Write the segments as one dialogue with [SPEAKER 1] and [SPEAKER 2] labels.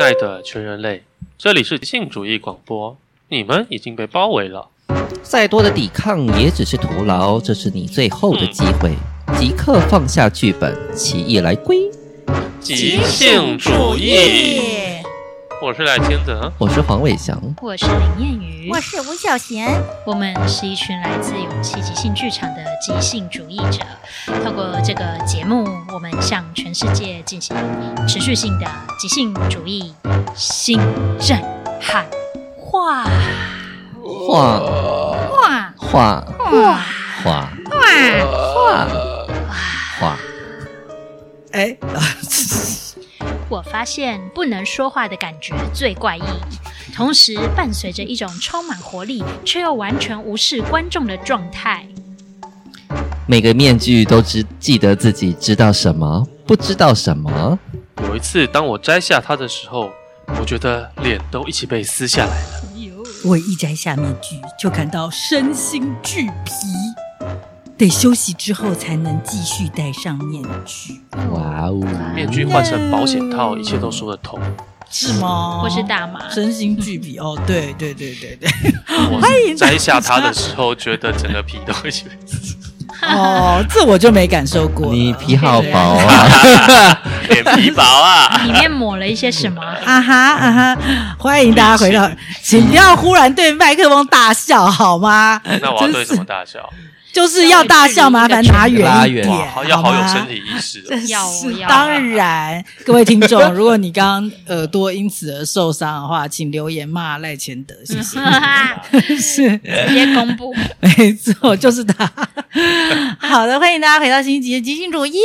[SPEAKER 1] 爱的全人类，这里是即兴主义广播，你们已经被包围了。
[SPEAKER 2] 再多的抵抗也只是徒劳，这是你最后的机会，即刻放下剧本，起义来归。
[SPEAKER 1] 即兴主义，我是赖清德，
[SPEAKER 2] 我是黄伟翔，
[SPEAKER 3] 我是林燕瑜，
[SPEAKER 4] 我是吴小贤。
[SPEAKER 3] 我们是一群来自勇气即兴剧场的即兴主义者。透过这个节目，我们向全世界进行持续性的即兴主义新震撼化
[SPEAKER 2] 画
[SPEAKER 3] 化
[SPEAKER 2] 画
[SPEAKER 3] 化
[SPEAKER 2] 画
[SPEAKER 3] 化。
[SPEAKER 2] 画画，
[SPEAKER 4] 哎，
[SPEAKER 3] 我发现不能说话的感觉最怪异，同时伴随着一种充满活力却又完全无视观众的状态。
[SPEAKER 2] 每个面具都知记得自己知道什么，不知道什么。
[SPEAKER 1] 有一次当我摘下它的时候，我觉得脸都一起被撕下来了。
[SPEAKER 4] 我一摘下面具，就感到身心俱疲，得休息之后才能继续戴上面具，
[SPEAKER 2] 哇哦！
[SPEAKER 1] 面具换成保险套，一切都说得通。
[SPEAKER 4] 嗯是吗？
[SPEAKER 3] 或是大麻，
[SPEAKER 4] 身心俱疲哦，对对对对对，
[SPEAKER 1] 我摘下它的时候，觉得整个皮都一起被
[SPEAKER 4] 哦，这我就没感受过了。
[SPEAKER 2] 你皮好薄啊！
[SPEAKER 1] 脸皮薄啊！
[SPEAKER 3] 里面抹了一些什么？
[SPEAKER 4] 啊哈啊哈！欢迎大家回到，请不要忽然对麦克风大笑好吗？
[SPEAKER 1] 那我要对什么大笑？
[SPEAKER 4] 就是要大笑，麻烦拿远
[SPEAKER 2] 拉
[SPEAKER 4] 一
[SPEAKER 2] 远
[SPEAKER 4] 点，
[SPEAKER 2] 哇
[SPEAKER 1] 好要好有
[SPEAKER 4] 吗
[SPEAKER 1] 身体意识哦。
[SPEAKER 3] 要哦
[SPEAKER 4] 是
[SPEAKER 3] 要哦
[SPEAKER 4] 当然，各位听众， 如果你刚刚耳朵因此而受伤的话，请留言骂赖钱 德，谢
[SPEAKER 3] 嗯
[SPEAKER 4] 谢。 是，
[SPEAKER 3] 直接公 布。
[SPEAKER 4] 没错，就是他。好的，欢迎大家回到新一集的即兴主义。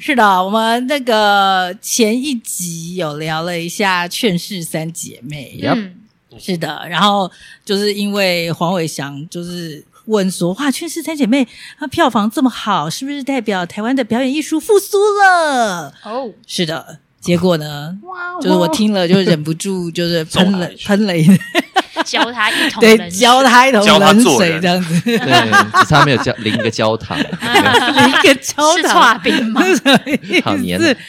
[SPEAKER 4] 是的，我们那个前一集有聊了一下《劝世三姐妹》
[SPEAKER 2] Yep
[SPEAKER 3] 嗯，
[SPEAKER 4] 是的，然后就是因为黄伟翔就是问说，哇，《劝世三姐妹》它票房这么好，是不是代表台湾的表演艺术复苏了？
[SPEAKER 3] 哦，
[SPEAKER 4] 是的，结果呢，
[SPEAKER 3] 哇
[SPEAKER 4] 就是我听了就忍不住就是喷 了
[SPEAKER 1] 揍他一拳
[SPEAKER 4] 喷 了一，
[SPEAKER 3] 教他一桶
[SPEAKER 4] 对，
[SPEAKER 3] 冷水
[SPEAKER 4] 浇他一头
[SPEAKER 1] 教他
[SPEAKER 4] 冷
[SPEAKER 1] 做
[SPEAKER 4] 水
[SPEAKER 1] 人
[SPEAKER 4] 这样子，
[SPEAKER 2] 对，只差没有教淋一个 焦糖，
[SPEAKER 3] 嗯
[SPEAKER 4] 一个浇
[SPEAKER 3] 是
[SPEAKER 4] 他
[SPEAKER 3] 搓，冰 吗？
[SPEAKER 2] 好黏
[SPEAKER 4] 是
[SPEAKER 2] 的，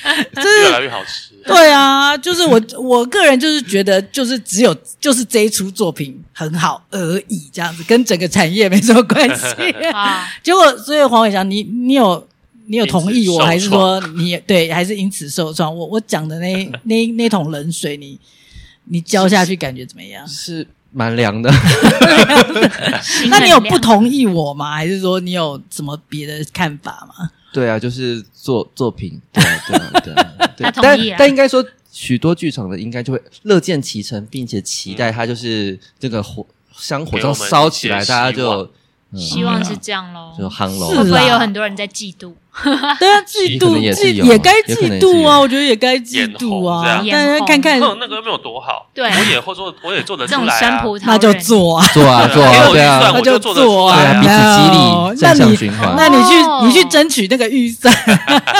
[SPEAKER 1] 越 来越好吃。
[SPEAKER 4] 对啊，就是我我个人就是觉得，就是只有就是这一出作品很好而已，这样子跟整个产业没什么关 系。
[SPEAKER 3] 啊，
[SPEAKER 4] 结果，所以黄伟翔，你你有你有同意
[SPEAKER 1] 因此受
[SPEAKER 4] 我，
[SPEAKER 1] 创
[SPEAKER 4] 还是说你对，还是因此受创？我我讲的那那那桶冷水，你你浇下去感觉怎么样？
[SPEAKER 2] 是蛮凉的。
[SPEAKER 3] 心
[SPEAKER 4] 那
[SPEAKER 3] 很
[SPEAKER 4] 你有
[SPEAKER 3] 凉
[SPEAKER 4] 不？同意我吗？还是说你有什么别的看法吗？
[SPEAKER 2] 对啊，就是作作 品，对啊，对啊，对啊，对啊
[SPEAKER 3] 他同意啊
[SPEAKER 2] 但但应该说，许多剧场的应该就会乐见其成，并且期待它就是这个火香火
[SPEAKER 1] 给我
[SPEAKER 2] 中
[SPEAKER 1] 们
[SPEAKER 2] 烧起
[SPEAKER 1] 一
[SPEAKER 2] 来，
[SPEAKER 1] 些
[SPEAKER 2] 大家
[SPEAKER 1] 希望
[SPEAKER 2] 就嗯
[SPEAKER 3] 希望是这样喽。
[SPEAKER 2] 就夯
[SPEAKER 4] 是
[SPEAKER 3] 会
[SPEAKER 2] 楼
[SPEAKER 3] 不
[SPEAKER 4] 啊。
[SPEAKER 3] 会有很多人在嫉妒？
[SPEAKER 4] 对啊，嫉
[SPEAKER 2] 可
[SPEAKER 4] 妒
[SPEAKER 2] 能也是
[SPEAKER 4] 嫉
[SPEAKER 2] 有
[SPEAKER 4] 也该
[SPEAKER 2] 也可能
[SPEAKER 4] 嫉
[SPEAKER 2] 也是
[SPEAKER 4] 妒啊，
[SPEAKER 2] 有
[SPEAKER 4] 我觉得也该嫉妒啊。
[SPEAKER 3] 眼红这样
[SPEAKER 4] 但是看看
[SPEAKER 1] 哼，哦那个又没有多好，
[SPEAKER 3] 对
[SPEAKER 1] 我也会做，我也做得
[SPEAKER 3] 这
[SPEAKER 1] 出
[SPEAKER 3] 种
[SPEAKER 1] 来
[SPEAKER 3] 酸
[SPEAKER 1] 啊。
[SPEAKER 3] 葡萄人，
[SPEAKER 4] 那就做啊，
[SPEAKER 2] 做啊
[SPEAKER 1] 对
[SPEAKER 2] 做
[SPEAKER 1] 给
[SPEAKER 2] 啊，
[SPEAKER 1] 我
[SPEAKER 2] 对
[SPEAKER 1] 预算
[SPEAKER 2] 啊
[SPEAKER 1] 我，
[SPEAKER 4] 那
[SPEAKER 1] 就做得出
[SPEAKER 4] 做
[SPEAKER 2] 对
[SPEAKER 4] 啊
[SPEAKER 2] 啊，
[SPEAKER 1] 来
[SPEAKER 2] 彼此激励，
[SPEAKER 4] 那
[SPEAKER 2] 正向
[SPEAKER 4] 你
[SPEAKER 2] 循环。
[SPEAKER 4] 那你
[SPEAKER 3] 哦
[SPEAKER 4] 去你去争取那个预算。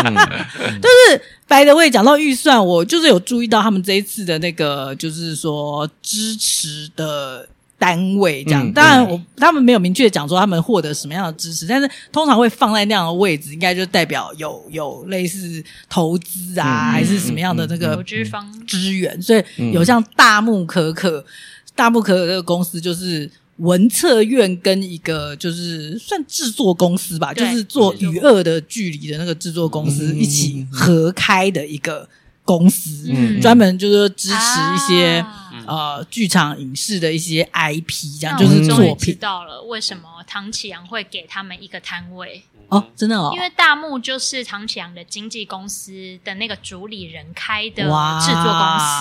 [SPEAKER 2] 嗯
[SPEAKER 4] 白的，我也讲到预算，我就是有注意到他们这一次的那个，就是说支持的单位这样。
[SPEAKER 2] 嗯
[SPEAKER 4] 当然我，他们没有明确讲说他们获得什么样的支持，但是通常会放在那样的位置，应该就代表有有类似投资啊，
[SPEAKER 2] 嗯
[SPEAKER 4] 还是什么样的那
[SPEAKER 3] 投
[SPEAKER 4] 个嗯
[SPEAKER 3] 资方
[SPEAKER 4] 支援。所以有像大木可可，大木可可这个公司就是。文策院跟一个就是算制作公司吧，就
[SPEAKER 3] 对
[SPEAKER 4] 是做《与恶的距离》的那个制作公司
[SPEAKER 2] 嗯
[SPEAKER 4] 一起合开的一个公司，
[SPEAKER 3] 嗯
[SPEAKER 4] 专门就是说支持一些、
[SPEAKER 3] 啊
[SPEAKER 4] 呃剧场影视的一些 IP，这样
[SPEAKER 3] 那
[SPEAKER 4] 就
[SPEAKER 3] 我
[SPEAKER 4] 是
[SPEAKER 3] 终
[SPEAKER 2] 嗯
[SPEAKER 3] 于
[SPEAKER 4] 作
[SPEAKER 3] 知
[SPEAKER 4] 品
[SPEAKER 3] 道了为什么唐启阳会给他们一个摊位，
[SPEAKER 4] 哦，真的哦，
[SPEAKER 3] 因为大木就是唐启阳的经纪公司的那个主理人开的
[SPEAKER 4] 哇，
[SPEAKER 3] 制作公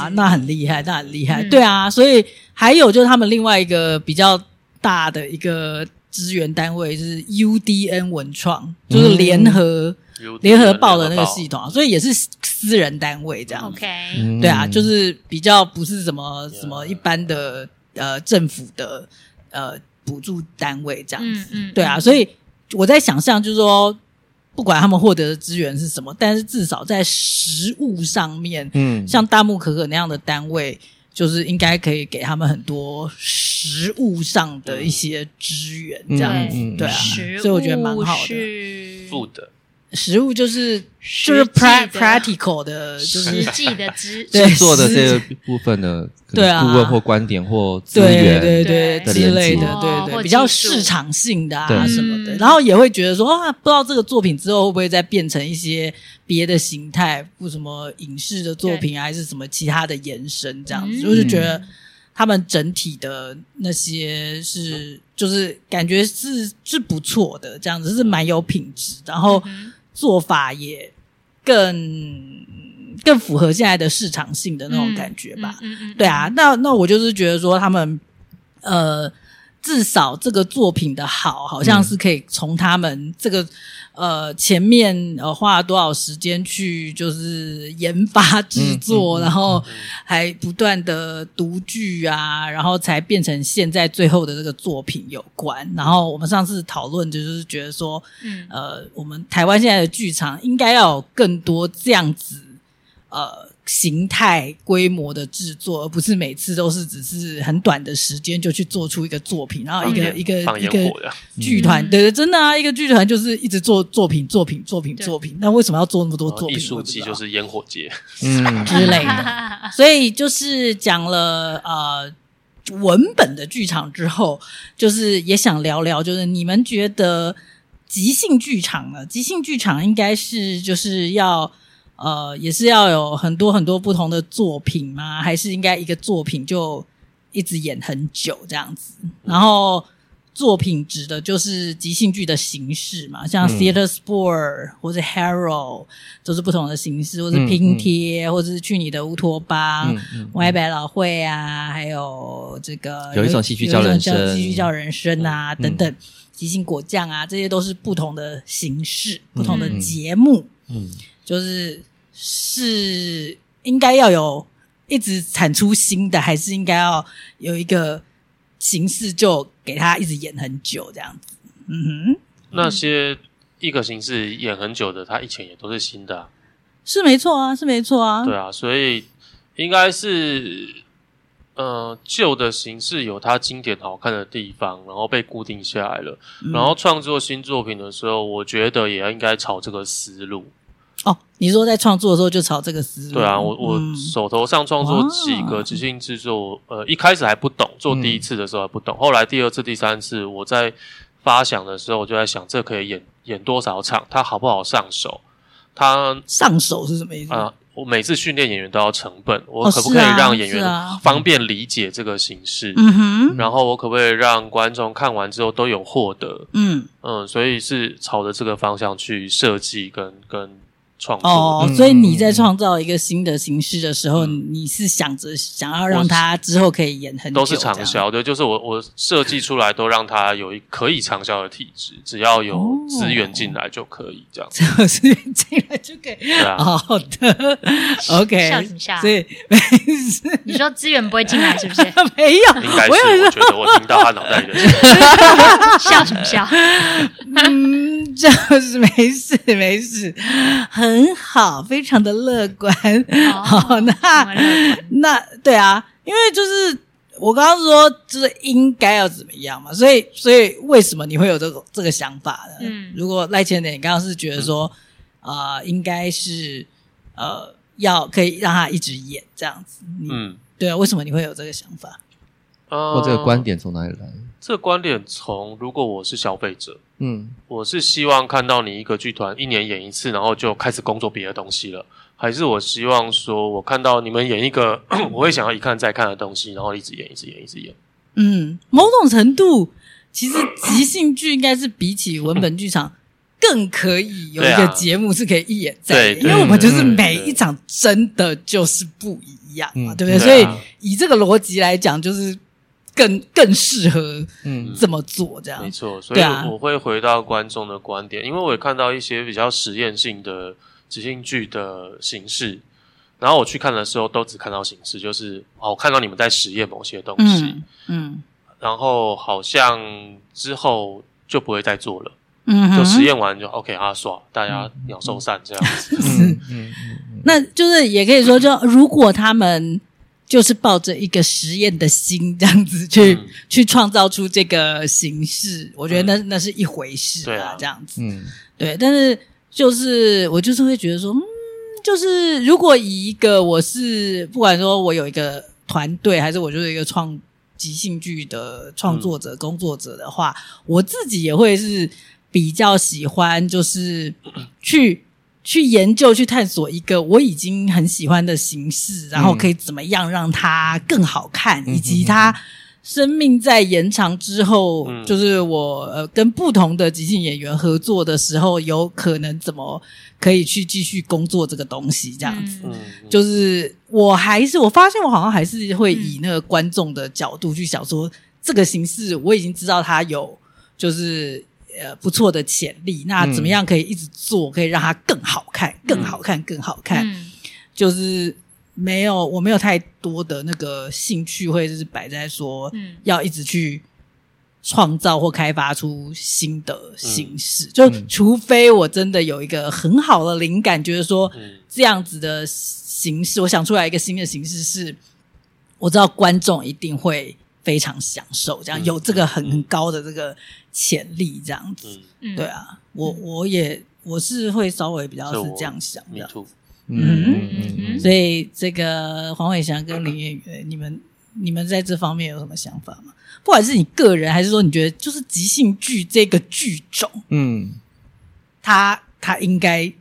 [SPEAKER 3] 司。
[SPEAKER 4] 那很厉害，那很厉害。
[SPEAKER 3] 嗯
[SPEAKER 4] 对啊，所以还有就是他们另外一个比较大的一个支援单位就是 UDN 文创，就是联
[SPEAKER 3] 嗯
[SPEAKER 4] 合、
[SPEAKER 1] 有
[SPEAKER 4] 联合报的那个系统啊，所以也是私人单位这样
[SPEAKER 3] 哦
[SPEAKER 4] 子。
[SPEAKER 3] OK，
[SPEAKER 2] 嗯
[SPEAKER 4] 对啊，就是比较不是什么
[SPEAKER 1] Yeah
[SPEAKER 4] 什么一般的呃政府的呃补助单位这样子。
[SPEAKER 3] 嗯嗯，
[SPEAKER 4] 对啊，所以我在想象，就是说，不管他们获得的资源是什么，但是至少在实物上面，
[SPEAKER 2] 嗯
[SPEAKER 4] 像大木可可那样的单位，就是应该可以给他们很多实物上的一些支援，这样子。
[SPEAKER 2] 嗯
[SPEAKER 3] 嗯
[SPEAKER 4] 对啊，
[SPEAKER 3] 食物
[SPEAKER 4] 所以我觉得蛮好的
[SPEAKER 3] 是
[SPEAKER 1] 负的，
[SPEAKER 4] 实物就是就
[SPEAKER 3] 实
[SPEAKER 4] 是
[SPEAKER 3] 际
[SPEAKER 4] pra-
[SPEAKER 3] 的啊
[SPEAKER 4] practical 的，就是
[SPEAKER 3] 实际的知
[SPEAKER 4] 对
[SPEAKER 2] 制作的
[SPEAKER 4] 是
[SPEAKER 2] 这个部分的可
[SPEAKER 4] 对
[SPEAKER 2] 能
[SPEAKER 4] 啊
[SPEAKER 2] 顾问或观点或资
[SPEAKER 4] 对
[SPEAKER 2] 源，
[SPEAKER 4] 对对
[SPEAKER 3] 对
[SPEAKER 4] 之类
[SPEAKER 2] 的，
[SPEAKER 3] 连
[SPEAKER 4] 的
[SPEAKER 3] 接
[SPEAKER 4] 对
[SPEAKER 3] 哦或
[SPEAKER 4] 对，比较
[SPEAKER 3] 技术
[SPEAKER 4] 市场性的啊
[SPEAKER 2] 对
[SPEAKER 4] 什么的，
[SPEAKER 3] 嗯
[SPEAKER 4] 然后也会觉得说啊，不知道这个作品之后会不会再变成一些别的形态，不什么影视的作品啊还是什么其他的延伸这样子，
[SPEAKER 3] 嗯
[SPEAKER 4] 我就觉得他们整体的那些是就是感觉是是不错的，这样子是蛮有品质，然后
[SPEAKER 3] 嗯
[SPEAKER 4] 做法也更更符合现在的市场性的那种感觉吧。
[SPEAKER 3] 嗯嗯嗯
[SPEAKER 4] 对啊，那那我就是觉得说他们呃，至少这个作品的好，好像是可以从他们这个呃前面呃花了多少时间去就是研发制作，然后还不断的读剧啊，然后才变成现在最后的这个作品有关。然后我们上次讨论就是觉得说，
[SPEAKER 3] 嗯
[SPEAKER 4] 呃，我们台湾现在的剧场应该要有更多这样子呃形态规模的制作，而不是每次都是只是很短的时间就去做出一个作品，然后啊一
[SPEAKER 1] 放
[SPEAKER 4] 个
[SPEAKER 1] 烟
[SPEAKER 4] 一个
[SPEAKER 1] 放
[SPEAKER 4] 一
[SPEAKER 1] 烟
[SPEAKER 4] 个
[SPEAKER 1] 火的，
[SPEAKER 4] 剧团，
[SPEAKER 3] 嗯
[SPEAKER 4] 对对，真的啊，一个剧团就是一直做作品、作品、作品、
[SPEAKER 3] 对
[SPEAKER 4] 作品，那为什么要做那么多
[SPEAKER 1] 然后
[SPEAKER 4] 作品？
[SPEAKER 1] 哦艺术
[SPEAKER 4] 我也不知
[SPEAKER 1] 季
[SPEAKER 4] 道
[SPEAKER 1] 就是烟火节，
[SPEAKER 2] 嗯，
[SPEAKER 4] 之类 的。所以就是讲了呃文本的剧场之后，就是也想聊聊，就是你们觉得即兴剧场呢？即兴剧场应该是就是要。呃，也是要有很多很多不同的作品吗？还是应该一个作品就一直演很久这样子？然后作品指的就是即兴剧的形式嘛，像
[SPEAKER 2] 嗯
[SPEAKER 4] theater sport、或者 harrow，都是不同的形式，或是
[SPEAKER 2] 嗯
[SPEAKER 4] 拼
[SPEAKER 2] 嗯
[SPEAKER 4] 贴，或者是去你的乌托邦、
[SPEAKER 2] 嗯嗯
[SPEAKER 4] 歪百老汇啊，还有这个
[SPEAKER 2] 有一种戏剧叫人生嗯
[SPEAKER 4] 有一种戏剧叫人生啊、等等，即兴果酱啊，这些都是不同的形式、不同的
[SPEAKER 2] 嗯
[SPEAKER 4] 节目，
[SPEAKER 2] 嗯，
[SPEAKER 4] 就是是应该要有一直产出新的，还是应该要有一个形式就给他一直演很久这样子？嗯哼，
[SPEAKER 1] 那些一个形式演很久的，它以前也都是新的啊、
[SPEAKER 4] 是没错啊，是没错啊，
[SPEAKER 1] 对啊，所以应该是，呃，旧的形式有它经典好看的地方，然后被固定下来了。
[SPEAKER 4] 嗯
[SPEAKER 1] 然后创作新作品的时候，我觉得也应该朝这个思路。
[SPEAKER 4] 哦，你说在创作的时候就朝这个思路？
[SPEAKER 1] 对啊，我我
[SPEAKER 4] 嗯
[SPEAKER 1] 手头上创作几
[SPEAKER 4] 哇嗯
[SPEAKER 1] 个即兴制作，呃，一开始还不懂，做第一次的时候还不懂，后来第二次、第三次，我在发想的时候，我就在想，这可以演演多少场，它好不好上手，它
[SPEAKER 4] 上手是什么意思？
[SPEAKER 1] 啊、我每次训练演员都要成本，
[SPEAKER 4] 哦
[SPEAKER 1] 我可不可以
[SPEAKER 4] 是啊
[SPEAKER 1] 让演员
[SPEAKER 4] 是啊
[SPEAKER 1] 方便理解这个形式？
[SPEAKER 4] 嗯哼，
[SPEAKER 1] 然后我可不可以让观众看完之后都有获得？
[SPEAKER 4] 嗯，
[SPEAKER 1] 嗯，所以是朝着这个方向去设计跟跟创作。
[SPEAKER 4] 哦，
[SPEAKER 2] 嗯
[SPEAKER 4] 所以你在创造一个新的形式的时候，
[SPEAKER 1] 嗯
[SPEAKER 4] 你是想着想要让它之后可以演很久，
[SPEAKER 1] 都是长
[SPEAKER 4] 这样。
[SPEAKER 1] 销，对，就是我我设计出来都让它有一可以长销的体质，只要有资源进来就可以这 样。
[SPEAKER 4] 只要是进来就可以。
[SPEAKER 1] 对 啊，
[SPEAKER 4] 好 的，OK。
[SPEAKER 3] 笑什么笑
[SPEAKER 4] 所以
[SPEAKER 3] 你说资源不会进来是不 是？
[SPEAKER 4] 没有，
[SPEAKER 1] 应该是
[SPEAKER 4] 我有时
[SPEAKER 1] 我觉得我听到他脑袋里的声音，
[SPEAKER 3] 笑什么笑？
[SPEAKER 4] 嗯， 就是没事没事，很好，非常的乐观。 好，那
[SPEAKER 3] 怎哦么乐观
[SPEAKER 4] 那对啊，因为就是我刚刚说，就是应该要怎么样嘛，所以所以为什么你会有这个这个想法呢？
[SPEAKER 3] 嗯
[SPEAKER 4] 如果赖千点，你刚刚是觉得说，啊，呃，应该是呃要可以让他一直演这样子，你、
[SPEAKER 1] 嗯，
[SPEAKER 4] 对啊，为什么你会有这个想法？
[SPEAKER 1] 呃
[SPEAKER 2] 或这
[SPEAKER 3] 哦
[SPEAKER 2] 个观，点从哪里来？
[SPEAKER 1] 这观点从如果我是消费者，
[SPEAKER 2] 嗯，
[SPEAKER 1] 我是希望看到你一个剧团一年演一次，然后就开始工作别的东西了，还是我希望说我看到你们演一个 我会想要一看再看的东西，然后一直演，一直演，一直演。
[SPEAKER 4] 嗯，某种程度，其实即兴剧应该是比起文本剧场。更可以有一
[SPEAKER 1] 对
[SPEAKER 4] 个
[SPEAKER 1] 啊
[SPEAKER 4] 节目是可以一演再演，
[SPEAKER 1] 对
[SPEAKER 4] 因
[SPEAKER 1] 对
[SPEAKER 4] 为我们就是
[SPEAKER 1] 对
[SPEAKER 4] 每
[SPEAKER 1] 对
[SPEAKER 4] 一场真的就是不一样嘛，
[SPEAKER 2] 嗯
[SPEAKER 4] 对不对？所
[SPEAKER 1] 对
[SPEAKER 4] 以
[SPEAKER 1] 啊
[SPEAKER 4] 以这个逻辑来讲，就是更更适合
[SPEAKER 2] 嗯
[SPEAKER 4] 这么做这样
[SPEAKER 1] 没。错，所以
[SPEAKER 4] 对啊
[SPEAKER 1] 我会回到观众的观点，因为我也看到一些比较实验性的即兴剧的形式，然后我去看的时候都只看到形式，就是哦，我看到你们在实验某些东西，
[SPEAKER 4] 嗯嗯
[SPEAKER 1] 然后好像之后就不会再做了，
[SPEAKER 4] 嗯哼，嗯
[SPEAKER 1] 就实验完就 OK 啊，耍大家鸟兽散这样 子，
[SPEAKER 2] 嗯嗯嗯
[SPEAKER 4] 那就是也可以说
[SPEAKER 1] 嗯
[SPEAKER 4] 就，如果他们就是抱着一个实验的心这样子去、
[SPEAKER 1] 嗯
[SPEAKER 4] 去创造出这个形式，我觉得那、那是一回事
[SPEAKER 1] 对啊
[SPEAKER 4] 这样子。
[SPEAKER 2] 嗯
[SPEAKER 4] 对，但是就是我就是会觉得说，嗯，就是如果以一个我是不管说我有一个团队，还是我就是一个创即兴剧的创作
[SPEAKER 2] 嗯
[SPEAKER 4] 者、工作者的话，我自己也会是比较喜 欢，就是去。去研究、去探索一个我已经很喜欢的形式，然后可以怎么样让它更好看，
[SPEAKER 2] 嗯
[SPEAKER 4] 以及它生命在延长之后，
[SPEAKER 1] 嗯
[SPEAKER 4] 就是我呃跟不同的即兴演员合作的时候，有可能怎么可以去继续工作这个东西，这样子。
[SPEAKER 1] 嗯，
[SPEAKER 4] 就是我还是我发现我好像还是会以那个观众的角度去想说，这个形式我已经知道它有就是呃不错的潜力，那怎么样可以一直做，可以让它更好看、更好看、更好看？
[SPEAKER 3] 嗯
[SPEAKER 4] 就是没有我没有太多的那个兴趣，会就是摆在说
[SPEAKER 3] 嗯
[SPEAKER 4] 要一直去。创造或开发出新的形
[SPEAKER 1] 嗯
[SPEAKER 4] 式，就除非我真的有一个很好的灵感，觉得说，
[SPEAKER 1] 嗯
[SPEAKER 4] 这样子的形式，我想出来一个新的形式是，我知道观众一定会非常享受，这样、
[SPEAKER 1] 嗯
[SPEAKER 4] 有这个很很高的这个潜力，这样子。
[SPEAKER 1] 嗯
[SPEAKER 3] 嗯，
[SPEAKER 4] 对啊，我我也我是会稍微比较
[SPEAKER 1] 是
[SPEAKER 4] 是
[SPEAKER 1] 我
[SPEAKER 4] 这样想
[SPEAKER 1] ，me
[SPEAKER 4] 的，
[SPEAKER 1] too。
[SPEAKER 2] 嗯嗯嗯，
[SPEAKER 4] 所以这个黄伟翔跟林彦元，你们你们在这方面有什么想法吗？不管是你个人，还是说你觉得就是即兴剧这个剧种，
[SPEAKER 2] 嗯
[SPEAKER 4] 它它应该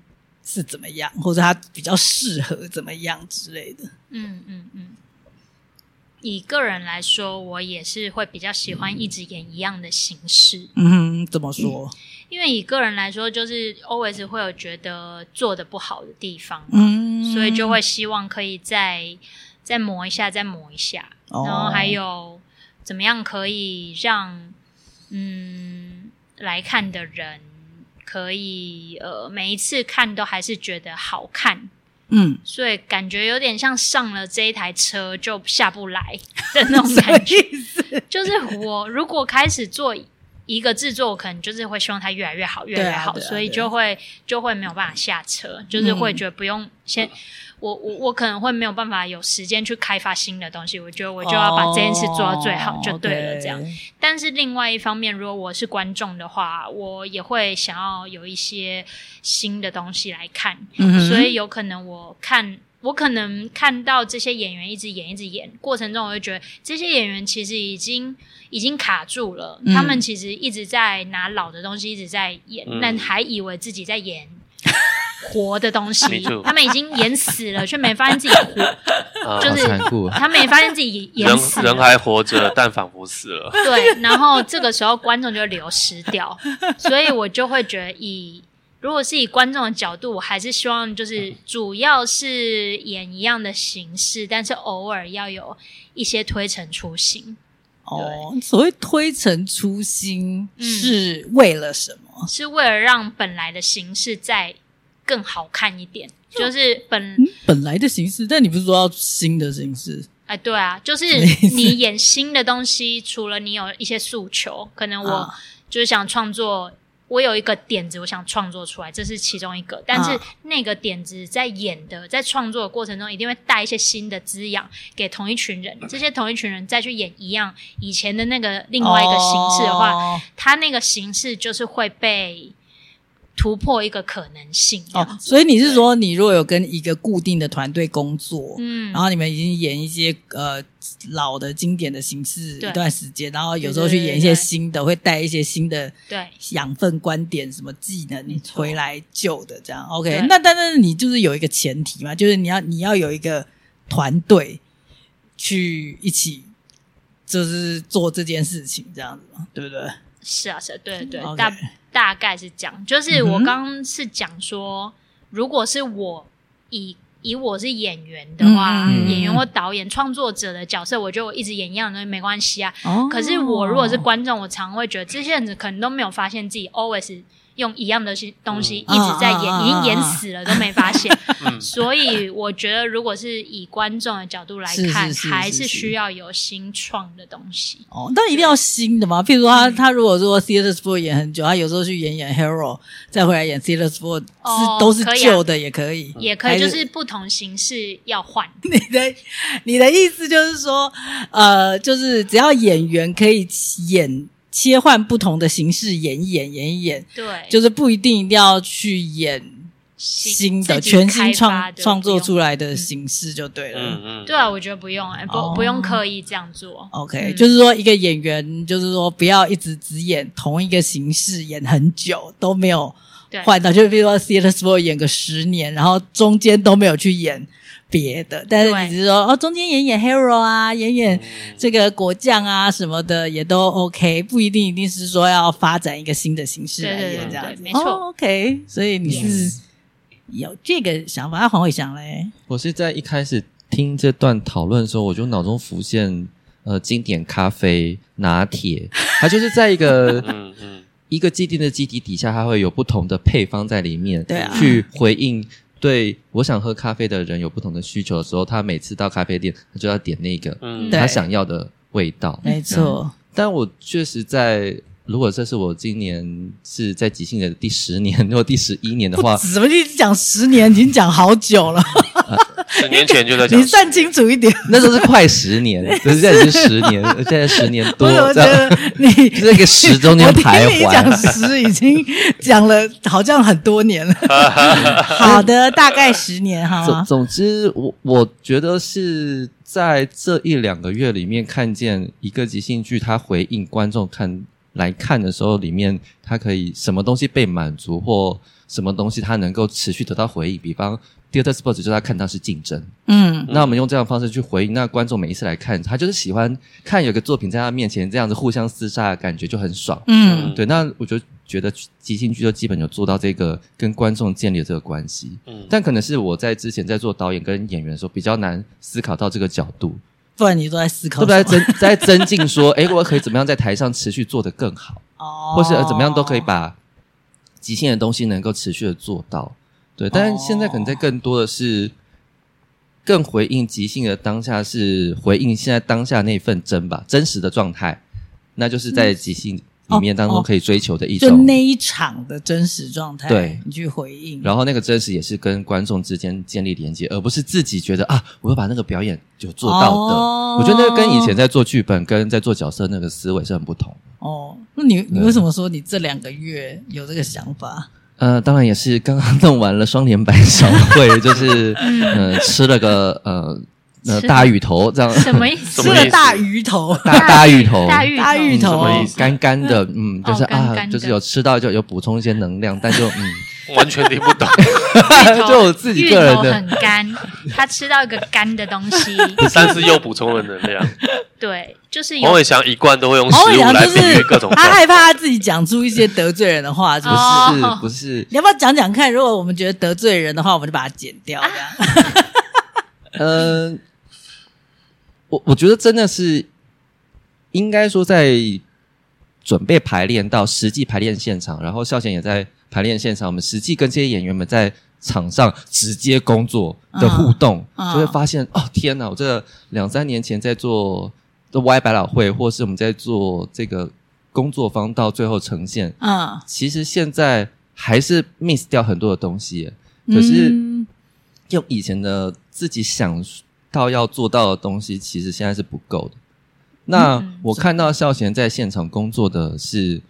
[SPEAKER 4] 是怎么样，或者它比较适合怎么样之类的。
[SPEAKER 3] 嗯嗯嗯。以个人来说，我也是会比较喜欢一直演一样的形式，
[SPEAKER 4] 嗯哼，怎么说？
[SPEAKER 3] 因为以个人来说，就是 always 会有觉得做的不好的地方，
[SPEAKER 4] 嗯
[SPEAKER 3] 所以就会希望可以再再磨一下，再磨一下，
[SPEAKER 4] 哦
[SPEAKER 3] 然后还有怎么样可以让嗯来看的人可以呃每一次看都还是觉得好看，
[SPEAKER 4] 嗯，
[SPEAKER 3] 所以感觉有点像上了这一台车就下不来的那 种
[SPEAKER 4] 什么
[SPEAKER 3] 感觉。
[SPEAKER 4] 意思？
[SPEAKER 3] 就是我如果开始做一个制作，我可能就是会希望它越来越好，越来越好，
[SPEAKER 4] 对啊对啊嗯
[SPEAKER 3] 所以就会就会没有办法下车，就是会觉得不用先。我我我可能会没有办法有时间去开发新的东西，我觉得我就要把这件事做到最好就对了，这样。
[SPEAKER 4] 哦，OK
[SPEAKER 3] 但是另外一方面，如果我是观众的话，我也会想要有一些新的东西来看，
[SPEAKER 4] 嗯哼
[SPEAKER 3] 所以有可能我看。我可能看到这些演员一直演一直演，过程中我就觉得这些演员其实已经已经卡住了，
[SPEAKER 4] 嗯
[SPEAKER 3] 他们其实一直在拿老的东西一直在演，
[SPEAKER 1] 嗯
[SPEAKER 3] 但还以为自己在演活的东西
[SPEAKER 1] Me，too
[SPEAKER 3] 他们已经演死了，却没发现自己活，
[SPEAKER 1] 啊
[SPEAKER 3] 就
[SPEAKER 2] 好
[SPEAKER 3] 是
[SPEAKER 2] 残酷啊，
[SPEAKER 3] 他们也发现自己 演
[SPEAKER 1] 人
[SPEAKER 3] 死了，
[SPEAKER 1] 人还活着，但仿佛死了。
[SPEAKER 3] 对，然后这个时候观众就流失掉，所以我就会觉得以。如果是以观众的角度，我还是希望就是主要是演一样的形式，但是偶尔要有一些推陈出新，
[SPEAKER 4] 哦，所谓推陈出新
[SPEAKER 3] 嗯
[SPEAKER 4] 是为了什么？
[SPEAKER 3] 是为了让本来的形式再更好看一点。就是本
[SPEAKER 4] 嗯，本来的形式，但你不是说要新的形式？
[SPEAKER 3] 哎、对啊，就是
[SPEAKER 4] 什么意思
[SPEAKER 3] 你演新的东西，除了你有一些诉求，可能我
[SPEAKER 4] 啊
[SPEAKER 3] 就是想创作，我有一个点子，我想创作出来，这是其中一个。但
[SPEAKER 4] 啊
[SPEAKER 3] 是那个点子在演的，在创作的过程中，一定会带一些新的滋养给同一群人。这些同一群人再去演一样以前的那个另外一个形式的话，
[SPEAKER 4] 哦
[SPEAKER 3] 它那个形式就是会被突破一个可能性。这
[SPEAKER 4] 哦
[SPEAKER 3] 样，子
[SPEAKER 4] 所以你是说，你如果有跟一个固定的团队工作，
[SPEAKER 3] 嗯，
[SPEAKER 4] 然后你们已经演一些呃老的经典的形式
[SPEAKER 3] 对
[SPEAKER 4] 一段时间，然后有时候
[SPEAKER 3] 对对
[SPEAKER 4] 去
[SPEAKER 3] 对
[SPEAKER 4] 演一些
[SPEAKER 3] 对
[SPEAKER 4] 新的，会带一些新的
[SPEAKER 3] 对。
[SPEAKER 4] 养分、观点、什么技
[SPEAKER 3] 没
[SPEAKER 4] 能
[SPEAKER 3] 错
[SPEAKER 4] 回来救的这样。OK，
[SPEAKER 3] 对
[SPEAKER 4] 那但但是你就是有一个前提嘛，就是你要你要有一个团队去一起，就是做这件事情这样子嘛，对不对？
[SPEAKER 3] 是啊，是啊，对对
[SPEAKER 4] OK
[SPEAKER 3] 大大概是这样。就是
[SPEAKER 4] 嗯哼
[SPEAKER 3] 我刚刚是讲说，如果是我以以我是演员的话，
[SPEAKER 4] 嗯
[SPEAKER 2] 嗯嗯
[SPEAKER 3] 演员或导演、创作者的角色，我觉得我一直演一样的东西没关系啊。
[SPEAKER 4] 哦
[SPEAKER 3] 可是我如果是观众，我常会觉得这些人可能都没有发现自己 always 用一样的西东西
[SPEAKER 4] 嗯
[SPEAKER 3] 一直在演，
[SPEAKER 4] 啊啊啊啊
[SPEAKER 3] 已经演死了都没发 现。
[SPEAKER 1] 嗯
[SPEAKER 3] 所以我觉得，如果是以观众的角度来
[SPEAKER 4] 是
[SPEAKER 3] 看，
[SPEAKER 4] 是是
[SPEAKER 3] 还
[SPEAKER 4] 是
[SPEAKER 3] 是
[SPEAKER 4] 是
[SPEAKER 3] 需要有新创的东西。
[SPEAKER 4] 哦，但一定要新的嘛。譬如说
[SPEAKER 3] 嗯
[SPEAKER 4] 他，他如果说 Theater Sport 演很久，他有时候去演演 Hero，再回来演 Theater Sport，是、
[SPEAKER 3] 哦
[SPEAKER 4] 都是
[SPEAKER 3] 可以啊
[SPEAKER 4] 旧的也可以。
[SPEAKER 3] 也可以，
[SPEAKER 4] 还是
[SPEAKER 3] 就是不同形式要换。
[SPEAKER 4] 你的你的意思就是说，呃，就是只要演员可以演切换不同的形式演一演，演一演，
[SPEAKER 3] 对，
[SPEAKER 4] 就是不一定一定要去演新
[SPEAKER 3] 新
[SPEAKER 4] 的、
[SPEAKER 3] 自己
[SPEAKER 4] 全
[SPEAKER 3] 开发
[SPEAKER 4] 新创
[SPEAKER 3] 的
[SPEAKER 4] 创
[SPEAKER 3] 不
[SPEAKER 4] 作
[SPEAKER 3] 用嗯
[SPEAKER 4] 出来的形式就对了。
[SPEAKER 1] 嗯嗯，
[SPEAKER 3] 对啊，我觉得不用，哎，不、
[SPEAKER 4] 哦
[SPEAKER 3] 不用刻意这样做。
[SPEAKER 4] OK，、
[SPEAKER 3] 嗯
[SPEAKER 4] 就是说一个演员，就是说不要一直只演同一个形式演很久都没有
[SPEAKER 3] 对，
[SPEAKER 4] 换到，就比如说 Theater Sport 演个十年，然后中间都没有去演别的，但是
[SPEAKER 3] 对
[SPEAKER 4] 你只是说哦，中间演演 Hero 啊，演演这个果酱啊什么的也都 OK，不一定一定是说要发展一个新的形式来
[SPEAKER 3] 对对
[SPEAKER 4] 演
[SPEAKER 1] 对
[SPEAKER 4] 这样子，
[SPEAKER 3] 对没错
[SPEAKER 4] 哦 OK，所以你是有这个想法，啊黄伟翔嘞，
[SPEAKER 2] 我是在一开始听这段讨论的时候，我就脑中浮现呃经典咖啡拿铁，它就是在一个
[SPEAKER 1] 嗯嗯，
[SPEAKER 2] 一个既定的基底底下，它会有不同的配方在里面，
[SPEAKER 4] 对啊
[SPEAKER 2] 去回应对我想喝咖啡的人有不同的需求的时候，他每次到咖啡店，他就要点那个
[SPEAKER 1] 嗯
[SPEAKER 4] 对
[SPEAKER 2] 他想要的味道。
[SPEAKER 4] 没错，
[SPEAKER 2] 但我确实在，如果这是我今年是在即兴的第十年，如果第十一年的
[SPEAKER 4] 不
[SPEAKER 2] 话，
[SPEAKER 4] 止，我一直讲十年，已经讲好久了，
[SPEAKER 1] 十年前就在讲
[SPEAKER 4] 你，算清楚一点。
[SPEAKER 2] 那时候是快十 年，可是现在已经十年，现在十年多
[SPEAKER 4] 我怎
[SPEAKER 2] 这
[SPEAKER 4] 么，觉
[SPEAKER 2] 样
[SPEAKER 4] 得你
[SPEAKER 2] 就在一个 十中间
[SPEAKER 4] 我听
[SPEAKER 2] 徘
[SPEAKER 4] 你讲
[SPEAKER 2] 徊。
[SPEAKER 4] 十已经讲了，好像很多年了。 好的，大概十年好
[SPEAKER 2] 总
[SPEAKER 4] 吗？
[SPEAKER 2] 总之，我我觉得是在这一两个月里面，看见一个即兴剧，它回应观众看来看的时候，里面它可以什么东西被满足，或什么东西它能够持续得到回应。比方 theater sports，就是他看到是竞争，
[SPEAKER 4] 嗯，
[SPEAKER 2] 那我们用这样的方式去回应，那观众每一次来看，他就是喜欢看有个作品在他面前这样子互相厮杀的感觉就很爽。
[SPEAKER 4] 嗯，
[SPEAKER 2] 对，那我就觉得即兴剧就基本有做到这个跟观众建立的这个关系，
[SPEAKER 1] 嗯，
[SPEAKER 2] 但可能是我在之前在做导演跟演员的时候比较难思考到这个角度，
[SPEAKER 4] 不然你都在思考
[SPEAKER 2] 都
[SPEAKER 4] 什
[SPEAKER 2] 在
[SPEAKER 4] 么，
[SPEAKER 2] 增在增进说，诶，我可以怎么样在台上持续做得更好，
[SPEAKER 4] 哦
[SPEAKER 2] 或是呃怎么样都可以把即兴的东西能够持续的做到。对，但是现在可能在更多的是更回应即兴的当下，是回应现在当下那份真吧，真实的状态，那就是在即兴里面当
[SPEAKER 4] 嗯哦
[SPEAKER 2] 中
[SPEAKER 4] 哦
[SPEAKER 2] 可以追求的一
[SPEAKER 4] 就
[SPEAKER 2] 种。
[SPEAKER 4] 那一场的真实状态，
[SPEAKER 2] 对
[SPEAKER 4] 你去回应。
[SPEAKER 2] 然后那个真实也是跟观众之间建立连接，而不是自己觉得啊，我要把那个表演有做到的。
[SPEAKER 4] 哦
[SPEAKER 2] 我觉得那个跟以前在做剧本跟在做角色那个思维是很不同的。
[SPEAKER 4] 哦，那你你
[SPEAKER 2] 对
[SPEAKER 4] 为什么说你这两个月有这个想法？
[SPEAKER 2] 呃，当然也是刚刚弄完了双连板小会， 就是呃吃了个呃呃
[SPEAKER 3] 嗯吃
[SPEAKER 2] 大芋头这样，
[SPEAKER 3] 什么意
[SPEAKER 1] 什
[SPEAKER 3] 思？
[SPEAKER 4] 吃
[SPEAKER 1] 么意
[SPEAKER 4] 了
[SPEAKER 1] 思
[SPEAKER 4] 大鱼头，
[SPEAKER 2] 大大芋头，
[SPEAKER 3] 大芋
[SPEAKER 4] 大芋
[SPEAKER 2] 嗯
[SPEAKER 1] 什
[SPEAKER 4] 头
[SPEAKER 1] 么意思
[SPEAKER 2] 干干的，嗯，就是
[SPEAKER 3] 哦干
[SPEAKER 2] 啊，
[SPEAKER 3] 干的
[SPEAKER 2] 就是有吃到就有补充一些能量，但就嗯，
[SPEAKER 1] 完全听不懂，
[SPEAKER 3] 芋 头
[SPEAKER 2] 就我自己个人的
[SPEAKER 3] 芋头很干，他吃到一个干的东 西，
[SPEAKER 1] 但是又补充了能量。
[SPEAKER 3] 对，就是
[SPEAKER 1] 黄
[SPEAKER 3] 有
[SPEAKER 1] 伟翔一贯都会用食
[SPEAKER 4] 黄伟
[SPEAKER 1] 物
[SPEAKER 4] 翔
[SPEAKER 1] 来
[SPEAKER 4] 就
[SPEAKER 1] 比喻
[SPEAKER 4] 是
[SPEAKER 1] 各种状
[SPEAKER 4] 他
[SPEAKER 1] 态。
[SPEAKER 4] 害怕他自己讲出一些得罪人的话，是不
[SPEAKER 2] 不
[SPEAKER 4] 是？
[SPEAKER 2] 是、
[SPEAKER 3] 哦
[SPEAKER 2] 不是，
[SPEAKER 4] 你要不要讲讲看？如果我们觉得得罪人的话，我们就把它剪掉，这样。
[SPEAKER 2] 呃，我我觉得真的是应该说在准备排练到实际排练现场，然后孝贤也在排练现场，我们实际跟这些演员们在场上直接工作的互动，
[SPEAKER 4] 嗯嗯
[SPEAKER 2] 就会发现哦天哪！我这两三年前在做这 Y 百老汇，或是我们在做这个工作坊到最后呈现，
[SPEAKER 4] 嗯，
[SPEAKER 2] 其实现在还是 miss 掉很多的东西耶，可是。
[SPEAKER 4] 嗯
[SPEAKER 2] 用以前的自己想到要做到的东西，其实现在是不够的。那
[SPEAKER 3] 嗯
[SPEAKER 2] 我看到孝贤在现场工作的是，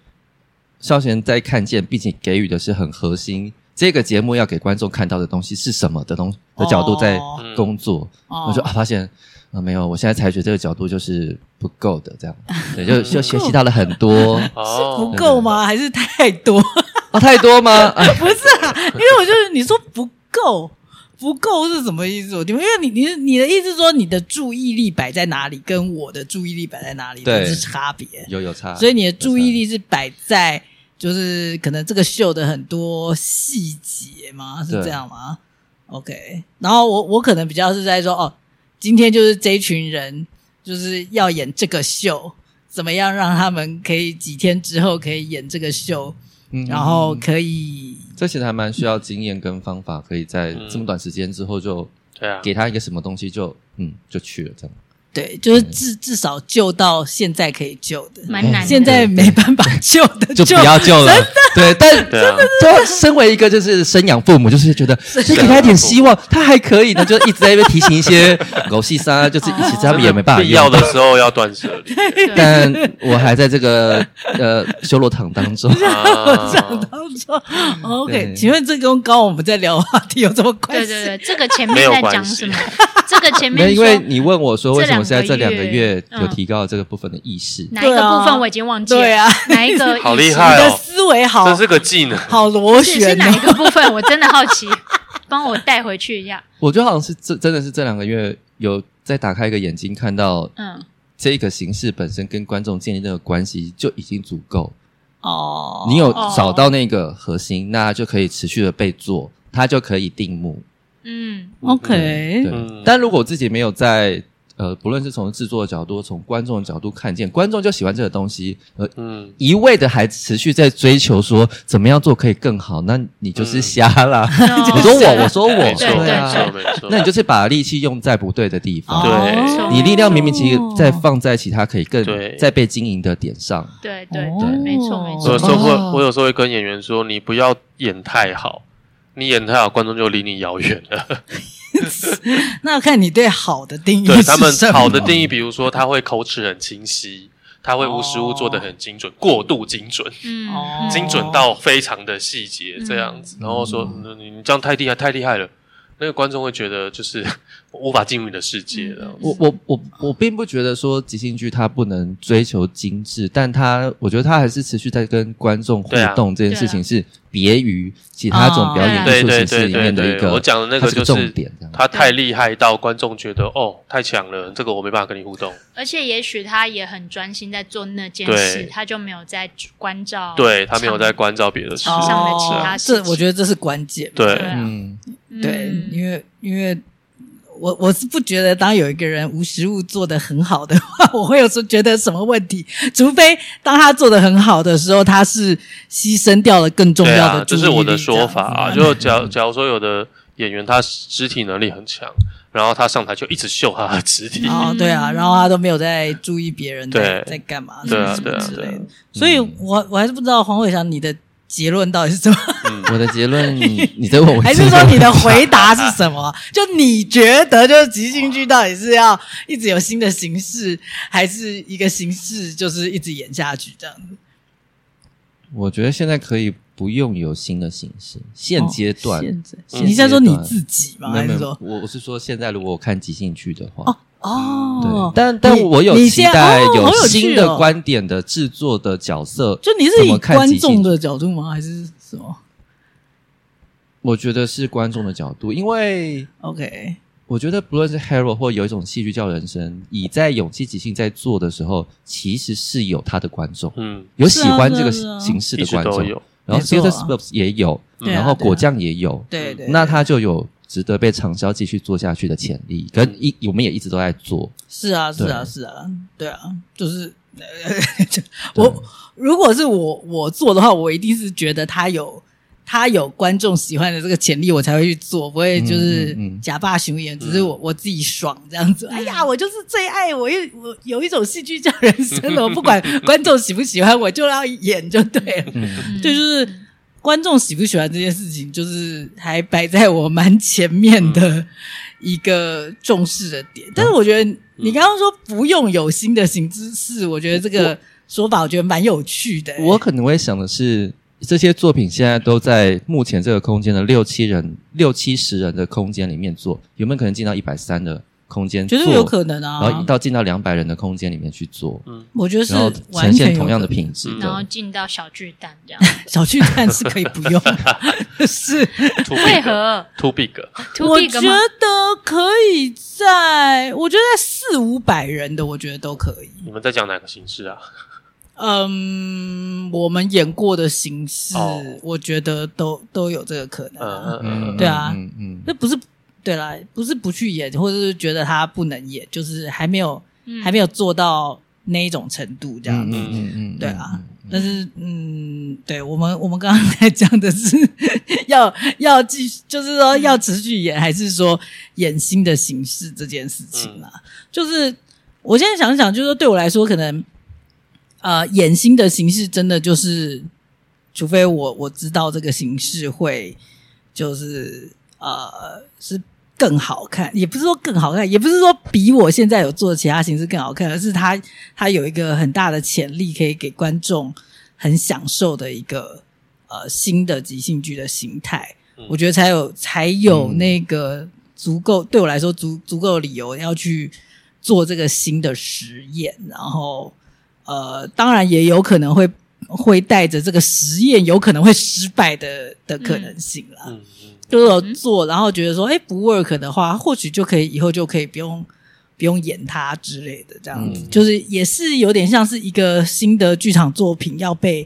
[SPEAKER 2] 孝贤在看见并且给予的是很核心，这个节目要给观众看到的东西是什么的东的角度在
[SPEAKER 4] 哦
[SPEAKER 2] 工作。
[SPEAKER 4] 哦
[SPEAKER 2] 我就啊发现啊、没有，我现在裁决这个角度就是不够的， 这样对，就就学习到了很多
[SPEAKER 4] 不
[SPEAKER 1] 哦，
[SPEAKER 4] 够吗？还是太多？
[SPEAKER 2] 啊，太多吗？啊
[SPEAKER 4] 不是啊，因为我就是你说不够，不够是什么意思？我听不，因为你你你的意思说你的注意力摆在哪里，跟我的注意力摆在哪里，
[SPEAKER 2] 对
[SPEAKER 4] 这是差别。
[SPEAKER 2] 有有差，
[SPEAKER 4] 所以你的注意力是摆在就是可能这个秀的很多细节吗？是
[SPEAKER 2] 对
[SPEAKER 4] 这样吗？OK，然后我我可能比较是在说哦，今天就是这一群人就是要演这个秀，怎么样让他们可以几天之后可以演这个秀，
[SPEAKER 2] 嗯，
[SPEAKER 4] 然后可以
[SPEAKER 2] 这其实还蛮需要经验跟方嗯法，可以在这么短时间之后就
[SPEAKER 1] 对啊，
[SPEAKER 2] 给他一个什么东西就嗯就去了这样。
[SPEAKER 4] 对，就是至至少救到现在可以救的，
[SPEAKER 3] 蛮难的。
[SPEAKER 4] 现在没办法救的
[SPEAKER 2] 就不要救了。对，但
[SPEAKER 1] 对啊，
[SPEAKER 2] 他身为一个就是生养父母，就是觉得你给他一点希望，他还可以呢，就一直在那边提醒一些狗屁三，就是一起他们也没办法
[SPEAKER 1] 必 要
[SPEAKER 2] 用
[SPEAKER 1] 的。时候要断舍 离。
[SPEAKER 2] 但我还在这个呃修罗场当 中，
[SPEAKER 1] 啊
[SPEAKER 4] 想到说，OK，哦
[SPEAKER 2] 对
[SPEAKER 4] 请问这跟刚刚我们在聊的话题有这么关
[SPEAKER 3] 对
[SPEAKER 4] 系？
[SPEAKER 3] 对对，这个前
[SPEAKER 1] 没
[SPEAKER 3] 面
[SPEAKER 1] 有
[SPEAKER 3] 在
[SPEAKER 1] 关
[SPEAKER 3] 讲
[SPEAKER 1] 系
[SPEAKER 3] 什么？这个前
[SPEAKER 2] 没有
[SPEAKER 3] 面
[SPEAKER 2] 因
[SPEAKER 3] 说
[SPEAKER 2] 为你问我说为什么是在
[SPEAKER 3] 这
[SPEAKER 2] 这
[SPEAKER 3] 两
[SPEAKER 2] 两
[SPEAKER 3] 个
[SPEAKER 2] 个
[SPEAKER 3] 月
[SPEAKER 2] 月有
[SPEAKER 3] 嗯
[SPEAKER 2] 提高这个部分的意识，
[SPEAKER 3] 哪一
[SPEAKER 4] 对
[SPEAKER 3] 个
[SPEAKER 4] 啊
[SPEAKER 3] 部分我已经忘记了，
[SPEAKER 4] 对啊
[SPEAKER 3] 哪一个
[SPEAKER 1] 好
[SPEAKER 3] 意
[SPEAKER 1] 厉
[SPEAKER 3] 思
[SPEAKER 1] 害
[SPEAKER 4] 你
[SPEAKER 1] 哦
[SPEAKER 4] 的思维好
[SPEAKER 1] 这是个技能，
[SPEAKER 4] 好螺
[SPEAKER 3] 是是
[SPEAKER 4] 旋
[SPEAKER 3] 哪一
[SPEAKER 4] 哦，
[SPEAKER 3] 个部分？我真的好 奇，帮我带回去一下。
[SPEAKER 2] 我觉得好像是这真的是这两个月有再打开一个眼睛，看到
[SPEAKER 3] 嗯，
[SPEAKER 2] 这个形式本身跟观众建立那个关系就已经足够。
[SPEAKER 4] 哦
[SPEAKER 2] 你有找到那个核心，那就可以持续的被做，它就可以定目。
[SPEAKER 3] 嗯，
[SPEAKER 4] OK，
[SPEAKER 2] 对，
[SPEAKER 1] 嗯
[SPEAKER 2] 但如果自己没有在呃，不论是从制作的角度，从观众的角度看见，观众就喜欢这个东西，呃，
[SPEAKER 1] 嗯，
[SPEAKER 2] 一味的还持续在追求说怎么样做可以更好，那你就是瞎啦。
[SPEAKER 3] 我
[SPEAKER 2] 你说我，我说我，
[SPEAKER 1] 没错，
[SPEAKER 3] 对
[SPEAKER 1] 没错，
[SPEAKER 2] 啊，
[SPEAKER 1] 没错。
[SPEAKER 2] 那你就是把力气用在不对的地方。
[SPEAKER 4] 哦
[SPEAKER 3] 对
[SPEAKER 2] 你力量明明其实在放在其他可以更
[SPEAKER 1] 对
[SPEAKER 2] 在被经营的点上，
[SPEAKER 3] 对对
[SPEAKER 4] 哦
[SPEAKER 3] 对，没错没
[SPEAKER 1] 我有
[SPEAKER 3] 错
[SPEAKER 1] 时。候会
[SPEAKER 2] 哦，
[SPEAKER 1] 我有时候会跟演员说，你不要演太好，你演太好，观众就离你遥远 了。
[SPEAKER 4] 那要看你对好的定义
[SPEAKER 1] 对
[SPEAKER 4] 是
[SPEAKER 1] 他们
[SPEAKER 4] 什么
[SPEAKER 1] 好的定义，比如说他会口齿很清晰，他会无时无做的很精准，过度精准，
[SPEAKER 3] 嗯
[SPEAKER 4] 哦
[SPEAKER 3] 嗯
[SPEAKER 1] 精准到非常的细节这样子。然后说嗯你你这样太厉害，太厉害了，那个观众会觉得就是无法进入你的世界了。
[SPEAKER 2] 我我我我并不觉得说即兴剧它不能追求精致，但它我觉得它还是持续在跟观众互
[SPEAKER 1] 对啊
[SPEAKER 2] 动这件事情是别于其他种表演
[SPEAKER 3] 哦
[SPEAKER 2] 艺
[SPEAKER 1] 对
[SPEAKER 2] 术
[SPEAKER 1] 对
[SPEAKER 2] 形式
[SPEAKER 1] 对
[SPEAKER 2] 里面
[SPEAKER 1] 对
[SPEAKER 2] 的一
[SPEAKER 1] 对，
[SPEAKER 2] 个，
[SPEAKER 1] 我讲的那
[SPEAKER 2] 它
[SPEAKER 1] 个
[SPEAKER 2] 是
[SPEAKER 1] 就
[SPEAKER 2] 个重点这样。
[SPEAKER 1] 他太厉害到观众觉得哦太强了，这个我没办法跟你互动。
[SPEAKER 3] 而且也许他也很专心在做那件
[SPEAKER 1] 对
[SPEAKER 3] 事，他就没有在关照，
[SPEAKER 1] 对他没有在关照别的事
[SPEAKER 3] 以，上的其他
[SPEAKER 4] 哦
[SPEAKER 3] 事情
[SPEAKER 4] 这我觉得这是关键。
[SPEAKER 1] 对
[SPEAKER 3] 对啊
[SPEAKER 2] 嗯，
[SPEAKER 3] 嗯
[SPEAKER 4] 对，因为因为我我是不觉得，当有一个人无实物做得很好的话，我会有时候觉得什么问题。除非当他做得很好的时候，他是牺牲掉了更重
[SPEAKER 1] 对
[SPEAKER 4] 要的
[SPEAKER 1] 啊，
[SPEAKER 4] 注
[SPEAKER 1] 这
[SPEAKER 4] 意力、
[SPEAKER 1] 是我的说法
[SPEAKER 4] 这样
[SPEAKER 1] 啊。
[SPEAKER 4] 子
[SPEAKER 1] 就假假如说有的演员他肢体能力很强，然后他上台就一直秀他的肢 体，
[SPEAKER 4] 哦，对啊，然后他都没有在注意别人在
[SPEAKER 1] 对
[SPEAKER 4] 在干嘛，
[SPEAKER 1] 对啊
[SPEAKER 4] 什么
[SPEAKER 1] 对啊
[SPEAKER 4] 之类
[SPEAKER 1] 对
[SPEAKER 4] 的
[SPEAKER 1] 啊。
[SPEAKER 4] 所以我我还是不知道黄伟翔你的结论到底是什么，
[SPEAKER 2] 我的结论， 你在问我，
[SPEAKER 4] 还是说你的回答是什么？就你觉得，就是即兴剧到底是要一直有新的形式，还是一个形式就是一直演下去这样子？
[SPEAKER 2] 我觉得现在可以不用有新的形式，现阶段。
[SPEAKER 4] 哦现在
[SPEAKER 1] 嗯
[SPEAKER 4] 你是在说你自己吗？
[SPEAKER 2] 没有
[SPEAKER 4] 还
[SPEAKER 2] 没
[SPEAKER 4] 是
[SPEAKER 2] 有
[SPEAKER 4] 说，
[SPEAKER 2] 我我是说，现在如果我看即兴剧的话，
[SPEAKER 4] 哦哦
[SPEAKER 2] 嗯对，？但但
[SPEAKER 4] 你
[SPEAKER 2] 我有
[SPEAKER 4] 你
[SPEAKER 2] 期
[SPEAKER 4] 现在
[SPEAKER 2] 待
[SPEAKER 4] 哦好有趣
[SPEAKER 2] 新的
[SPEAKER 4] 哦
[SPEAKER 2] 观点的制作的角色，
[SPEAKER 4] 就你是
[SPEAKER 2] 怎
[SPEAKER 4] 以
[SPEAKER 2] 么看
[SPEAKER 4] 观
[SPEAKER 2] 即兴
[SPEAKER 4] 众
[SPEAKER 2] 剧
[SPEAKER 4] 的角度吗？还是什么
[SPEAKER 2] 我觉得是观众的角度，因为
[SPEAKER 4] ？OK，
[SPEAKER 2] 我觉得不论是 Hero 或有一种戏剧叫人生，以在勇气即兴在做的时候，其实是有他的观众，
[SPEAKER 1] 嗯，
[SPEAKER 2] 有喜欢
[SPEAKER 4] 是啊
[SPEAKER 2] 这个
[SPEAKER 4] 是啊
[SPEAKER 2] 形式
[SPEAKER 1] 一
[SPEAKER 2] 的
[SPEAKER 1] 直
[SPEAKER 2] 观
[SPEAKER 1] 都
[SPEAKER 2] 众，
[SPEAKER 1] 有。
[SPEAKER 2] 然后
[SPEAKER 4] 没错
[SPEAKER 2] Theater
[SPEAKER 4] 啊
[SPEAKER 2] Spops 也有，
[SPEAKER 4] 对啊
[SPEAKER 2] 然后
[SPEAKER 4] 对啊
[SPEAKER 2] 果酱也有，
[SPEAKER 4] 对对，
[SPEAKER 2] 嗯那
[SPEAKER 4] 对
[SPEAKER 2] 他就有值得被长销继续做下去的潜力，跟一我们也一直都在做，
[SPEAKER 4] 是啊，是啊，
[SPEAKER 2] 对
[SPEAKER 4] 是啊，对啊，就是、 呃、就我如果是我我做的话，我一定是觉得他有他有观众喜欢的这个潜力，我才会去做，不会就是
[SPEAKER 2] 嗯嗯嗯
[SPEAKER 4] 假扮雄演，只是我我自己爽这样子。哎呀，我就是最爱我一我有一种戏剧叫人生的，我不管观众喜不喜欢，我就要演就对了。
[SPEAKER 2] 嗯，
[SPEAKER 3] 嗯
[SPEAKER 4] 对，就是观众喜不喜欢这件事情，就是还摆在我蛮前面
[SPEAKER 2] 嗯
[SPEAKER 4] 的一个重视的点。但是我觉得你刚刚说不用有新的形之式，我觉得这个说法我觉得蛮有趣的、
[SPEAKER 2] 我可能会想的是，这些作品现在都在目前这个空间的六七人、六七十人的空间里面做，有没有可能进到一百三的空间
[SPEAKER 4] 觉
[SPEAKER 2] 做？
[SPEAKER 4] 得欸有可能
[SPEAKER 2] 然后
[SPEAKER 4] 啊，
[SPEAKER 2] 到进到两百人的空间里面去做，
[SPEAKER 4] 我觉得是
[SPEAKER 2] 然后
[SPEAKER 4] 完
[SPEAKER 2] 呈
[SPEAKER 4] 全
[SPEAKER 2] 现
[SPEAKER 4] 有
[SPEAKER 2] 同样的
[SPEAKER 4] 可能
[SPEAKER 2] 品质
[SPEAKER 1] 嗯
[SPEAKER 3] 然后
[SPEAKER 2] 的。
[SPEAKER 3] 进到小巨蛋这样，
[SPEAKER 4] 小巨蛋是可以不用， 是
[SPEAKER 1] Too
[SPEAKER 3] 为
[SPEAKER 1] big,
[SPEAKER 3] 何
[SPEAKER 1] too big，
[SPEAKER 3] ？Too
[SPEAKER 4] 我
[SPEAKER 3] big
[SPEAKER 4] 觉
[SPEAKER 3] 吗？
[SPEAKER 4] 得可以在，我觉得在四五百人的，我觉得都可以。
[SPEAKER 1] 你们在讲哪个形式啊？
[SPEAKER 4] 嗯，我们演过的形式，
[SPEAKER 1] 哦
[SPEAKER 4] 我觉得都都有这个可能啊、
[SPEAKER 1] 嗯嗯
[SPEAKER 4] 对啊
[SPEAKER 2] 嗯嗯
[SPEAKER 4] 那、不是对啦，不是不去演，或者是觉得他不能演，就是还没有、
[SPEAKER 3] 嗯
[SPEAKER 4] 还没有做到那一种程度这样
[SPEAKER 2] 嗯
[SPEAKER 4] 子。
[SPEAKER 2] 嗯嗯嗯，
[SPEAKER 4] 对啊，但是嗯，对我们我们刚刚在讲的是 要要继续，就是说
[SPEAKER 1] 嗯
[SPEAKER 4] 要持续演，还是说演新的形式这件事情啦？就是我现在想想，就是说对我来说，可能呃，演星的形式真的就是，除非我我知道这个形式会就是呃是更好看，也不是说更好看，也不是说比我现在有做的其他形式更好看，而是它它有一个很大的潜力，可以给观众很享受的一个呃新的即兴剧的形态。
[SPEAKER 1] 嗯
[SPEAKER 4] 我觉得才有才有
[SPEAKER 2] 嗯
[SPEAKER 4] 那个足够对我来说足足够的理由要去做这个新的实验，然后呃，当然也有可能会会带着这个实验有可能会失败的的可能性啦。
[SPEAKER 1] 嗯嗯
[SPEAKER 4] 就是有做，然后觉得说，哎，不 work 的话，或许就可以以后就可以不用不用演它之类的，这样子、
[SPEAKER 2] 嗯
[SPEAKER 4] 就是也是有点像是一个新的剧场作品要被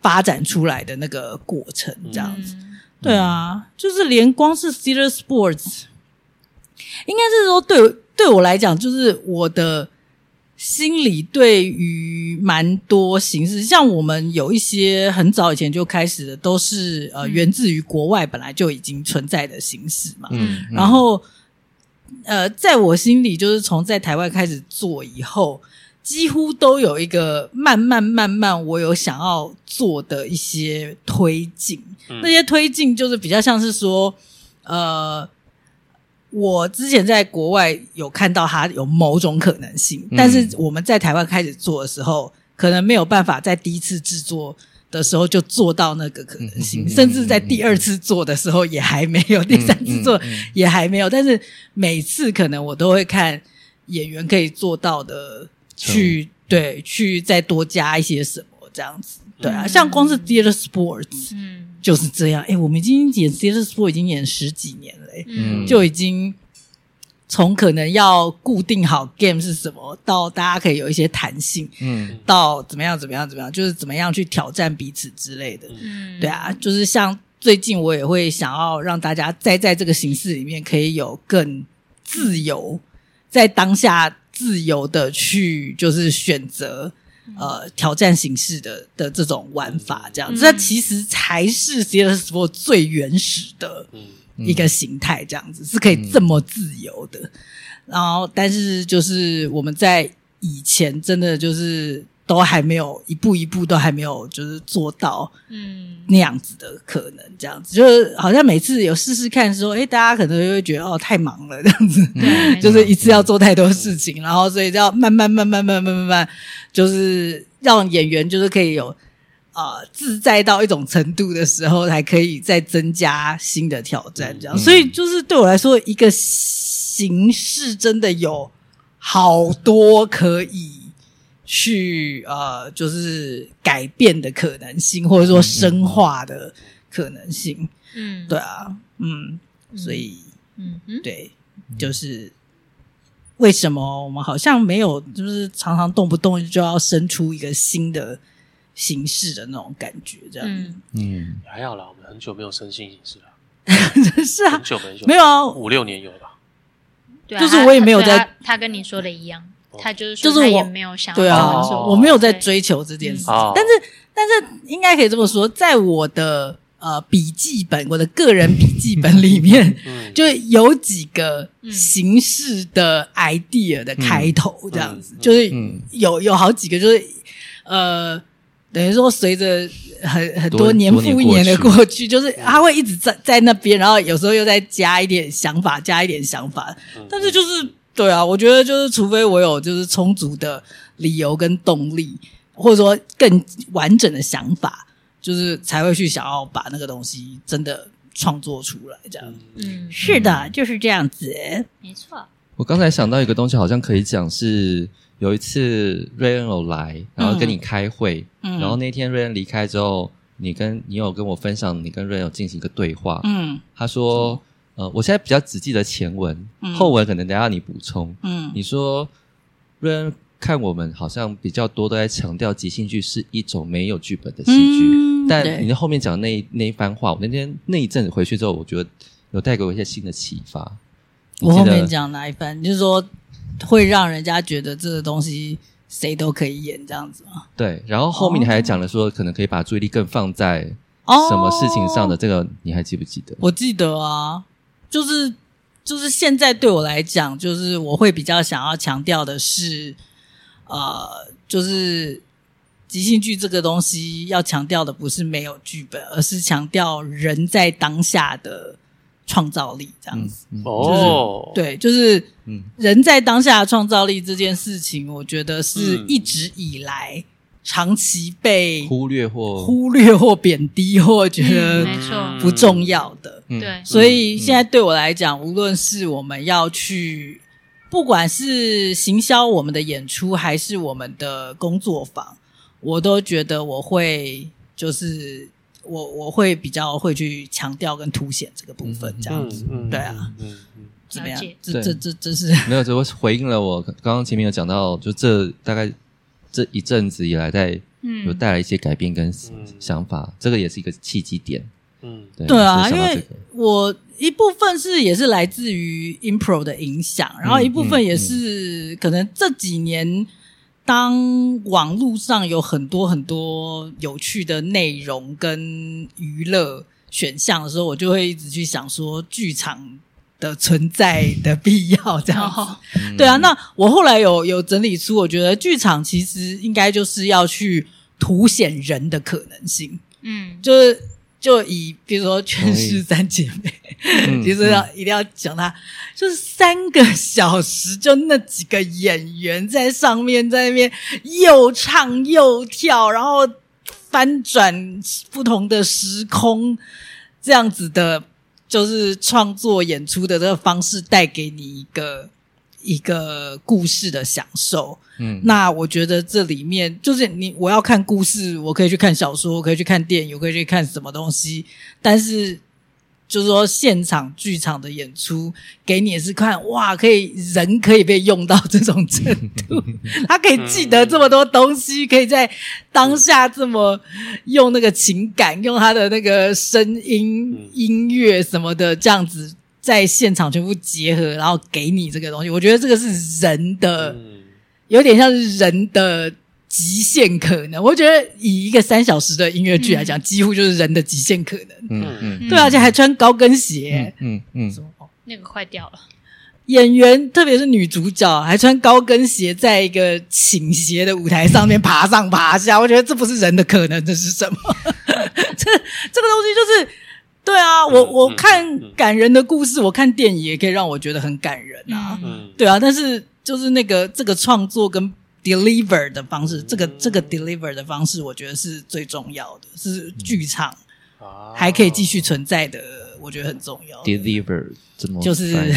[SPEAKER 4] 发展出来的那个过程，这样子。
[SPEAKER 3] 嗯
[SPEAKER 4] 对啊，就是连光是 Theater Sports，应该是说对对我来讲，就是我的心里对于蛮多形式，像我们有一些很早以前就开始的，都是呃
[SPEAKER 3] 嗯
[SPEAKER 4] 源自于国外本来就已经存在的形式嘛。
[SPEAKER 2] 嗯，嗯
[SPEAKER 4] 然后，呃，在我心里，就是从在台湾开始做以后，几乎都有一个慢慢慢慢，我有想要做的一些推进。
[SPEAKER 1] 嗯
[SPEAKER 4] 那些推进就是比较像是说，呃，我之前在国外有看到它有某种可能性，
[SPEAKER 2] 嗯
[SPEAKER 4] 但是我们在台湾开始做的时候，可能没有办法在第一次制作。的时候就做到那个可能性，
[SPEAKER 2] 嗯嗯嗯
[SPEAKER 4] 甚至在第二次做的时候也还没有，第三次做
[SPEAKER 2] 嗯嗯
[SPEAKER 4] 也还没有，但是每次可能我都会看演员可以做到的，
[SPEAKER 2] 成
[SPEAKER 4] 去对去再多加一些什么这样子。对啊，
[SPEAKER 3] 嗯
[SPEAKER 4] 像光是 theater sports
[SPEAKER 3] 嗯
[SPEAKER 4] 就是这样。诶，我们已经演 theater sport 已经演十几年了、诶
[SPEAKER 3] 嗯，
[SPEAKER 4] 就已经从可能要固定好 game 是什么，到大家可以有一些弹性，
[SPEAKER 2] 嗯
[SPEAKER 4] 到怎么样怎么样怎么样，就是怎么样去挑战彼此之类的。
[SPEAKER 3] 嗯
[SPEAKER 4] 对啊，，就是像最近我也会想要让大家再在这个形式里面可以有更自由，在当下自由的去就是选择
[SPEAKER 3] 嗯
[SPEAKER 4] 呃挑战形式的的这种玩法，这样
[SPEAKER 3] 嗯
[SPEAKER 4] 子，这其实才是 CS Sport 最原始的
[SPEAKER 1] 嗯
[SPEAKER 4] 一个形态，这样子是可以这么自由
[SPEAKER 3] 嗯
[SPEAKER 4] 的。然后，但是就是我们在以前真的就是都还没有一步一步都还没有就是做到，
[SPEAKER 3] 嗯
[SPEAKER 4] 那样子的可能，这样子就是好像每次有试试看说，诶，大家可能就会觉得哦太忙了这样子，
[SPEAKER 3] 对，
[SPEAKER 4] 就是一次要做太多事情，然后所以要慢慢慢慢慢慢慢慢，就是让演员就是可以有啊、呃自在到一种程度的时候，才可以再增加新的挑战，这样。
[SPEAKER 2] 嗯
[SPEAKER 4] 所以就是对我来说，一个形式真的有好多可以。去呃，就是改变的可能性，或者
[SPEAKER 2] 嗯
[SPEAKER 4] 说深化的可能性，
[SPEAKER 3] 嗯
[SPEAKER 4] 对啊，嗯，所以
[SPEAKER 3] 嗯嗯
[SPEAKER 4] 对，就是为什么我们好像没有，就是常常动不动就要生出一个新的形式的那种感觉，这样、
[SPEAKER 3] 嗯
[SPEAKER 2] 嗯
[SPEAKER 1] 还好啦，我们很久没有生性饮食了，
[SPEAKER 4] 是啊
[SPEAKER 1] 很，久很久
[SPEAKER 4] 没有啊，
[SPEAKER 1] 五六年有了吧？
[SPEAKER 3] 对啊
[SPEAKER 4] 就是
[SPEAKER 3] 他
[SPEAKER 4] 我也没有
[SPEAKER 3] 对啊
[SPEAKER 4] 在
[SPEAKER 3] 他跟你说的一样，
[SPEAKER 2] 哦
[SPEAKER 3] 他就是
[SPEAKER 4] 就
[SPEAKER 3] 说
[SPEAKER 4] 是
[SPEAKER 3] 他
[SPEAKER 4] 我
[SPEAKER 3] 也没有想要
[SPEAKER 4] 对啊
[SPEAKER 3] 这么做
[SPEAKER 4] 我没有在追求这件事情，
[SPEAKER 1] 哦。
[SPEAKER 4] 但是但是应该可以这么说，在我的呃笔记本，我的个人笔记本里面
[SPEAKER 1] 嗯，
[SPEAKER 4] 就有几个
[SPEAKER 3] 嗯
[SPEAKER 4] 形式的 idea 的开头，这样
[SPEAKER 1] 嗯
[SPEAKER 4] 子，
[SPEAKER 1] 嗯嗯
[SPEAKER 4] 就是
[SPEAKER 2] 嗯
[SPEAKER 4] 有有好几个，就是呃，等于说随着很很多
[SPEAKER 2] 多
[SPEAKER 4] 年
[SPEAKER 2] 多年
[SPEAKER 4] 复一
[SPEAKER 2] 过
[SPEAKER 4] 年的
[SPEAKER 2] 去
[SPEAKER 4] 过去，就是它会一直在在那边，然后有时候又再加一点想法，加一点想法，
[SPEAKER 1] 嗯
[SPEAKER 4] 但是就是对啊，我觉得就是除非我有就是充足的理由跟动力，或者说更完整的想法，就是才会去想要把那个东西真的创作出来，这样。
[SPEAKER 3] 嗯，
[SPEAKER 4] 是的，就是这样子。
[SPEAKER 3] 没错，
[SPEAKER 2] 我刚才想到一个东西，好像可以讲是有一次瑞恩有来，然后跟你开会，
[SPEAKER 4] 嗯
[SPEAKER 2] 然后那天瑞恩离开之后，你跟你有跟我分享，你跟瑞恩有进行一个对话，
[SPEAKER 4] 嗯
[SPEAKER 2] 他说。呃，我现在比较只记得前文，
[SPEAKER 4] 嗯
[SPEAKER 2] 后文可能等一下你补充。
[SPEAKER 4] 嗯
[SPEAKER 2] 你说瑞恩看我们好像比较多都在强调即兴剧是一种没有剧本的戏剧，
[SPEAKER 4] 嗯对
[SPEAKER 2] 但你后面讲的那一那一番话，我那天那一阵子回去之后，我觉得有带给我一些新的启发。你
[SPEAKER 4] 我后
[SPEAKER 2] 记得
[SPEAKER 4] 面讲哪一番，就是说会让人家觉得这个东西谁都可以演这样子吗？
[SPEAKER 2] 对，然后后面你还讲了说，可能可以把注意力更放在
[SPEAKER 4] 哦
[SPEAKER 2] 什么事情上的，这个你还记不记得？
[SPEAKER 4] 我记得啊，就是就是现在对我来讲，就是我会比较想要强调的是，呃，就是即兴剧这个东西要强调的不是没有剧本，而是强调人在当下的创造力，这样
[SPEAKER 2] 嗯
[SPEAKER 4] 子。，
[SPEAKER 2] 嗯
[SPEAKER 1] 哦，，
[SPEAKER 4] 对，就是
[SPEAKER 2] 嗯
[SPEAKER 4] 人在当下的创造力这件事情，我觉得是
[SPEAKER 1] 嗯
[SPEAKER 4] 一直以来长期被
[SPEAKER 2] 忽略或
[SPEAKER 4] 忽略或贬低，或觉
[SPEAKER 3] 嗯
[SPEAKER 4] 得
[SPEAKER 3] 没错，
[SPEAKER 4] 不重要的。
[SPEAKER 2] 嗯
[SPEAKER 3] 对，
[SPEAKER 4] 所以现在对我来讲，无论是我们要去，不管是行销我们的演出，还是我们的工作坊，我都觉得我会就是我我会比较会去强调跟凸显这个部分，这样
[SPEAKER 1] 嗯
[SPEAKER 4] 子、
[SPEAKER 1] 嗯，
[SPEAKER 4] 对啊，
[SPEAKER 1] 嗯嗯，
[SPEAKER 4] 怎么样
[SPEAKER 3] 了解？
[SPEAKER 4] 这
[SPEAKER 2] 对
[SPEAKER 4] 这这这是
[SPEAKER 2] 没有，这我回应了我刚刚前面有讲到，就这大概这一阵子以来在
[SPEAKER 3] 嗯
[SPEAKER 2] 有带来一些改变跟
[SPEAKER 1] 嗯
[SPEAKER 2] 想法，这个也是一个契机点。
[SPEAKER 1] 嗯
[SPEAKER 2] 对
[SPEAKER 4] 对啊，
[SPEAKER 2] 所以
[SPEAKER 4] 因
[SPEAKER 2] 想到
[SPEAKER 4] 为
[SPEAKER 2] 这个
[SPEAKER 4] 我一部分是也是来自于 impro 的影响，然后一部分也是可能这几年当网络上有很多很多有趣的内容跟娱乐选项的时候，我就会一直去想说剧场的存在的必要这样子。
[SPEAKER 3] 哦
[SPEAKER 4] 对
[SPEAKER 2] 嗯
[SPEAKER 4] 啊，那我后来有有整理出，我觉得剧场其实应该就是要去凸显人的可能性。
[SPEAKER 3] 嗯，
[SPEAKER 4] 就是就以比如说全是三姐妹，
[SPEAKER 2] 嗯
[SPEAKER 4] 其实要一定要讲她，就是三个小时，就那几个演员在上面在那边又唱又跳，然后翻转不同的时空，这样子的，就是创作演出的这个方式带给你一个一个故事的享受。
[SPEAKER 2] 嗯
[SPEAKER 4] 那我觉得这里面就是你，我要看故事，我可以去看小说，我可以去看电影，我可以去看什么东西，但是就是说现场剧场的演出给你也是看哇，可以人可以被用到这种程度， 他可以记得这么多东西，可以在当下这么用那个情感，用他的那个声音
[SPEAKER 1] 嗯、
[SPEAKER 4] 音乐什么的，这样子在现场全部结合，然后给你这个东西，我觉得这个是人的。
[SPEAKER 1] 嗯
[SPEAKER 4] 有点像是人的极限可能。我觉得以一个三小时的音乐剧来讲，几乎就是人的极限可能。
[SPEAKER 2] 嗯嗯
[SPEAKER 4] 对啊，而且还穿高跟鞋
[SPEAKER 2] 嗯，嗯嗯
[SPEAKER 4] 什么哦
[SPEAKER 3] 那个坏掉了，
[SPEAKER 4] 演员，特别是女主角，还穿高跟鞋，在一个倾斜的舞台上面爬上爬下，我觉得这不是人的可能，这是什么？ 这这个东西就是。对啊，我
[SPEAKER 1] 嗯
[SPEAKER 4] 我
[SPEAKER 1] 嗯
[SPEAKER 4] 看
[SPEAKER 1] 嗯
[SPEAKER 4] 感人的故事，我看电影也可以让我觉得很感人啊。
[SPEAKER 3] 嗯
[SPEAKER 1] 嗯，
[SPEAKER 4] 对啊，但是就是那个这个创作跟 deliver 的方式，
[SPEAKER 1] 嗯
[SPEAKER 4] 这个这个 deliver 的方式，我觉得是最重要的，是剧场
[SPEAKER 1] 啊
[SPEAKER 4] 还可以继续存在的，我觉得很重要。
[SPEAKER 2] ，deliver 怎么
[SPEAKER 4] 就是
[SPEAKER 2] 翻译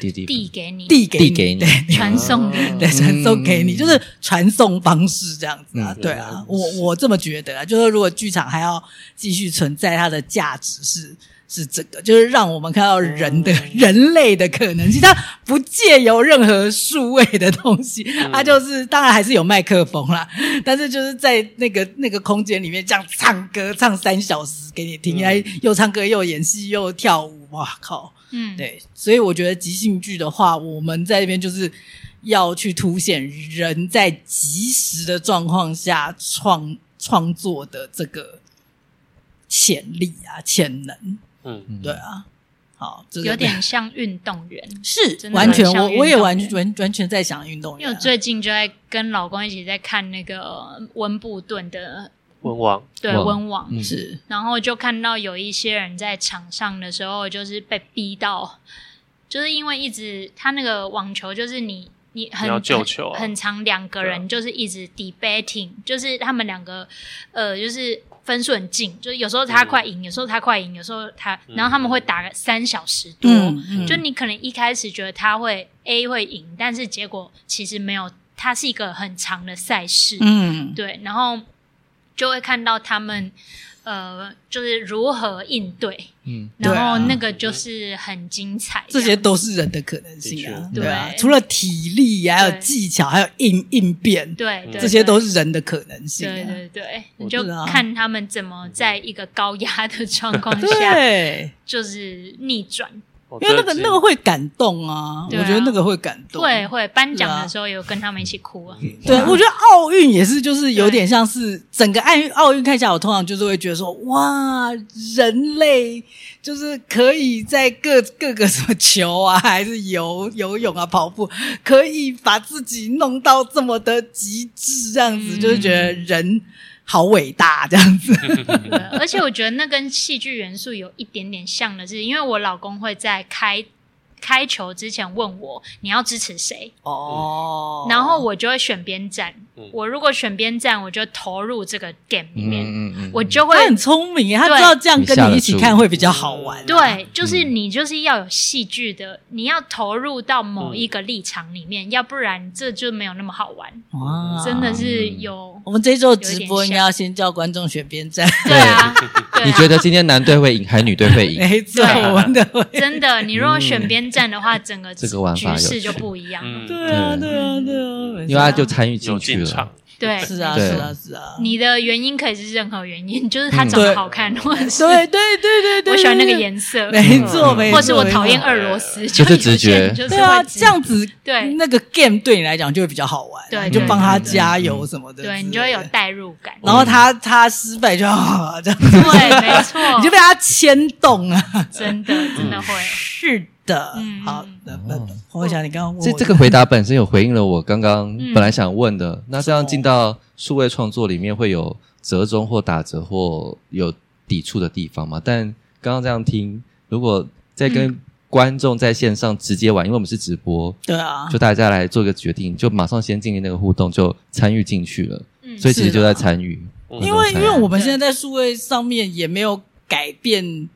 [SPEAKER 2] deliver
[SPEAKER 3] 递给你，
[SPEAKER 4] 递给
[SPEAKER 2] 递给
[SPEAKER 4] 你，
[SPEAKER 2] 你，
[SPEAKER 3] 传送给
[SPEAKER 1] 嗯
[SPEAKER 3] 你
[SPEAKER 4] 对，传送给你，
[SPEAKER 2] 嗯
[SPEAKER 4] 就是传送方式这样子啊，
[SPEAKER 2] 嗯
[SPEAKER 4] 对啊，我我这么觉得啊，就是如果剧场还要继续存在，它的价值是是这个，就是让我们看到人的、 人类的可能性，它不借由任何数位的东西，它就是当然还是有麦克风啦，但是就是在那个那个空间里面这样唱歌唱三小时给你听，
[SPEAKER 1] 嗯
[SPEAKER 4] 来、又唱歌又演戏又跳舞，哇靠！
[SPEAKER 3] 嗯，
[SPEAKER 4] 对，所以我觉得即兴剧的话，我们在那边就是要去凸显人在及时的状况下创创作的这个潜力啊、潜能，
[SPEAKER 1] 嗯
[SPEAKER 2] 嗯
[SPEAKER 4] 对啊。好，这个
[SPEAKER 3] 有点像运动员。
[SPEAKER 4] 是
[SPEAKER 3] 真的
[SPEAKER 4] 完全，
[SPEAKER 3] 很像
[SPEAKER 4] 我
[SPEAKER 3] 运
[SPEAKER 4] 我也
[SPEAKER 3] 动
[SPEAKER 4] 完
[SPEAKER 3] 员
[SPEAKER 4] 完完全在想运动
[SPEAKER 3] 因
[SPEAKER 4] 员
[SPEAKER 3] 为我
[SPEAKER 4] 啊，
[SPEAKER 3] 最近就在跟老公一起在看那个温布顿的
[SPEAKER 1] 文王，
[SPEAKER 3] 对
[SPEAKER 2] 网
[SPEAKER 3] 温网，
[SPEAKER 2] 嗯
[SPEAKER 4] 是
[SPEAKER 3] 然后就看到有一些人在场上的时候，就是被逼到，就是因为一直他那个网球，就是你你
[SPEAKER 1] 你
[SPEAKER 3] 很
[SPEAKER 1] 要救球啊
[SPEAKER 3] 很很长两个
[SPEAKER 1] 对啊
[SPEAKER 3] 人就是一直 debating，就是他们两个呃就是分数很近，就是有时候他快赢，有时候他快赢，有时候他，
[SPEAKER 1] 嗯
[SPEAKER 3] 然后他们会打个三小时多，
[SPEAKER 4] 嗯，嗯
[SPEAKER 3] 就你可能一开始觉得他会 A 会赢，但是结果其实没有，它是一个很长的赛事，
[SPEAKER 4] 嗯
[SPEAKER 3] 对，然后就会看到他们呃，就是如何应对，
[SPEAKER 2] 嗯
[SPEAKER 4] 对
[SPEAKER 3] 然
[SPEAKER 4] 啊
[SPEAKER 3] 后那个就是很精彩，
[SPEAKER 4] 这些都是人的可能性
[SPEAKER 1] 的
[SPEAKER 4] 啊，
[SPEAKER 1] 确
[SPEAKER 4] 对啊，
[SPEAKER 3] 对
[SPEAKER 4] 除了体力啊，还有
[SPEAKER 3] 对
[SPEAKER 4] 技巧，还有应应变，
[SPEAKER 3] 对，对
[SPEAKER 4] 这些都
[SPEAKER 3] 对
[SPEAKER 4] 是人的可能性
[SPEAKER 3] 对
[SPEAKER 4] 啊，
[SPEAKER 3] 对对，
[SPEAKER 1] 我
[SPEAKER 3] 你就
[SPEAKER 4] 知道啊
[SPEAKER 3] 看他 们怎么在一个高压的状况下，
[SPEAKER 4] 对，
[SPEAKER 3] 就是逆转，
[SPEAKER 1] 我
[SPEAKER 4] 因为
[SPEAKER 1] 觉得
[SPEAKER 4] 那个
[SPEAKER 1] 只
[SPEAKER 4] 那个会感动啊，
[SPEAKER 3] 对啊
[SPEAKER 4] 我觉得那个会感动。
[SPEAKER 3] 会会颁奖
[SPEAKER 4] 对
[SPEAKER 3] 的
[SPEAKER 4] 啊嗯
[SPEAKER 3] 时候有跟他们一起哭啊，
[SPEAKER 4] 对，我觉得奥运也是，就是有点像是整个奥运奥运看下来，我通常就是会觉得说，哇，人类就是可以在各各个什么球啊，还是游游泳啊、跑步，可以把自己弄到这么的极致，这样子、
[SPEAKER 3] 嗯
[SPEAKER 4] 就是觉得人好伟大，这样子。
[SPEAKER 3] 对啊而且我觉得那跟戏剧元素有一点点像的是，因为我老公会在开开球之前问我你要支持谁，
[SPEAKER 4] 哦
[SPEAKER 3] 然后我就会选边站。
[SPEAKER 1] 嗯
[SPEAKER 3] 我如果选边站，我就投入这个 game 里面，
[SPEAKER 2] 嗯嗯
[SPEAKER 3] 我就会
[SPEAKER 4] 他很聪明耶，他
[SPEAKER 3] 对
[SPEAKER 4] 知道这样
[SPEAKER 2] 你
[SPEAKER 4] 跟
[SPEAKER 2] 下
[SPEAKER 4] 你
[SPEAKER 2] 得
[SPEAKER 4] 一起
[SPEAKER 2] 住
[SPEAKER 4] 看会比较好玩。
[SPEAKER 3] 对，就是
[SPEAKER 4] 嗯
[SPEAKER 3] 你就是要有戏剧的，你要投入到某一个立场里面，要不然这就没有那么好玩。
[SPEAKER 4] 哇
[SPEAKER 3] 真的是有，
[SPEAKER 4] 我们这一周的直播应该要先叫观众选 边站，
[SPEAKER 3] 对啊，对啊
[SPEAKER 2] 你觉得今天男队会赢还是女队会 赢？
[SPEAKER 4] 没错，
[SPEAKER 3] 对啊
[SPEAKER 4] 我们的会
[SPEAKER 3] 真 的？你如果选边站的话，整个
[SPEAKER 2] 这个
[SPEAKER 4] 嗯
[SPEAKER 2] 玩法
[SPEAKER 3] 局势
[SPEAKER 2] 有趣
[SPEAKER 3] 就不一样了。
[SPEAKER 1] 嗯
[SPEAKER 4] 对啊，
[SPEAKER 2] 嗯
[SPEAKER 4] 对啊，对啊，
[SPEAKER 2] 因为他就参与进
[SPEAKER 1] 有
[SPEAKER 2] 去
[SPEAKER 1] 进
[SPEAKER 2] 了
[SPEAKER 1] 场，，
[SPEAKER 3] 对，
[SPEAKER 4] 是啊，
[SPEAKER 2] 对
[SPEAKER 4] 是啊，是啊，
[SPEAKER 3] 你的原因可以是任何原因，就是他长得
[SPEAKER 4] 嗯对
[SPEAKER 3] 好看，或者是
[SPEAKER 4] 对对对对对，
[SPEAKER 3] 我喜欢那个
[SPEAKER 4] 对，
[SPEAKER 3] 颜色，
[SPEAKER 4] 没
[SPEAKER 2] 嗯
[SPEAKER 4] 错没错，
[SPEAKER 3] 或者是我讨厌
[SPEAKER 4] 没
[SPEAKER 3] 俄罗斯，
[SPEAKER 2] 就是直觉
[SPEAKER 3] 就有些人就是
[SPEAKER 4] 错。
[SPEAKER 3] 会
[SPEAKER 4] 对啊，
[SPEAKER 3] 直
[SPEAKER 4] 这样子
[SPEAKER 3] 对
[SPEAKER 4] 那个 game 对你来讲就会比较好玩，啊
[SPEAKER 3] 对
[SPEAKER 4] 你就
[SPEAKER 3] 对
[SPEAKER 4] 帮他
[SPEAKER 3] 对
[SPEAKER 4] 加油什么的，哦
[SPEAKER 3] 对你就会有。代入感。
[SPEAKER 4] 然后
[SPEAKER 2] 嗯
[SPEAKER 4] 他他失败就啊这样子，
[SPEAKER 3] 对， 没错，
[SPEAKER 4] 你就被他牵动啊。
[SPEAKER 3] 真的真的会，
[SPEAKER 4] 是的
[SPEAKER 3] 嗯，
[SPEAKER 4] 好，那那
[SPEAKER 2] 哦
[SPEAKER 4] 我想你刚刚问
[SPEAKER 2] 这
[SPEAKER 4] 我
[SPEAKER 2] 这个回答本身有回应了我刚刚
[SPEAKER 3] 嗯
[SPEAKER 2] 本来想问的。那这样进到数位创作里面会有折中或打折或有抵触的地方吗？但刚刚这样听，如果再跟观众在线上直接玩，因为我们是直播，
[SPEAKER 4] 对
[SPEAKER 3] 嗯
[SPEAKER 4] 啊，
[SPEAKER 2] 就大家来做个决定，就马上先进行那个互动，就参与进去了，
[SPEAKER 3] 嗯，
[SPEAKER 2] 所以其实
[SPEAKER 4] 是的
[SPEAKER 2] 就
[SPEAKER 4] 啊
[SPEAKER 2] 在参与。
[SPEAKER 1] 嗯
[SPEAKER 2] 观
[SPEAKER 4] 因
[SPEAKER 2] 众
[SPEAKER 4] 为因
[SPEAKER 2] 参与
[SPEAKER 4] 为我们
[SPEAKER 3] 对
[SPEAKER 4] 现在在数位上面也没有改变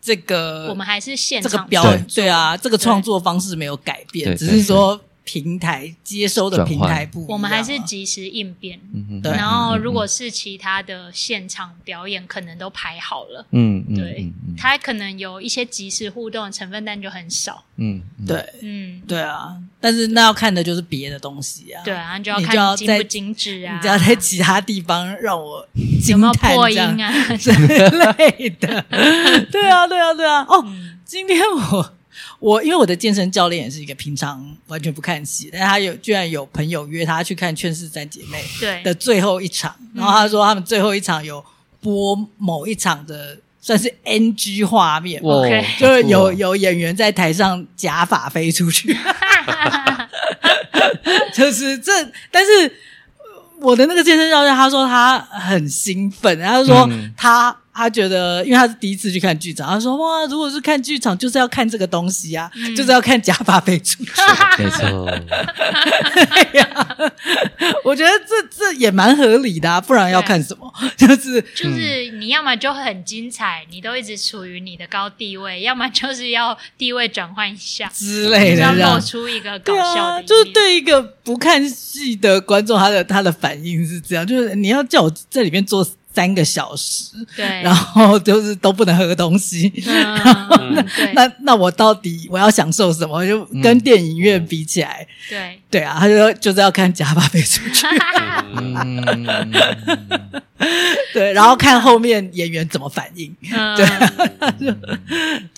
[SPEAKER 4] 这个
[SPEAKER 3] 我们还是现
[SPEAKER 4] 这个
[SPEAKER 3] 场
[SPEAKER 4] 表
[SPEAKER 2] 创
[SPEAKER 4] 演对啊，这个创作方式没有改变，
[SPEAKER 2] 对
[SPEAKER 4] 只是说平台接收的平台不一样啊
[SPEAKER 3] 我们还是及时应变。
[SPEAKER 2] 嗯哼
[SPEAKER 4] 对
[SPEAKER 3] 然后，如果是其他的现场表演，可能都排好了，
[SPEAKER 2] 嗯嗯
[SPEAKER 3] 对
[SPEAKER 2] 嗯嗯
[SPEAKER 3] 它可能有一些即时互动的成分，但就很少。
[SPEAKER 2] 嗯嗯
[SPEAKER 4] 对
[SPEAKER 3] 嗯，
[SPEAKER 4] 对啊，但是那要看的就是别的东西啊，
[SPEAKER 3] 对啊，就要
[SPEAKER 4] 你就
[SPEAKER 3] 看
[SPEAKER 4] 要
[SPEAKER 3] 精不
[SPEAKER 4] 在
[SPEAKER 3] 精致啊，
[SPEAKER 4] 你只要在其他地方让我
[SPEAKER 3] 有
[SPEAKER 4] 惊
[SPEAKER 3] 没有
[SPEAKER 4] 叹
[SPEAKER 3] 破
[SPEAKER 4] 这
[SPEAKER 3] 音
[SPEAKER 4] 样
[SPEAKER 3] 啊？
[SPEAKER 4] 之类的，对啊对啊对啊，哦，
[SPEAKER 3] 嗯
[SPEAKER 4] 今天我我因为我的健身教练也是一个平常完全不看戏，但他有居然有朋友约他去看《劝世三姐妹》
[SPEAKER 3] 对，
[SPEAKER 4] 的最后一场，然后他说他们最后一场有播某一场的算是 NG 画面吧，
[SPEAKER 2] 哇
[SPEAKER 3] OK
[SPEAKER 4] 就是
[SPEAKER 2] 好酷
[SPEAKER 4] 有
[SPEAKER 2] 哦
[SPEAKER 4] 有演员在台上假发飞出去， 就是这，但是呃我的那个健身教练他说他很兴奋，他就说
[SPEAKER 2] 嗯
[SPEAKER 4] 他、他觉得，因为他是第一次去看剧场，他说哇，如果是看剧场，就是要看这个东西啊，
[SPEAKER 3] 嗯
[SPEAKER 4] 就是要看假发飞出去。
[SPEAKER 2] 没错，
[SPEAKER 4] 对呀，我觉得这这也蛮合理的、啊，不然要看什么？ 就是
[SPEAKER 3] 就是
[SPEAKER 4] 嗯
[SPEAKER 3] 你要么就很精彩，你都一直处于你的高地位，要么就是要地位转换一下，
[SPEAKER 4] 之类
[SPEAKER 3] 就是
[SPEAKER 4] 的这
[SPEAKER 3] 要
[SPEAKER 4] 样
[SPEAKER 3] 露。出哎一个搞
[SPEAKER 4] 对
[SPEAKER 3] 笑的一
[SPEAKER 4] 啊，
[SPEAKER 3] 面，
[SPEAKER 4] 就是对一个不看戏的观众，他的他的反应是这样，就是你要叫我在里面坐三个小时，
[SPEAKER 3] 对，
[SPEAKER 4] 然后就是都不能喝东西，
[SPEAKER 3] 嗯，对
[SPEAKER 4] 那那我到底我要享受什么？就跟电影院比起
[SPEAKER 3] 嗯
[SPEAKER 4] 来，
[SPEAKER 3] 对，
[SPEAKER 4] 对啊，他就说就是要看假发飞出去，
[SPEAKER 1] 嗯
[SPEAKER 2] 嗯，
[SPEAKER 4] 对，然后看后面演员怎么反应。
[SPEAKER 3] 嗯，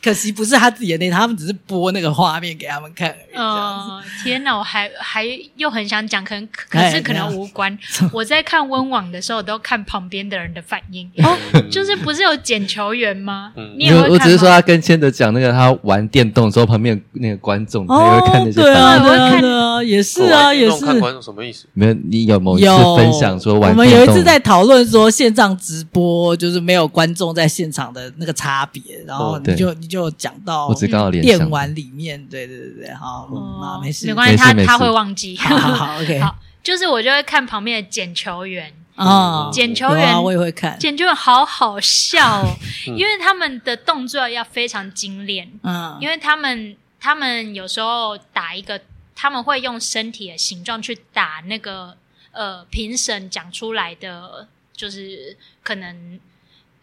[SPEAKER 4] 可惜不是他自己的那套，他们只是播那个画面给他们看而已。这样子
[SPEAKER 3] 嗯，天哪，我还还又很想讲，可能可
[SPEAKER 4] 哎
[SPEAKER 3] 是可能无 关。我在看温网的时候，都看旁边的人的反应，
[SPEAKER 4] 哦
[SPEAKER 1] 嗯
[SPEAKER 3] 就是不是有捡球员吗？
[SPEAKER 1] 嗯
[SPEAKER 3] 你
[SPEAKER 2] 因
[SPEAKER 3] 也
[SPEAKER 2] 为
[SPEAKER 3] 会
[SPEAKER 2] 我只
[SPEAKER 3] 看
[SPEAKER 2] 是说
[SPEAKER 3] 吗？
[SPEAKER 2] 他跟千德讲那个他玩电动之后，旁边那个观众他也会看那
[SPEAKER 4] 哦，
[SPEAKER 2] 些
[SPEAKER 4] 对
[SPEAKER 2] 反
[SPEAKER 4] 啊，
[SPEAKER 2] 应。
[SPEAKER 4] 对
[SPEAKER 3] 我
[SPEAKER 4] 啊，
[SPEAKER 3] 看
[SPEAKER 4] 对啊，也是
[SPEAKER 1] 我
[SPEAKER 4] 啊，
[SPEAKER 1] 玩
[SPEAKER 4] 也
[SPEAKER 1] 运动
[SPEAKER 4] 是。
[SPEAKER 1] 看观众什么意思？
[SPEAKER 2] 没有，你有某一次
[SPEAKER 4] 有
[SPEAKER 2] 哦分享说
[SPEAKER 4] 我
[SPEAKER 2] 玩
[SPEAKER 4] 们
[SPEAKER 2] 电
[SPEAKER 4] 有一
[SPEAKER 2] 动
[SPEAKER 4] 次在讨论说线上直播就是没有观众在现场的那个差别，然后
[SPEAKER 1] 哦
[SPEAKER 4] 你
[SPEAKER 2] 对
[SPEAKER 4] 就、你就讲到
[SPEAKER 2] 我只刚好联想
[SPEAKER 4] 电玩里面，对对对对，好，嗯啊
[SPEAKER 3] 哦，
[SPEAKER 4] 没事，
[SPEAKER 3] 没关系，
[SPEAKER 2] 没事
[SPEAKER 3] 他
[SPEAKER 2] 没事
[SPEAKER 3] 他会忘记。
[SPEAKER 4] 好好好，OK，
[SPEAKER 3] 好就是我就会看旁边的捡球员，
[SPEAKER 4] 啊，
[SPEAKER 3] 捡球
[SPEAKER 4] 有
[SPEAKER 3] 员
[SPEAKER 4] 啊，我也会看，
[SPEAKER 3] 简就好好笑 哦，
[SPEAKER 2] 嗯
[SPEAKER 3] 因为他们的动作要非常精炼，
[SPEAKER 4] 嗯，
[SPEAKER 3] 因为他们他们有时候打一个，他们会用身体的形状去打那个呃评审讲出来的，就是可能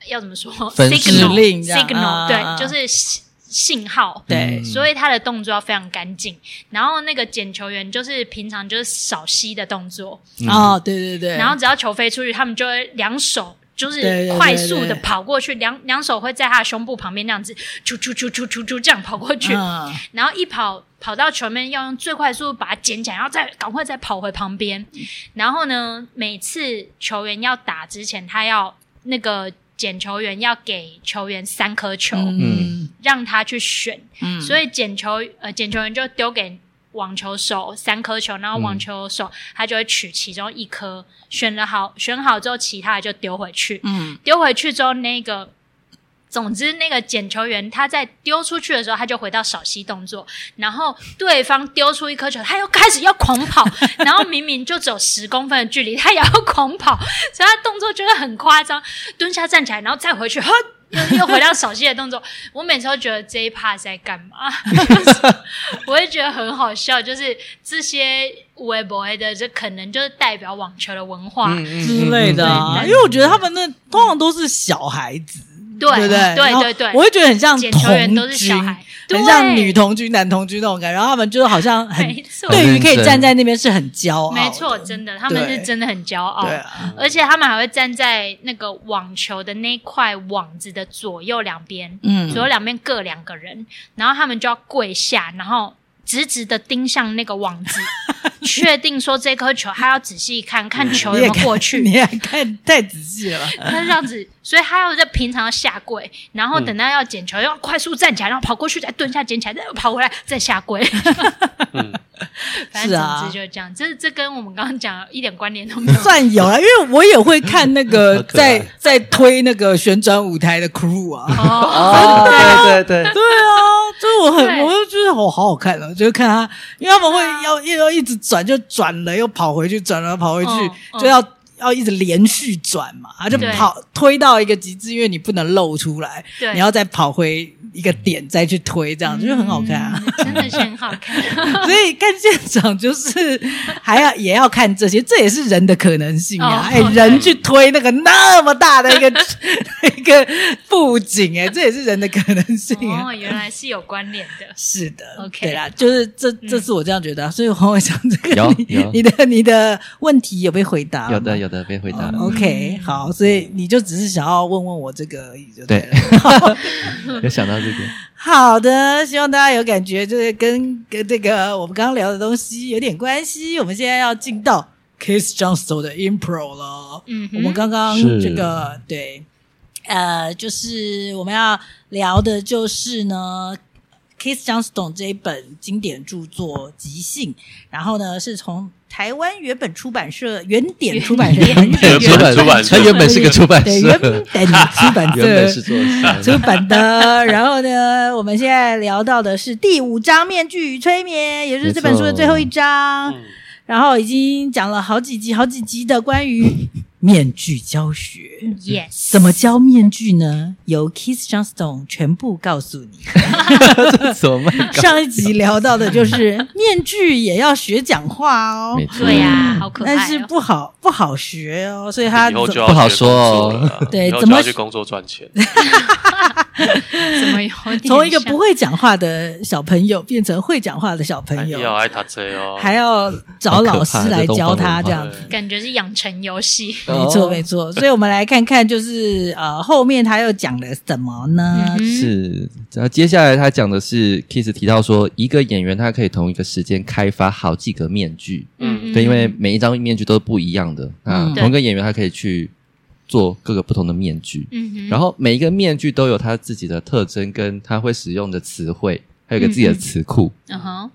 [SPEAKER 3] 要怎么说
[SPEAKER 2] 分数
[SPEAKER 4] 指
[SPEAKER 3] signal
[SPEAKER 4] 令这样
[SPEAKER 3] signal
[SPEAKER 4] 啊
[SPEAKER 3] 对，
[SPEAKER 4] 啊
[SPEAKER 3] 就是信信号。
[SPEAKER 4] 对
[SPEAKER 2] 嗯
[SPEAKER 3] 所以他的动作要非常干净，然后那个捡球员就是平常就是少吸的动作，
[SPEAKER 2] 嗯
[SPEAKER 4] 哦，对对对，
[SPEAKER 3] 然后只要球飞出去，他们就会两手就是
[SPEAKER 4] 对对
[SPEAKER 3] 快速的
[SPEAKER 4] 对
[SPEAKER 3] 跑过去，两两手会在他的胸部旁边那样子，啾啾啾啾啾啾这样跑过去，
[SPEAKER 4] 嗯
[SPEAKER 3] 然后一跑跑到球面，要用最快速度把它捡起来，然后再赶快再跑回旁边。然后呢，每次球员要打之前，他要那个捡球员要给球员三颗球，
[SPEAKER 4] 嗯
[SPEAKER 3] 让他去选。
[SPEAKER 4] 嗯，
[SPEAKER 3] 所以捡球呃捡球员就丢给网球手三颗球，
[SPEAKER 4] 嗯
[SPEAKER 3] 然后网球手他就会取其中一颗，选了好选好之后，其他的就丢回去。
[SPEAKER 4] 嗯
[SPEAKER 3] 丢回去之后，那个总之那个捡球员他在丢出去的时候，他就回到扫息动作，然后对方丢出一颗球，他又开始要狂跑，然后明明就只有十公分的距离，他也要狂跑，所以他动作就会很夸张，蹲下站起来，然后再回去，呵。 又又回到扫息的动作，我每次都觉得这一趴在干嘛？ 我会觉得很好笑，就是这些无为不为的，这可能就是代表网球的文化。
[SPEAKER 2] 嗯
[SPEAKER 4] 之类的啊，
[SPEAKER 3] 嗯
[SPEAKER 4] 因为我觉得他们那通常都是小孩子，
[SPEAKER 3] 对
[SPEAKER 4] 对不对
[SPEAKER 3] 对
[SPEAKER 4] 然后
[SPEAKER 3] 对对
[SPEAKER 4] 我会觉得很像
[SPEAKER 3] 捡球员
[SPEAKER 4] 童
[SPEAKER 3] 都是小
[SPEAKER 4] 军，
[SPEAKER 3] 孩，对
[SPEAKER 4] 很像女童军、男童军那种感觉，然后他们就是好像很
[SPEAKER 3] 没错，
[SPEAKER 2] 很
[SPEAKER 4] 对于
[SPEAKER 2] 认
[SPEAKER 4] 可以
[SPEAKER 2] 真
[SPEAKER 4] 站在那边是很骄傲，
[SPEAKER 3] 没错，，真的，他们
[SPEAKER 4] 对
[SPEAKER 3] 是真的很骄傲
[SPEAKER 4] 对。啊，
[SPEAKER 3] 而且他们还会站在那个网球的那块网子的左右两边，
[SPEAKER 4] 嗯
[SPEAKER 3] 左右两边各两个人，然后他们就要跪下，然后直直的盯向那个网 子，确定说这颗球，他要仔细看看球有
[SPEAKER 4] 你
[SPEAKER 3] 没
[SPEAKER 4] 也
[SPEAKER 3] 有
[SPEAKER 4] 看
[SPEAKER 3] 过去，
[SPEAKER 4] 你也看太仔细了吧，
[SPEAKER 3] 他是这样子，所以他要在平常要下跪，然
[SPEAKER 2] 嗯
[SPEAKER 3] 后等到要捡球，要快速站起来，然后跑过去，再蹲下捡起来，再跑回来，再下 跪。
[SPEAKER 1] 嗯
[SPEAKER 3] 反
[SPEAKER 4] 是
[SPEAKER 3] 正
[SPEAKER 4] 啊
[SPEAKER 3] 总之就是这样。这这跟我们刚刚讲的一点关联都没有。
[SPEAKER 4] 算有了，因为我也会看那 个
[SPEAKER 2] 好可爱
[SPEAKER 4] 在在推那个旋转舞台的 crew 啊，
[SPEAKER 3] 哦，
[SPEAKER 2] 哦，对对对，
[SPEAKER 4] 对啊，就是我很，
[SPEAKER 3] 对啊
[SPEAKER 4] 我就觉得好好好看哦，就是看他，因为他们会要要一直转，就转了又跑回去，转了又跑回去，
[SPEAKER 3] 嗯嗯
[SPEAKER 4] 就要。要一直连续转嘛，他就
[SPEAKER 3] 对
[SPEAKER 4] 跑推到一个极致，因为你不能露出来，
[SPEAKER 3] 对
[SPEAKER 4] 你要再跑回一个点再去推，这样就很好看啊。
[SPEAKER 3] 嗯真的是很好看。
[SPEAKER 4] 所以看现场就是还要 也要看这些，这也是人的可能性啊！
[SPEAKER 3] 哦
[SPEAKER 4] 哎、
[SPEAKER 3] 对
[SPEAKER 4] 人去推那个那么大的 一个一个布景、哎，这也是人的可能性啊。
[SPEAKER 3] 哦，原来是有关联的。
[SPEAKER 4] 是的
[SPEAKER 3] OK
[SPEAKER 4] 对啦，就是这这是我这样觉得啊、所以黄伟翔这个
[SPEAKER 2] 有
[SPEAKER 4] 你
[SPEAKER 2] 有
[SPEAKER 4] 你的你的问题有被回答吗
[SPEAKER 2] 有的有的，别回答。
[SPEAKER 4] 哦 OK，好，所以你就只是想要问问我这个而已，就对
[SPEAKER 2] 对
[SPEAKER 4] 了。，
[SPEAKER 2] 有想到这个，
[SPEAKER 4] 好的，希望大家有感觉，就是跟跟这个我们刚刚聊的东西有点关系。我们现在要进到 Kiss Johnston 的 Impro 了。
[SPEAKER 3] 嗯哼
[SPEAKER 4] 我们刚刚
[SPEAKER 2] 是
[SPEAKER 4] 这个对，呃，就是我们要聊的就是呢。Kiss Johnston 这一本经典著作《即兴》，然后呢是从台湾原本出版社原点出版社
[SPEAKER 3] 原
[SPEAKER 4] 原点
[SPEAKER 1] 原本出版社
[SPEAKER 2] 他原本是个出版
[SPEAKER 4] 对原
[SPEAKER 2] 社，
[SPEAKER 4] 本出版社
[SPEAKER 2] 原本是做
[SPEAKER 4] 出版的。然后呢，我们现在聊到的是第五章《面具与催眠》，也就是这本书的最后一章。
[SPEAKER 1] 嗯，
[SPEAKER 4] 然后已经讲了好几集、好几集的关于面具教学。
[SPEAKER 3] Yes，
[SPEAKER 4] 怎么教面具呢？由 Keith Johnston 全部告诉 你。
[SPEAKER 2] 怎么卖稿？
[SPEAKER 4] 上一集聊到的就是 面具也要学讲话哦
[SPEAKER 2] 没，错
[SPEAKER 3] 对呀，好可爱哦。
[SPEAKER 4] 但是不好不好学哦，所以他
[SPEAKER 1] 以后
[SPEAKER 4] 怎
[SPEAKER 1] 就要
[SPEAKER 2] 不好
[SPEAKER 1] 学工作
[SPEAKER 2] 说哦
[SPEAKER 1] 了啦
[SPEAKER 4] 对
[SPEAKER 1] 以后
[SPEAKER 4] 怎
[SPEAKER 1] 就
[SPEAKER 4] 么
[SPEAKER 1] 要去工作赚钱，
[SPEAKER 3] 怎 么有点
[SPEAKER 4] 从一个不
[SPEAKER 3] 像
[SPEAKER 4] 会讲话的小朋友变成会讲话的小朋友，
[SPEAKER 1] 要爱他车哦，
[SPEAKER 4] 还要找老师来教他这样子。
[SPEAKER 1] 对
[SPEAKER 3] 感觉是养成游戏？
[SPEAKER 4] 没错，
[SPEAKER 2] 哦
[SPEAKER 4] 没
[SPEAKER 1] 哎
[SPEAKER 4] 错。所以我们来看看，就是呃，后面他又讲了什么呢
[SPEAKER 3] 嗯？哼
[SPEAKER 2] 是，然后接下来他讲的是 Kiss 提到说，一个演员他可以同一个时间开发好几个面具，
[SPEAKER 3] 嗯，嗯
[SPEAKER 2] 对，因为每一张面具都是不一样的。那
[SPEAKER 4] 嗯
[SPEAKER 2] 同一个演员他可以去做各个不同的面具，
[SPEAKER 3] 嗯哼，
[SPEAKER 2] 然后每一个面具都有他自己的特征，跟他会使用的词汇，还有一个自己的词库。
[SPEAKER 3] 嗯哼，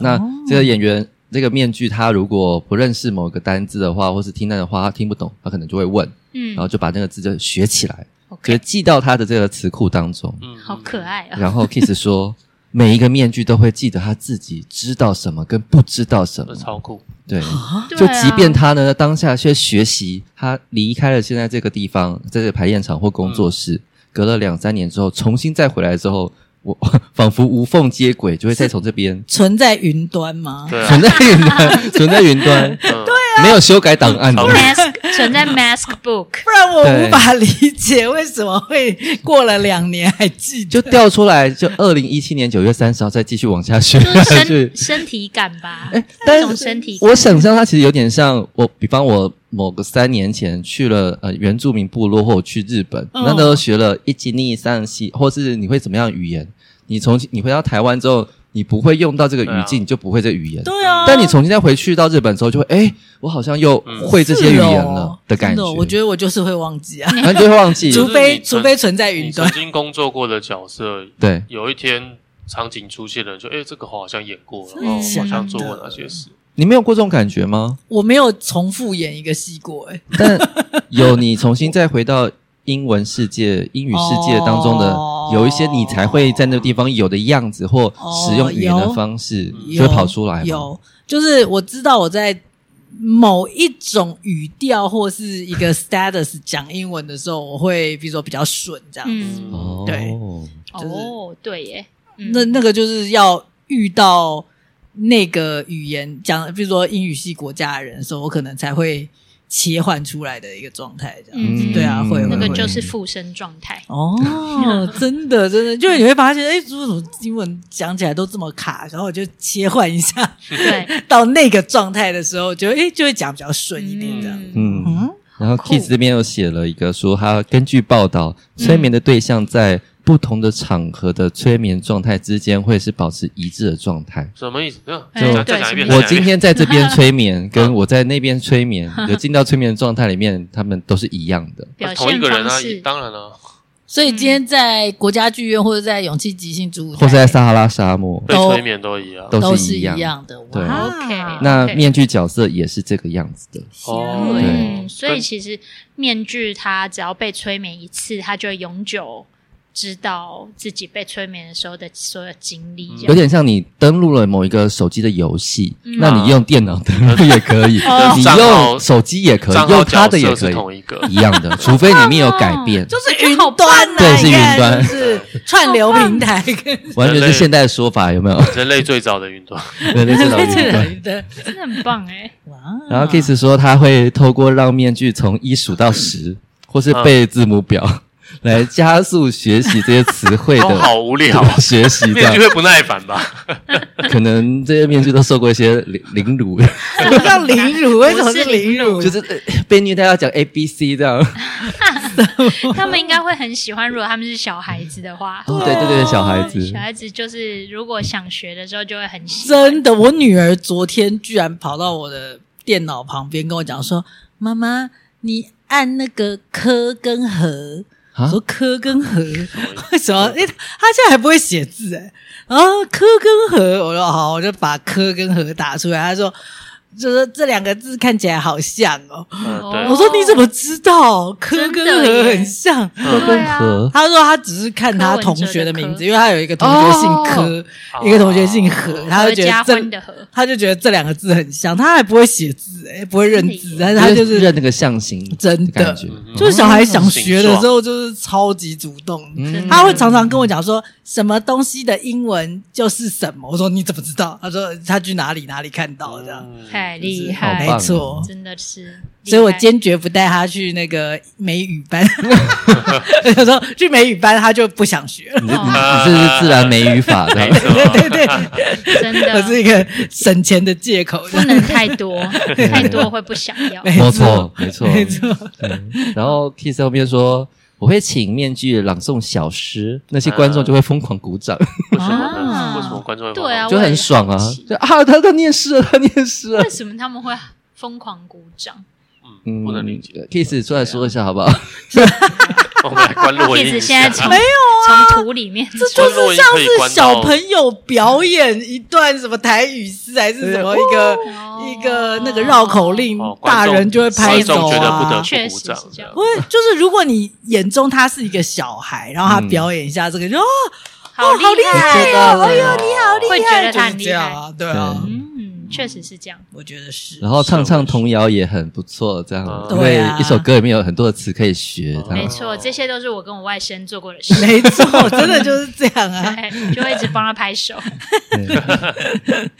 [SPEAKER 2] 那
[SPEAKER 4] 哦
[SPEAKER 2] 这个演员这个面具，他如果不认识某个单字的话，或是听到的话他听不懂，他可能就会问，
[SPEAKER 3] 嗯
[SPEAKER 2] 然后就把那个字就学起来，就
[SPEAKER 3] ，OK，
[SPEAKER 2] 记到他的这个词库当中。
[SPEAKER 1] 嗯
[SPEAKER 3] 好可爱啊。
[SPEAKER 2] 然后 Kiss 说，每一个面具都会记得他自己知道什么跟不知道什 么
[SPEAKER 1] 这。超酷，
[SPEAKER 2] 对，
[SPEAKER 3] 对
[SPEAKER 2] 就
[SPEAKER 3] 啊
[SPEAKER 2] 即便他呢当下去学习，他离开了现在这个地方，在这个排练场或工作
[SPEAKER 3] 嗯
[SPEAKER 2] 室，隔了两三年之后，重新再回来之后，我仿佛无缝接轨，就会再从这
[SPEAKER 3] 嗯
[SPEAKER 2] 边
[SPEAKER 4] 存在云端吗？
[SPEAKER 1] 对啊嗯
[SPEAKER 2] 存，在云端，存在云端，
[SPEAKER 1] 对，
[SPEAKER 3] 啊
[SPEAKER 2] 没有修改档案的
[SPEAKER 1] 好。
[SPEAKER 3] mask 存在 mask book，
[SPEAKER 4] 不然我
[SPEAKER 2] 对
[SPEAKER 4] 无法理解为什么会过了两年还记得。
[SPEAKER 2] 就调出来，就二零一七年九月三十号再继续往下学
[SPEAKER 3] 就是
[SPEAKER 2] 下去
[SPEAKER 3] 身。身体感吧，
[SPEAKER 2] 哎，
[SPEAKER 3] 一
[SPEAKER 2] 但
[SPEAKER 3] 种
[SPEAKER 2] 是
[SPEAKER 3] 身体感
[SPEAKER 2] 我想象它其实有点像我，比方我某个三年前去了呃原住民部落，或者去日本，
[SPEAKER 4] 嗯
[SPEAKER 2] 那都学了一级逆上西，或是你会怎么样语言？你从你回到台湾之后，你不会用到这个
[SPEAKER 1] 对啊
[SPEAKER 2] 语境，你就不会这语言。
[SPEAKER 4] 对啊，
[SPEAKER 2] 但你重新再回去到日本之后，就会哎，我好像又
[SPEAKER 1] 嗯
[SPEAKER 2] 会这些语言了
[SPEAKER 4] 是
[SPEAKER 2] 感
[SPEAKER 4] 哦真
[SPEAKER 2] 觉。
[SPEAKER 4] 哦我觉得我就是会忘记啊，
[SPEAKER 2] 然后你就会忘 记。
[SPEAKER 4] 除
[SPEAKER 1] 就是
[SPEAKER 4] 非
[SPEAKER 1] 你曾
[SPEAKER 4] 除非存在云
[SPEAKER 1] 你
[SPEAKER 4] 端
[SPEAKER 1] 曾，经工作过的角色，
[SPEAKER 2] 对，
[SPEAKER 1] 有一天场景出现了，就哎、这个我好像演过了，
[SPEAKER 4] 的
[SPEAKER 1] 哦，我好像做过
[SPEAKER 4] 假的
[SPEAKER 1] 哪些事，
[SPEAKER 2] 你没有过这种感觉吗？
[SPEAKER 4] 我没有重复演一个戏过，哎，
[SPEAKER 2] 但有你重新再回到英文世界、英语世界当中的
[SPEAKER 4] 哦，
[SPEAKER 2] 有一些你才会在那个地方有的样子或使用语言的方式，
[SPEAKER 1] 有
[SPEAKER 2] 就会跑出来嘛。
[SPEAKER 4] 有，就是我知道我在某一种语调或是一个 status 讲英文的时候，我会比如说比较顺这样。
[SPEAKER 3] 嗯，
[SPEAKER 2] 哦，
[SPEAKER 4] 对就是
[SPEAKER 3] 哦，对耶，嗯
[SPEAKER 4] 那那个就是要遇到那个语言讲，比如说英语系国家的人的时候，我可能才会切换出来的一个状态这样。
[SPEAKER 3] 嗯
[SPEAKER 4] 对啊会
[SPEAKER 3] 那个
[SPEAKER 4] 会会
[SPEAKER 3] 就是附身状态，
[SPEAKER 4] 哦，真的，真的，就是你会发现，哎，怎么怎么英文讲起来都这么卡，然后我就切换一下，
[SPEAKER 3] 对，
[SPEAKER 4] 到那个状态的时候，就哎就会讲比较顺一点这样。
[SPEAKER 3] 嗯，
[SPEAKER 2] 嗯。
[SPEAKER 4] 嗯，
[SPEAKER 2] 然后
[SPEAKER 3] 酷
[SPEAKER 2] Kids 这边有写了一个说，他根据报道，催眠的对象在不同的场合的催眠状态之间会是保持一致的状态。
[SPEAKER 1] 什么意思？嗯
[SPEAKER 3] 哎
[SPEAKER 1] 再
[SPEAKER 3] 对
[SPEAKER 1] 再讲一遍，
[SPEAKER 3] 什
[SPEAKER 1] 再
[SPEAKER 3] 么
[SPEAKER 2] 我
[SPEAKER 1] 讲一
[SPEAKER 2] 今
[SPEAKER 1] 遍
[SPEAKER 2] 天在这边催眠，跟我在那边催眠，有进到催眠状态里面，他们都是一样的。
[SPEAKER 3] 表
[SPEAKER 1] 同一
[SPEAKER 3] 现
[SPEAKER 1] 个人
[SPEAKER 3] 方
[SPEAKER 1] 啊，
[SPEAKER 3] 式，
[SPEAKER 1] 当然了、
[SPEAKER 4] 所以今天在国家剧院或者在勇气即兴主舞台，
[SPEAKER 2] 或是在撒哈拉沙漠
[SPEAKER 1] 被
[SPEAKER 4] 都
[SPEAKER 1] 催眠都一样。
[SPEAKER 2] 都
[SPEAKER 4] 都
[SPEAKER 2] 是
[SPEAKER 4] 是
[SPEAKER 2] 一样
[SPEAKER 4] 的。
[SPEAKER 2] 对
[SPEAKER 4] 哇
[SPEAKER 3] OK
[SPEAKER 2] 那面具角色也是这个样子的，
[SPEAKER 1] 哦
[SPEAKER 2] 对
[SPEAKER 3] 嗯，所以
[SPEAKER 1] 跟
[SPEAKER 3] 其实面具它只要被催眠一次，它就会永久知道自己被催眠的时候的所有经历。这
[SPEAKER 2] 有
[SPEAKER 3] 样
[SPEAKER 2] 点像你登录了某一个手机的游戏，
[SPEAKER 3] 啊嗯
[SPEAKER 2] 那你用电脑登录也可以，
[SPEAKER 1] 哦
[SPEAKER 2] 你
[SPEAKER 1] 账
[SPEAKER 2] 用
[SPEAKER 1] 号
[SPEAKER 2] 手机也可
[SPEAKER 1] 账
[SPEAKER 2] 以，
[SPEAKER 1] 号
[SPEAKER 2] 用
[SPEAKER 1] 角
[SPEAKER 2] 他的也
[SPEAKER 1] 色
[SPEAKER 2] 可
[SPEAKER 1] 是
[SPEAKER 2] 以，
[SPEAKER 1] 同一个，
[SPEAKER 2] 一样的，除非里面有改变，
[SPEAKER 4] 哦就是云端呐、
[SPEAKER 2] 对是云端
[SPEAKER 4] 你看就是串流平台跟
[SPEAKER 2] 完全是现代的说法，有没有？
[SPEAKER 1] 人类最早的云端。
[SPEAKER 2] 人 类
[SPEAKER 4] 这
[SPEAKER 2] 知 道。
[SPEAKER 4] 人的
[SPEAKER 3] 真的很棒哎，
[SPEAKER 4] 哇。
[SPEAKER 2] 然后 Kiss 说他会透过让面具从一数到
[SPEAKER 1] 嗯
[SPEAKER 2] 十，或是背字母表 来加速学习这些词汇
[SPEAKER 1] 都
[SPEAKER 2] 的，
[SPEAKER 1] 好无聊啊
[SPEAKER 2] 学习，这
[SPEAKER 1] 面具会
[SPEAKER 2] 样
[SPEAKER 1] 不耐烦吧？
[SPEAKER 2] 可能这些面具都受过一些凌凌辱。
[SPEAKER 4] 什么叫凌辱？为什么是
[SPEAKER 3] 不是凌
[SPEAKER 4] 凌辱？
[SPEAKER 2] 就是呃被虐待要讲 A B C 这样。
[SPEAKER 3] 他们应该会很喜欢。如果他们是小孩子的 话，
[SPEAKER 2] 哦，对对对，小孩子
[SPEAKER 3] 小孩子就是如果想学的时候就会很喜欢。
[SPEAKER 4] 真的，我女儿昨天居然跑到我的电脑旁边跟我讲说：“妈妈，你按那个科跟和。”
[SPEAKER 2] 啊
[SPEAKER 4] 我说科跟和为什么？因为她她现在还不会写字哎、然后科跟和，我说好，我就把科跟和打出来。她说，就是这两个字看起来好像哦。
[SPEAKER 1] 嗯，对，
[SPEAKER 4] 我说你怎么知道科
[SPEAKER 3] 真的
[SPEAKER 4] 跟和
[SPEAKER 3] 耶
[SPEAKER 4] 很像？
[SPEAKER 3] 对啊，
[SPEAKER 2] 和
[SPEAKER 4] 他说他只是看他同学的名字，因为他有一个同学姓柯，一个同学姓何，他
[SPEAKER 3] 合
[SPEAKER 4] 就觉
[SPEAKER 3] 家
[SPEAKER 4] 得
[SPEAKER 3] 欢
[SPEAKER 4] 这
[SPEAKER 3] 的合，
[SPEAKER 4] 他就觉得这两个字很像，他还不会写字，哎，不会认字，但是他就
[SPEAKER 2] 就是认那个象形
[SPEAKER 4] 真的
[SPEAKER 2] 感觉，
[SPEAKER 1] 嗯
[SPEAKER 4] 就是小孩想学的时候就是超级主动，
[SPEAKER 2] 嗯
[SPEAKER 4] 他会常常跟我讲说什么东西的英文就是什么，我说你怎么知道？他说他去哪里哪里看到这样，
[SPEAKER 1] 嗯
[SPEAKER 3] 太厉
[SPEAKER 2] 好
[SPEAKER 3] 害，
[SPEAKER 2] 棒
[SPEAKER 4] 没错。
[SPEAKER 3] 真的是。
[SPEAKER 4] 所以我
[SPEAKER 3] 厉害
[SPEAKER 4] 坚决不带他去那个美语班， 他说去美语班他就不想学了。
[SPEAKER 2] 你这你你这
[SPEAKER 1] 啊
[SPEAKER 2] 是自然美语法的
[SPEAKER 1] 没。错，
[SPEAKER 4] 对对
[SPEAKER 2] 嗯
[SPEAKER 4] 对，
[SPEAKER 3] 真
[SPEAKER 4] 我
[SPEAKER 3] 的
[SPEAKER 4] 是一个省钱的借口。
[SPEAKER 3] 不能太 多，太多会不想要。
[SPEAKER 2] 没错，没错，没错。然后 Kiss 后面说，我会请面具朗诵小诗，那些观众就会疯狂鼓掌，
[SPEAKER 1] 为什么呢？
[SPEAKER 3] 啊
[SPEAKER 1] 为什么观众会
[SPEAKER 3] 对啊，
[SPEAKER 2] 就
[SPEAKER 3] 我也
[SPEAKER 2] 很爽啊
[SPEAKER 3] 好奇！
[SPEAKER 2] 就啊，他他念诗了，他念诗了
[SPEAKER 3] 为。什么他们会疯狂鼓掌？
[SPEAKER 1] 嗯，不能理解。啊
[SPEAKER 2] Kiss 出来说一下好不好？
[SPEAKER 1] 我们来关录
[SPEAKER 3] 一
[SPEAKER 1] 音
[SPEAKER 3] 直
[SPEAKER 1] 一
[SPEAKER 3] 现在
[SPEAKER 1] 下，
[SPEAKER 3] 从 没有啊，从土里面
[SPEAKER 4] 这就是像是小朋友表演一段什么台语诗，还是什么一个、 一个那个绕口令，
[SPEAKER 1] 哦观
[SPEAKER 4] 大
[SPEAKER 1] 众
[SPEAKER 4] 人就会拍
[SPEAKER 1] 观
[SPEAKER 4] 手
[SPEAKER 1] 众觉得不得
[SPEAKER 4] 啊。
[SPEAKER 1] 不
[SPEAKER 3] 确
[SPEAKER 1] 鼓
[SPEAKER 3] 实
[SPEAKER 1] 掌
[SPEAKER 3] 是这样
[SPEAKER 4] 不是，就是如果你眼中他是一个小孩，然后他
[SPEAKER 2] 嗯
[SPEAKER 4] 表演一下这个，就哦，
[SPEAKER 3] 好厉害
[SPEAKER 2] 哦好厉害哦哎
[SPEAKER 1] 呦你好
[SPEAKER 3] 会觉得
[SPEAKER 4] 就
[SPEAKER 3] 他
[SPEAKER 4] 是
[SPEAKER 3] 很
[SPEAKER 4] 这
[SPEAKER 3] 厉
[SPEAKER 4] 样
[SPEAKER 3] 害。
[SPEAKER 4] 啊，对啊，
[SPEAKER 2] 对
[SPEAKER 3] 嗯，确实是这样。
[SPEAKER 4] 我觉得是。
[SPEAKER 2] 然后唱唱童谣也很不错，这样，
[SPEAKER 1] 嗯
[SPEAKER 2] 因
[SPEAKER 4] 对
[SPEAKER 2] 为
[SPEAKER 4] 啊
[SPEAKER 2] 一首歌里面有很多的词可以学，这
[SPEAKER 3] 没
[SPEAKER 2] 样。
[SPEAKER 3] 错，
[SPEAKER 1] 哦
[SPEAKER 3] 这些都是我跟我外甥做过 的事，
[SPEAKER 4] 没错，真的就是这 样啊。
[SPEAKER 3] 对，就会一直帮他拍手。
[SPEAKER 2] 对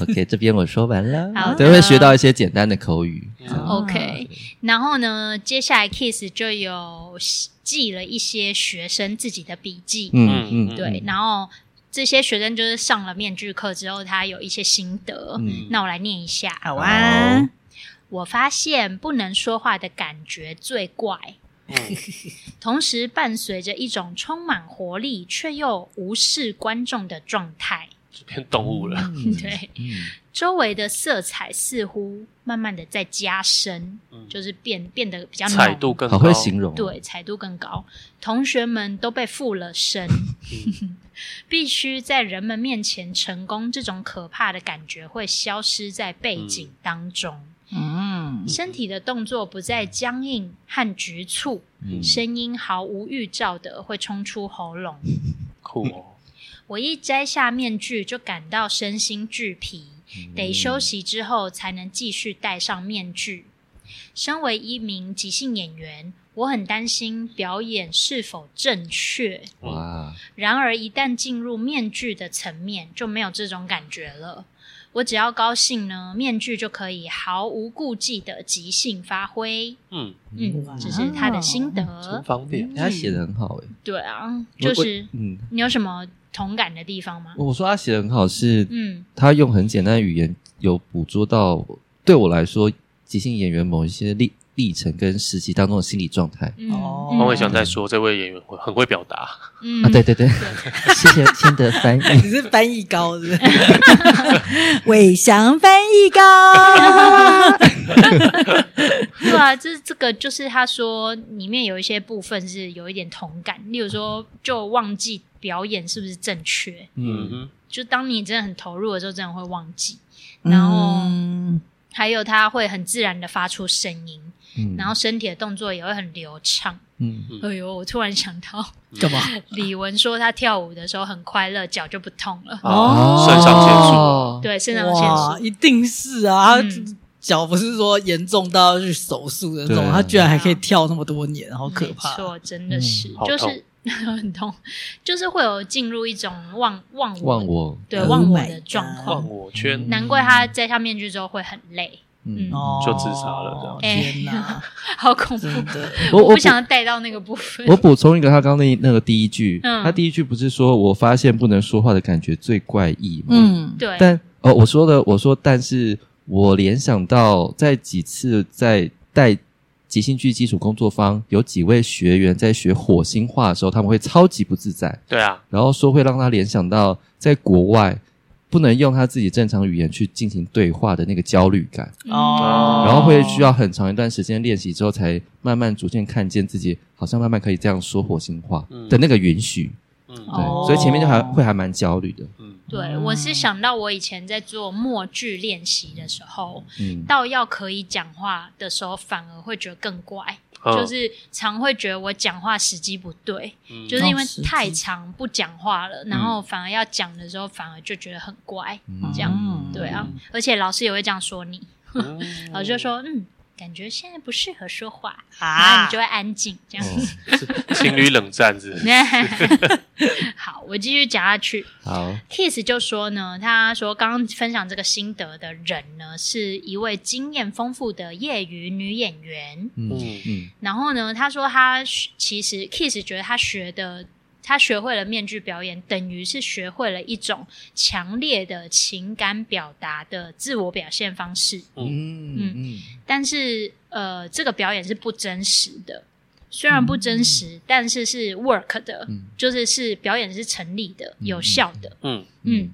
[SPEAKER 2] OK，这边我说完
[SPEAKER 3] 好
[SPEAKER 2] 了，
[SPEAKER 3] 的
[SPEAKER 2] 都会学到一些简单的口语。啊
[SPEAKER 1] 嗯
[SPEAKER 3] OK，然后呢，接下来 Kiss 就有寄了一些学生自己的笔记，
[SPEAKER 2] 嗯
[SPEAKER 1] 嗯
[SPEAKER 2] 嗯，
[SPEAKER 3] 对，然后这些学生就是上了面具课之后，他有一些心得。
[SPEAKER 2] 嗯
[SPEAKER 3] 那我来念一下。
[SPEAKER 4] 好
[SPEAKER 2] 啊
[SPEAKER 4] 啊，
[SPEAKER 3] 我发现不能说话的感觉最怪，
[SPEAKER 1] 嗯，
[SPEAKER 3] 同时伴随着一种充满活力却又无视观众的状态。
[SPEAKER 1] 就变动物了。
[SPEAKER 2] 嗯
[SPEAKER 3] 对，
[SPEAKER 2] 嗯
[SPEAKER 3] 周围的色彩似乎慢慢的在加深，
[SPEAKER 1] 嗯
[SPEAKER 3] 就是变变得比较浓
[SPEAKER 1] 彩度更高
[SPEAKER 2] 好会形容，
[SPEAKER 3] 对，彩度更高。同学们都被附了身， 必须在人们面前成功，这种可怕的感觉会消失在背景当中。
[SPEAKER 4] 嗯
[SPEAKER 3] 身体的动作不再僵硬和局促，
[SPEAKER 2] 嗯，
[SPEAKER 3] 声音毫无预兆的会冲出喉咙。
[SPEAKER 1] 酷哦，
[SPEAKER 3] 我一摘下面具，就感到身心俱疲，
[SPEAKER 2] 嗯
[SPEAKER 3] 得休息之后才能继续戴上面具。身为一名即兴演员，我很担心表演是否正确。
[SPEAKER 2] 哇，
[SPEAKER 3] 然而，一旦进入面具的层面，就没有这种感觉了。我只要高兴呢，面具就可以毫无顾忌的即兴发挥。
[SPEAKER 1] 嗯，
[SPEAKER 3] 嗯，这是他的心得
[SPEAKER 2] 啊嗯
[SPEAKER 1] 真。方便。
[SPEAKER 2] 他写的很好哎，
[SPEAKER 3] 对啊，
[SPEAKER 2] 我
[SPEAKER 3] 就
[SPEAKER 2] 我
[SPEAKER 3] 是
[SPEAKER 2] 嗯，
[SPEAKER 3] 你有什么同感的地方吗？
[SPEAKER 2] 我说他写的很好是，
[SPEAKER 3] 嗯
[SPEAKER 2] 他用很简单的语言有捕捉到对我来说即兴演员某一些历历程跟时期当中的心理状态
[SPEAKER 3] 嗯，
[SPEAKER 4] 哦
[SPEAKER 3] 嗯
[SPEAKER 1] 方伟翔在说，这位演员会很会表达，
[SPEAKER 3] 嗯
[SPEAKER 2] 啊，对对对， 谢谢千德翻译，
[SPEAKER 4] 你是翻译高是不是？ 伟翔翻译高，
[SPEAKER 3] 对啊，这这个就是他说里面有一些部分是有一点同感，例如说就忘记表演是不是正确，
[SPEAKER 2] 嗯，
[SPEAKER 1] 嗯
[SPEAKER 3] 就当你真的很投入的时候，真的会忘记。 然后
[SPEAKER 4] 嗯
[SPEAKER 3] 还有他会很自然的发出声音，
[SPEAKER 2] 嗯
[SPEAKER 3] 然后身体的动作也会很流畅。
[SPEAKER 2] 嗯
[SPEAKER 1] 嗯
[SPEAKER 3] 哎呦，我突然想到
[SPEAKER 4] 干嘛？
[SPEAKER 3] 李玟说她跳舞的时候很快乐，脚就不痛了。
[SPEAKER 1] 哼，
[SPEAKER 4] 哦
[SPEAKER 1] 啊，肾上腺素，
[SPEAKER 3] 对，肾上腺
[SPEAKER 4] 哇，
[SPEAKER 3] 素。
[SPEAKER 4] 一定是啊！他
[SPEAKER 3] 嗯脚
[SPEAKER 4] 脚不是说严重到要去手术的那种，
[SPEAKER 2] 对
[SPEAKER 4] 他居然还可以跳那么多年，好可
[SPEAKER 3] 没
[SPEAKER 4] 怕！嗯
[SPEAKER 3] 错，真的是，
[SPEAKER 1] 好
[SPEAKER 3] 就
[SPEAKER 1] 痛
[SPEAKER 3] 是 很痛，就是会有进入一种忘忘我
[SPEAKER 2] 忘我，嗯
[SPEAKER 3] 对
[SPEAKER 4] Oh
[SPEAKER 3] 忘我
[SPEAKER 4] my
[SPEAKER 3] 的状
[SPEAKER 4] God
[SPEAKER 1] 忘
[SPEAKER 3] 况。
[SPEAKER 1] 我圈，
[SPEAKER 3] 难怪他摘下面具之后会很累，
[SPEAKER 2] 嗯
[SPEAKER 3] 嗯，
[SPEAKER 4] 哦，
[SPEAKER 1] 就自杀了
[SPEAKER 3] 这样
[SPEAKER 4] 天哪，
[SPEAKER 3] 好恐怖！
[SPEAKER 4] 真的，
[SPEAKER 2] 我
[SPEAKER 3] 我
[SPEAKER 2] 我
[SPEAKER 3] 不想要带到那个部分。
[SPEAKER 2] 我补充一个，他刚刚那那个第一句，
[SPEAKER 3] 嗯
[SPEAKER 2] 他第一句不是说我发现不能说话的感觉最怪异吗？，
[SPEAKER 4] 嗯，
[SPEAKER 3] 对，
[SPEAKER 2] 但哦，我说的，我说，但是我联想到在几次在带即兴剧基础工作坊，有几位学员在学火星话的时候，他们会超级不自在，
[SPEAKER 1] 对啊，
[SPEAKER 2] 然后说会让他联想到在国外不能用他自己正常语言去进行对话的那个焦虑感，
[SPEAKER 3] 嗯
[SPEAKER 4] 哦
[SPEAKER 2] 然后会需要很长一段时间练习之后，才慢慢逐渐看见自己好像慢慢可以这样说火星话
[SPEAKER 1] 嗯
[SPEAKER 2] 的那个允许，
[SPEAKER 1] 嗯
[SPEAKER 2] 对，
[SPEAKER 4] 哦
[SPEAKER 2] 所以前面就还会还蛮焦虑的，
[SPEAKER 1] 嗯，
[SPEAKER 3] 对，我是想到我以前在做默剧练习的时候，
[SPEAKER 2] 嗯，
[SPEAKER 3] 到要可以讲话的时候，反而会觉得更怪，
[SPEAKER 1] 嗯
[SPEAKER 3] 就是常会觉得我讲话时机不对，
[SPEAKER 1] 嗯
[SPEAKER 3] 就是因
[SPEAKER 4] 哦
[SPEAKER 3] 为
[SPEAKER 4] 时机
[SPEAKER 3] 太长不讲话了，然后反而要讲的时候，反而就觉得很怪，
[SPEAKER 2] 嗯
[SPEAKER 3] 这样
[SPEAKER 4] 嗯
[SPEAKER 3] 对啊，而且老师也会这样说你，
[SPEAKER 1] 嗯
[SPEAKER 3] 老师就说嗯。感觉现在不适合说话，然后
[SPEAKER 4] 啊
[SPEAKER 3] 你就会安静这样。
[SPEAKER 2] 哦
[SPEAKER 1] 情侣冷战是不是，
[SPEAKER 3] 好，我继续讲下去。
[SPEAKER 2] 好，
[SPEAKER 3] Kiss 就说呢，他说刚刚分享这个心得的人呢，是一位经验丰富的业余女演员。
[SPEAKER 2] 嗯
[SPEAKER 1] 嗯
[SPEAKER 2] 嗯。
[SPEAKER 3] 然后呢，他说他学其实 Kiss 觉得他学的，他学会了面具表演，等于是学会了一种强烈的情感表达的自我表现方式。
[SPEAKER 2] 嗯嗯
[SPEAKER 3] 但是呃，这个表演是不真实的，虽然不真实，但是是 work 的，
[SPEAKER 2] 嗯
[SPEAKER 3] 就是是表演是成立的、
[SPEAKER 2] 嗯
[SPEAKER 3] 有效的。
[SPEAKER 1] 嗯
[SPEAKER 3] 嗯，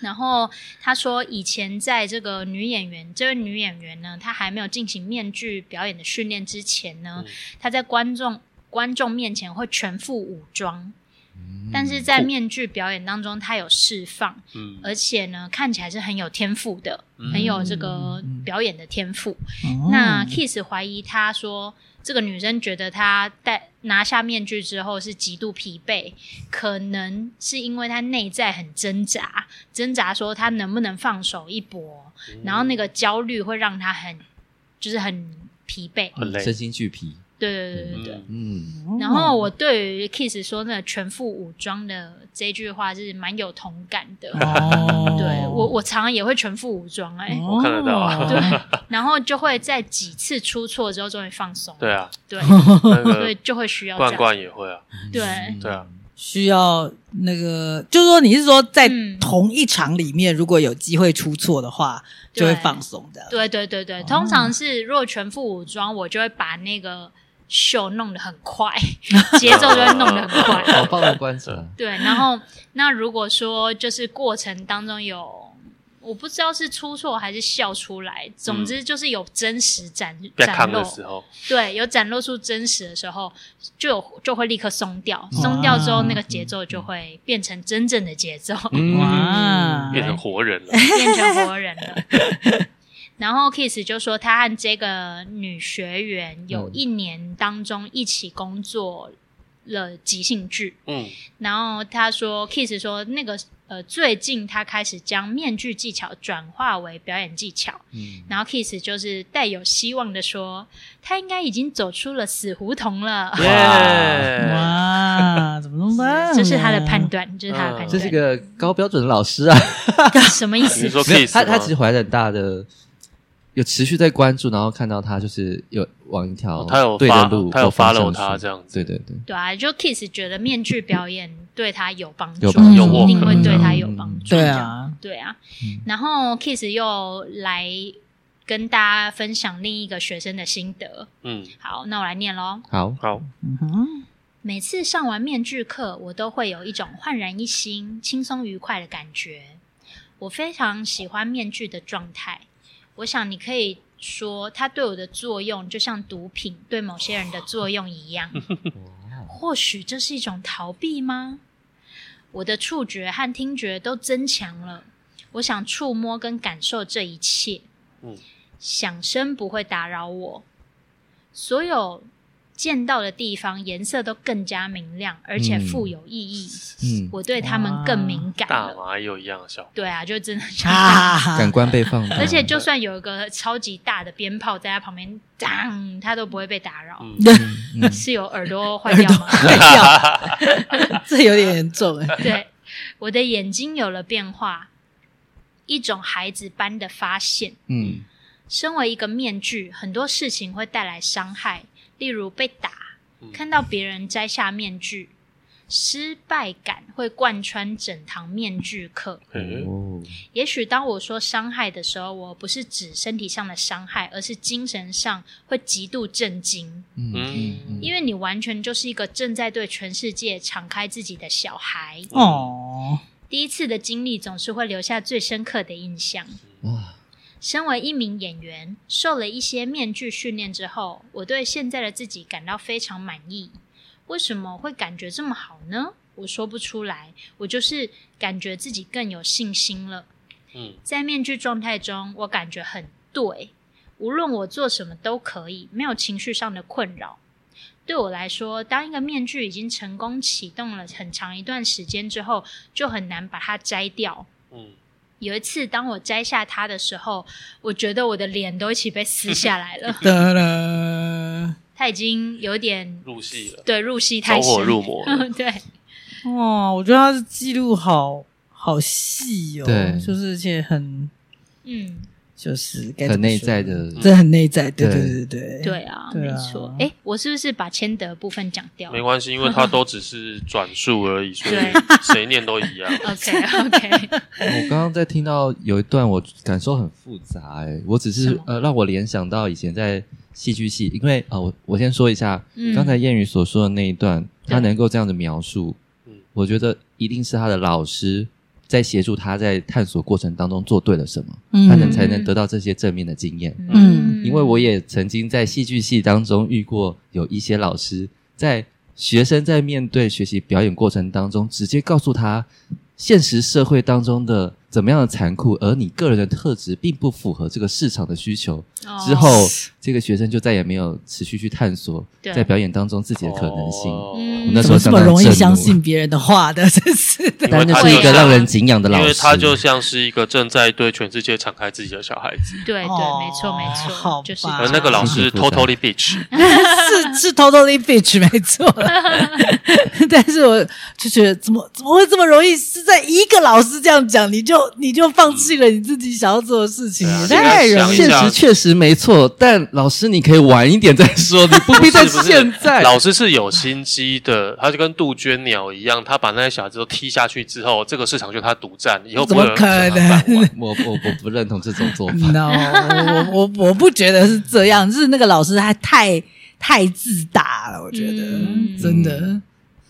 [SPEAKER 3] 然后他说，以前在这个女演员，这位女演员呢，她还没有进行面具表演的训练之前呢，
[SPEAKER 1] 嗯
[SPEAKER 3] 她在观众观众面前会全副武装，
[SPEAKER 2] 嗯
[SPEAKER 1] 嗯
[SPEAKER 3] 但是在
[SPEAKER 1] 酷
[SPEAKER 3] 面具表演当中，她有释放，
[SPEAKER 1] 嗯
[SPEAKER 3] 而且呢，看起来是很有天赋的，
[SPEAKER 1] 嗯
[SPEAKER 3] 很有这个表演的天赋。
[SPEAKER 4] 嗯
[SPEAKER 3] 那 Kiss 怀疑她说，这个女生觉得她戴拿下面具之后是极度疲惫，可能是因为她内在很挣扎，挣扎说她能不能放手一搏，然后那个焦虑会让她很就是很疲惫。
[SPEAKER 1] 很累
[SPEAKER 2] 嗯身心俱疲，
[SPEAKER 3] 对对对对对。
[SPEAKER 1] 嗯
[SPEAKER 2] 嗯
[SPEAKER 3] 然后我对于 Kiss 说那个全副武装的这句话是蛮有同感的，
[SPEAKER 4] 哦，
[SPEAKER 3] 对我我常常也会全副武装哎、
[SPEAKER 1] 我看得到啊
[SPEAKER 4] 哦
[SPEAKER 3] 对，然后就会在几次出错之后终于放松，
[SPEAKER 1] 对啊，
[SPEAKER 3] 对，
[SPEAKER 1] 那
[SPEAKER 3] 所
[SPEAKER 1] 个
[SPEAKER 3] 以就会需要这
[SPEAKER 1] 罐
[SPEAKER 3] 样。
[SPEAKER 1] 罐也会啊，
[SPEAKER 2] 嗯
[SPEAKER 3] 对，
[SPEAKER 1] 对啊，
[SPEAKER 4] 需要那个，就是说你是说在
[SPEAKER 3] 嗯
[SPEAKER 4] 同一场里面，如果有机会出错的话，就会
[SPEAKER 3] 对
[SPEAKER 4] 放松的。
[SPEAKER 3] 对对对对，通常是如果全副武装，我就会把那个秀弄得很快，节奏就会弄得很快。
[SPEAKER 1] 哦
[SPEAKER 2] 好棒的哦观察，
[SPEAKER 3] 对，然后那如果说就是过程当中有，我不知道是出错还是笑出来，
[SPEAKER 1] 嗯
[SPEAKER 3] 总之就是有真实展、
[SPEAKER 1] 被
[SPEAKER 3] 展
[SPEAKER 1] 康
[SPEAKER 3] 露
[SPEAKER 1] 的，时候，
[SPEAKER 3] 对，有展露出真实的时候，就有就会立刻松掉，松掉之后
[SPEAKER 1] 嗯
[SPEAKER 3] 那个节奏就会变成真正的节奏，
[SPEAKER 2] 嗯
[SPEAKER 4] 哇，
[SPEAKER 1] 变成活人 了。
[SPEAKER 3] 变成活人了。 然后 Kiss 就说，他和这个女学员有
[SPEAKER 2] 嗯
[SPEAKER 3] 一年当中一起工作了即兴剧，
[SPEAKER 1] 嗯，
[SPEAKER 3] 然后他说，Kiss 说那个呃，最近他开始将面具技巧转化为表演技巧。
[SPEAKER 2] 嗯
[SPEAKER 3] 然后 Kiss 就是带有希望的说，他应该已经走出了死胡同了。
[SPEAKER 2] 哇
[SPEAKER 1] 耶！
[SPEAKER 4] 哇，怎么弄的？
[SPEAKER 3] 这是他的判断，这是他的判断。
[SPEAKER 1] 嗯
[SPEAKER 2] 嗯这是个高标准的老师啊，
[SPEAKER 3] 什么意
[SPEAKER 1] 你是
[SPEAKER 3] 思？
[SPEAKER 1] 说
[SPEAKER 2] 没有
[SPEAKER 1] kiss
[SPEAKER 2] 他他其实
[SPEAKER 1] 吗
[SPEAKER 2] 怀着很大的。有持续在关注，然后看到他就是有往一条
[SPEAKER 1] 哦他有
[SPEAKER 2] 对的
[SPEAKER 1] 发
[SPEAKER 2] 路，
[SPEAKER 1] 他有
[SPEAKER 2] 发
[SPEAKER 1] follow 他这样子，
[SPEAKER 2] 对对对，
[SPEAKER 3] 对啊，就 Kiss 觉得面具表演对他有帮助，
[SPEAKER 2] 嗯有帮
[SPEAKER 4] 助
[SPEAKER 3] 一定会对他有
[SPEAKER 2] 嗯
[SPEAKER 3] 帮助。
[SPEAKER 4] 对，啊，
[SPEAKER 3] 对啊。
[SPEAKER 2] 嗯
[SPEAKER 3] 然后 Kiss 又来跟大家分享另一个学生的心得。
[SPEAKER 1] 嗯，
[SPEAKER 3] 好，那我来念喽。
[SPEAKER 2] 好，
[SPEAKER 1] 好，
[SPEAKER 4] 嗯哼，
[SPEAKER 3] 每次上完面具课，我都会有一种焕然一新、轻松愉快的感觉。我非常喜欢面具的状态。我想你可以说，它对我的作用就像毒品对某些人的作用一样。或许这是一种逃避吗？我的触觉和听觉都增强了，我想触摸跟感受这一切。
[SPEAKER 1] 嗯，
[SPEAKER 3] 响声不会打扰我，所有见到的地方颜色都更加明亮，而且富有意义。
[SPEAKER 2] 嗯，
[SPEAKER 3] 我对它们更敏感
[SPEAKER 1] 大
[SPEAKER 3] 了。
[SPEAKER 1] 麻也有一样的效果。
[SPEAKER 3] 对啊，就真 的像大
[SPEAKER 4] 啊，
[SPEAKER 2] 感官被放大，
[SPEAKER 3] 而且就算有一个超级大的鞭炮在它旁边，当它都不会被打扰。
[SPEAKER 1] 嗯，
[SPEAKER 2] 嗯嗯
[SPEAKER 3] 是有耳朵坏
[SPEAKER 4] 耳
[SPEAKER 3] 掉
[SPEAKER 4] 朵
[SPEAKER 3] 吗？
[SPEAKER 4] 坏掉，这有点严重哎。
[SPEAKER 3] 对，我的眼睛有了变化，一种孩子般的发现。
[SPEAKER 2] 嗯
[SPEAKER 3] 身为一个面具，很多事情会带来伤害，例如被打，
[SPEAKER 1] 嗯
[SPEAKER 3] 看到别人摘下面具，失败感会贯穿整堂面具课。
[SPEAKER 1] 嗯
[SPEAKER 2] 哦，
[SPEAKER 3] 也许当我说伤害的时候，我不是指身体上的伤害，而是精神上会极度震惊，
[SPEAKER 2] 嗯嗯，
[SPEAKER 3] 因为你完全就是一个正在对全世界敞开自己的小孩。
[SPEAKER 4] 哦，。
[SPEAKER 3] 第一次的经历总是会留下最深刻的印象。
[SPEAKER 2] 哇，
[SPEAKER 3] 身为一名演员，受了一些面具训练之后，我对现在的自己感到非常满意。为什么会感觉这么好呢？我说不出来，我就是感觉自己更有信心了。
[SPEAKER 1] 嗯
[SPEAKER 3] 在面具状态中，我感觉很对，无论我做什么都可以，没有情绪上的困扰。对我来说，当一个面具已经成功启动了很长一段时间之后，就很难把它摘掉。
[SPEAKER 1] 嗯，
[SPEAKER 3] 有一次，当我摘下它的时候，我觉得我的脸都一起被撕下来 了
[SPEAKER 4] 哒啦，
[SPEAKER 3] 它已经有点
[SPEAKER 1] 入戏了，
[SPEAKER 3] 对入戏太
[SPEAKER 1] 走
[SPEAKER 3] 深，
[SPEAKER 1] 火入魔了。
[SPEAKER 3] 对，
[SPEAKER 4] 哇，我觉得他的记录好好细哦，
[SPEAKER 2] 对
[SPEAKER 4] 就是而且很
[SPEAKER 3] 嗯，
[SPEAKER 4] 就是该怎么
[SPEAKER 2] 很内
[SPEAKER 4] 说
[SPEAKER 2] 在
[SPEAKER 4] 呢，
[SPEAKER 2] 的，
[SPEAKER 4] 这很内在，对
[SPEAKER 2] 对
[SPEAKER 4] 对对对
[SPEAKER 3] 对啊，
[SPEAKER 4] 对啊
[SPEAKER 3] 没错。哎，我是不是把千德部分讲掉
[SPEAKER 1] 没关系，因为它都只是转述而已，所以谁念都一 样。
[SPEAKER 3] ？OK OK，
[SPEAKER 2] 我刚刚在听到有一段，我感受很复杂、欸，我只
[SPEAKER 3] 什
[SPEAKER 2] 是
[SPEAKER 3] 么
[SPEAKER 2] 呃，让我联想到以前在戏剧系，因为啊、呃我我先说一下，
[SPEAKER 3] 嗯
[SPEAKER 2] 刚才谚语所说的那一段，他
[SPEAKER 3] 对
[SPEAKER 2] 能够这样的描述
[SPEAKER 1] 嗯，
[SPEAKER 2] 我觉得一定是他的老师在协助他在探索过程当中做对了什么，
[SPEAKER 4] 嗯
[SPEAKER 2] 他能才能得到这些正面的经验。
[SPEAKER 4] 嗯
[SPEAKER 2] 因为我也曾经在戏剧系当中遇过有一些老师，在学生在面对学习表演过程当中，直接告诉他现实社会当中的怎么样的残酷，而你个人的特质并不符合这个市场的需求。之
[SPEAKER 3] 哦
[SPEAKER 2] 后，这个学生就再也没有持续去探索
[SPEAKER 3] 对
[SPEAKER 2] 在表演当中自己的可能性。
[SPEAKER 1] 哦
[SPEAKER 3] 嗯
[SPEAKER 2] 我那
[SPEAKER 4] 怎
[SPEAKER 2] 时候相
[SPEAKER 4] 么这么
[SPEAKER 2] 当
[SPEAKER 4] 容易
[SPEAKER 2] 震
[SPEAKER 4] 相
[SPEAKER 2] 怒
[SPEAKER 4] 信别人的话的？真是的，
[SPEAKER 2] 但那
[SPEAKER 3] 他
[SPEAKER 2] 是一
[SPEAKER 3] 就
[SPEAKER 2] 个
[SPEAKER 3] 是
[SPEAKER 2] 让人敬仰的老
[SPEAKER 1] 因为
[SPEAKER 2] 师，
[SPEAKER 1] 他就像是一个正在对全世界敞开自己的小孩子，
[SPEAKER 3] 对对，
[SPEAKER 4] 哦
[SPEAKER 3] 没错没错，
[SPEAKER 4] 好
[SPEAKER 3] 就是
[SPEAKER 4] 吧
[SPEAKER 1] 而呃那个老师
[SPEAKER 2] 啊辛苦他
[SPEAKER 1] totally bitch，
[SPEAKER 4] 是是 totally bitch 没错啦，但是我就觉得怎么怎么会这么容易？是在一个老师这样讲，你就就你就放弃了你自己想要做的事情，
[SPEAKER 1] 对啊现在
[SPEAKER 4] 也太容
[SPEAKER 1] 想一
[SPEAKER 4] 易
[SPEAKER 1] 下
[SPEAKER 2] 现实确实没错，但老师你可以晚一点再说，你不必在
[SPEAKER 1] 不是不是
[SPEAKER 2] 现在。
[SPEAKER 1] 老师是有心机的，他就跟杜鹃鸟一样，他把那些小孩子都踢下去之后，这个市场就他独占，以后不会有人
[SPEAKER 4] 怎么可能
[SPEAKER 1] 把它玩
[SPEAKER 2] 我我我不认同这种 做法。
[SPEAKER 4] No，我我我不觉得是这样，就是那个老师他太太自大了，我觉得、
[SPEAKER 3] 嗯
[SPEAKER 4] 真的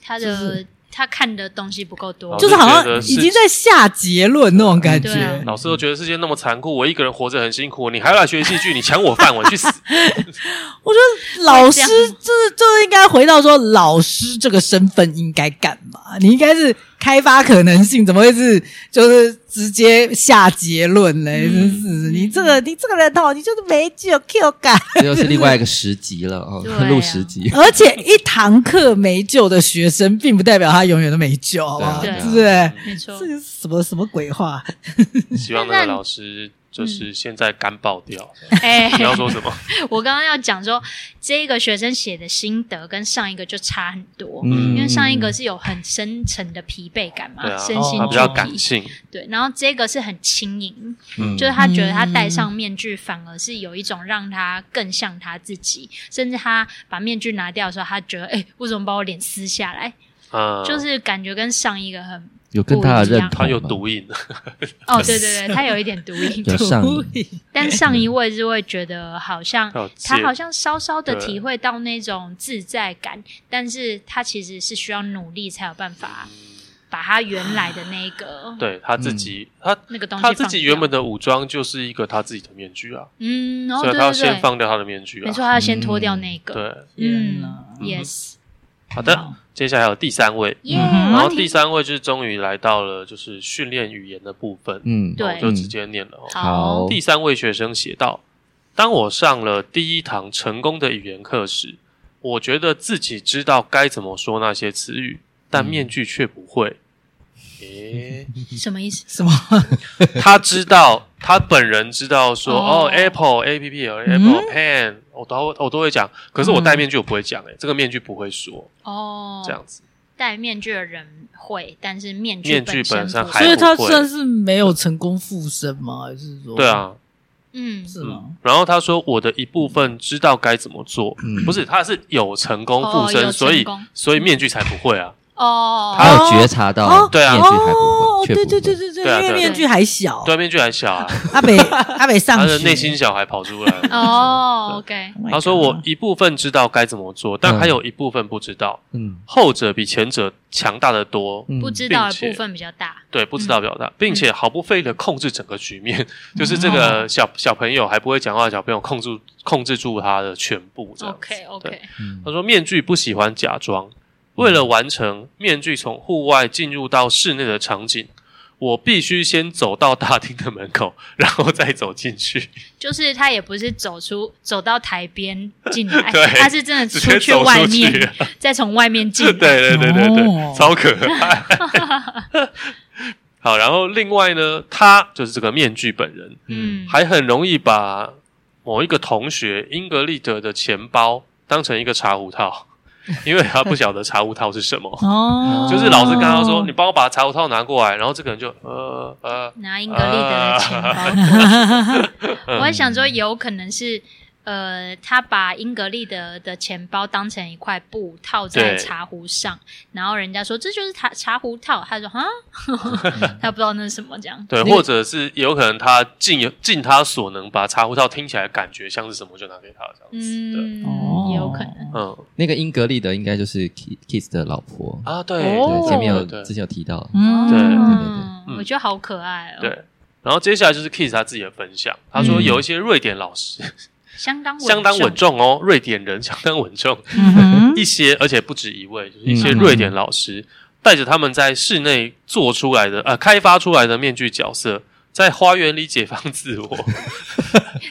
[SPEAKER 3] 他
[SPEAKER 4] 就
[SPEAKER 3] 的他看的东西不够多
[SPEAKER 1] 老，
[SPEAKER 4] 就是好
[SPEAKER 1] 觉
[SPEAKER 4] 像
[SPEAKER 1] 得
[SPEAKER 4] 已
[SPEAKER 1] 是
[SPEAKER 4] 经在下结论那种感觉。
[SPEAKER 3] 对啊
[SPEAKER 1] 老师都觉得世界那么残酷，我一个人活着很辛苦，你还要来学戏剧，你抢我饭碗去 死！
[SPEAKER 4] 我觉得老师就是就是应该回到说老师这个身份应该干嘛？你应该是开发可能性，怎么会是就是直接下结论嘞？
[SPEAKER 1] 嗯
[SPEAKER 4] 真是你这个你这个人哦，你就是没具有 Q 感。
[SPEAKER 2] 这又是另外一个十集了哦
[SPEAKER 3] 对啊，
[SPEAKER 2] 录十集。
[SPEAKER 4] 而且一堂课没救的学生，并不代表他永远都没救，好不好？
[SPEAKER 3] 对啊
[SPEAKER 4] 是不是？
[SPEAKER 3] 没错
[SPEAKER 4] 这。个是什么什么鬼话？
[SPEAKER 1] 希望那个老师
[SPEAKER 3] 嗯
[SPEAKER 1] 就是现在干爆掉。
[SPEAKER 3] 哎，
[SPEAKER 1] 你要说 什么？
[SPEAKER 3] 我刚刚要讲说，这个学生写的心得跟上一个就差很多，
[SPEAKER 2] 嗯
[SPEAKER 3] 因为上一个是有很深沉的疲惫感嘛，
[SPEAKER 1] 对啊
[SPEAKER 3] 身，心
[SPEAKER 1] 他
[SPEAKER 3] 俱
[SPEAKER 1] 比较
[SPEAKER 3] 疲
[SPEAKER 1] 感性，
[SPEAKER 3] 对，然后这个是很轻盈，
[SPEAKER 2] 嗯
[SPEAKER 3] 就是他觉得他戴上面具，反而是有一种让他更像他自己，甚至他把面具拿掉的时候，他觉得，哎、为什么把我脸撕下来？
[SPEAKER 1] 嗯，
[SPEAKER 3] 就是感觉跟上一个很，
[SPEAKER 2] 有更大的认同吗，
[SPEAKER 1] 他有毒瘾，
[SPEAKER 3] 哦，对对对，他有一点毒瘾，
[SPEAKER 2] 有上瘾
[SPEAKER 3] 但上一位是会觉得好像
[SPEAKER 1] 他有戒
[SPEAKER 3] 他好像稍稍的
[SPEAKER 1] 对
[SPEAKER 3] 体会到那种自在感，但是他其实是需要努力才有办法把他原来的那个
[SPEAKER 1] 对他自己，
[SPEAKER 4] 嗯
[SPEAKER 1] 他
[SPEAKER 3] 那个东西
[SPEAKER 1] 他自己
[SPEAKER 3] 放
[SPEAKER 1] 原本
[SPEAKER 3] 掉
[SPEAKER 1] 的武装就是一个他自己的面具啊，
[SPEAKER 3] 嗯，然后
[SPEAKER 1] 所
[SPEAKER 3] 对
[SPEAKER 1] 以他要
[SPEAKER 3] 对对
[SPEAKER 1] 先，放掉他的面具
[SPEAKER 3] 没
[SPEAKER 1] 啊
[SPEAKER 3] 错，。他要先脱掉那个，
[SPEAKER 1] 对，
[SPEAKER 4] 天
[SPEAKER 3] 嗯
[SPEAKER 4] 哪
[SPEAKER 3] ，yes，
[SPEAKER 1] 好的，接下来还有第三位，
[SPEAKER 3] 耶，
[SPEAKER 4] 嗯
[SPEAKER 1] 然
[SPEAKER 3] 没
[SPEAKER 1] 后
[SPEAKER 3] 问
[SPEAKER 1] 第
[SPEAKER 3] 题
[SPEAKER 1] 三位就是终于来到了就是训练语言的部分，
[SPEAKER 2] 嗯，
[SPEAKER 3] 对
[SPEAKER 1] 我就直接念了哦。
[SPEAKER 3] 好
[SPEAKER 2] 好
[SPEAKER 1] 第三位学生写道：“当我上了第一堂成功的语言课时，我觉得自己知道该怎么说那些词语，但面具却不会。诶，
[SPEAKER 3] 什么意思？
[SPEAKER 4] 什么？
[SPEAKER 1] 他知道，他本人知道说，
[SPEAKER 3] 哦
[SPEAKER 1] 哦 a p p l e A P P L Apple Pen，我都我都会讲，可是我戴面具我不会讲，诶，这个面具不会说
[SPEAKER 3] 哦，
[SPEAKER 1] 这样子。
[SPEAKER 3] 戴面具的人会，但是面具
[SPEAKER 1] 面具
[SPEAKER 3] 本
[SPEAKER 1] 本身
[SPEAKER 3] 不
[SPEAKER 1] 还
[SPEAKER 4] 所
[SPEAKER 3] 会
[SPEAKER 4] 以
[SPEAKER 1] 不
[SPEAKER 4] 他
[SPEAKER 1] 会
[SPEAKER 4] 算是没有成功附身吗？还是说？
[SPEAKER 1] 对，啊，
[SPEAKER 3] 嗯，
[SPEAKER 4] 是吗？
[SPEAKER 1] 然后他说我的一部分知道该怎么做，
[SPEAKER 4] 嗯
[SPEAKER 1] 不是，他是有成功
[SPEAKER 3] 哦
[SPEAKER 1] 附身，
[SPEAKER 3] 有
[SPEAKER 1] 所以
[SPEAKER 3] 成功
[SPEAKER 1] 所以面具才不会啊。
[SPEAKER 3] 哦，
[SPEAKER 2] 他有觉察到
[SPEAKER 4] 哦，
[SPEAKER 1] 对啊
[SPEAKER 2] 面具还不
[SPEAKER 4] 哦
[SPEAKER 2] 会，，却
[SPEAKER 4] 对
[SPEAKER 2] 不
[SPEAKER 4] 对
[SPEAKER 2] 会
[SPEAKER 4] 对对对，
[SPEAKER 1] 对啊
[SPEAKER 4] 因为
[SPEAKER 1] 对啊
[SPEAKER 4] 面具还小，
[SPEAKER 1] 对，面具还小啊，
[SPEAKER 4] 阿 北阿北上
[SPEAKER 1] 他
[SPEAKER 4] 学
[SPEAKER 1] 的内心小孩跑出来了。
[SPEAKER 3] 哦，OK，
[SPEAKER 4] Oh my
[SPEAKER 1] 他说：“我
[SPEAKER 4] God 嗯
[SPEAKER 1] 一部分知道该怎么做，但还有一部分不知道。
[SPEAKER 2] 嗯
[SPEAKER 1] 后者比前者强大的多，
[SPEAKER 2] 嗯
[SPEAKER 3] 不知道的
[SPEAKER 1] 并且
[SPEAKER 3] 部分比较大，
[SPEAKER 1] 对，不知道表
[SPEAKER 4] 嗯
[SPEAKER 1] 达，并且毫不费力的控制整个局面。就是这个小小朋友还不会讲话的小朋友，控制控制住他的全部。这样子
[SPEAKER 3] OK
[SPEAKER 1] 对
[SPEAKER 3] OK，
[SPEAKER 2] 嗯
[SPEAKER 1] 他说：“面具不喜欢假装，为了完成面具从户外进入到室内的场景，我必须先走到大厅的门口， 然后再走进去。
[SPEAKER 3] 就是他也不是走出走到台边进来
[SPEAKER 1] 对，
[SPEAKER 3] 他是真的
[SPEAKER 1] 直
[SPEAKER 3] 出
[SPEAKER 1] 接
[SPEAKER 3] 去
[SPEAKER 1] 走出
[SPEAKER 3] 外
[SPEAKER 1] 去
[SPEAKER 3] 面，再从外面进
[SPEAKER 1] 对
[SPEAKER 3] 来。
[SPEAKER 1] 对对对对，
[SPEAKER 4] 哦
[SPEAKER 1] 超可爱。 好，然后另外呢，他就是这个面具本人，
[SPEAKER 3] 嗯，
[SPEAKER 1] 还很容易把某一个同学英格丽德的钱包当成一个茶壶套，因为他不晓得茶壶套是什么。”
[SPEAKER 4] 哦，
[SPEAKER 1] 就是老师刚刚说，你帮我把茶壶套拿过来，然后这个人就呃呃，
[SPEAKER 3] 拿英格丽德的钱包， 我还想说有可能是。呃，他把英格丽德的钱包当成一块布套在
[SPEAKER 1] 对
[SPEAKER 3] 茶壶上，然后人家说这就是茶茶壶套，他说啊， 他不知道那是什么 这样。
[SPEAKER 1] 对，或者是有可能他尽尽他所能把茶壶套听起来感觉像是什么就拿给他这样子，对，
[SPEAKER 3] 嗯，
[SPEAKER 4] 哦
[SPEAKER 3] 也有可能。
[SPEAKER 1] 嗯
[SPEAKER 2] 那个英格丽的应该就是 Ki- Kiss 的老婆，
[SPEAKER 1] 啊，对
[SPEAKER 3] 哦
[SPEAKER 2] 对，前面有
[SPEAKER 1] 对
[SPEAKER 2] 之前有提到，
[SPEAKER 4] 嗯，
[SPEAKER 1] 对
[SPEAKER 3] 嗯
[SPEAKER 1] 对对对
[SPEAKER 3] 我觉得好可爱哦，
[SPEAKER 1] 对。然后接下来就是 Kiss 他自己的分享，他说
[SPEAKER 4] 嗯
[SPEAKER 1] 有一些瑞典老师
[SPEAKER 3] 相当
[SPEAKER 1] 相当稳重哦，瑞典人相当稳重，
[SPEAKER 4] 嗯 哼
[SPEAKER 1] 一些而且不止一位，就是一
[SPEAKER 2] 嗯
[SPEAKER 1] 些瑞典老师带着他们在室内做出来的呃开发出来的面具角色，在花园里解放自 我。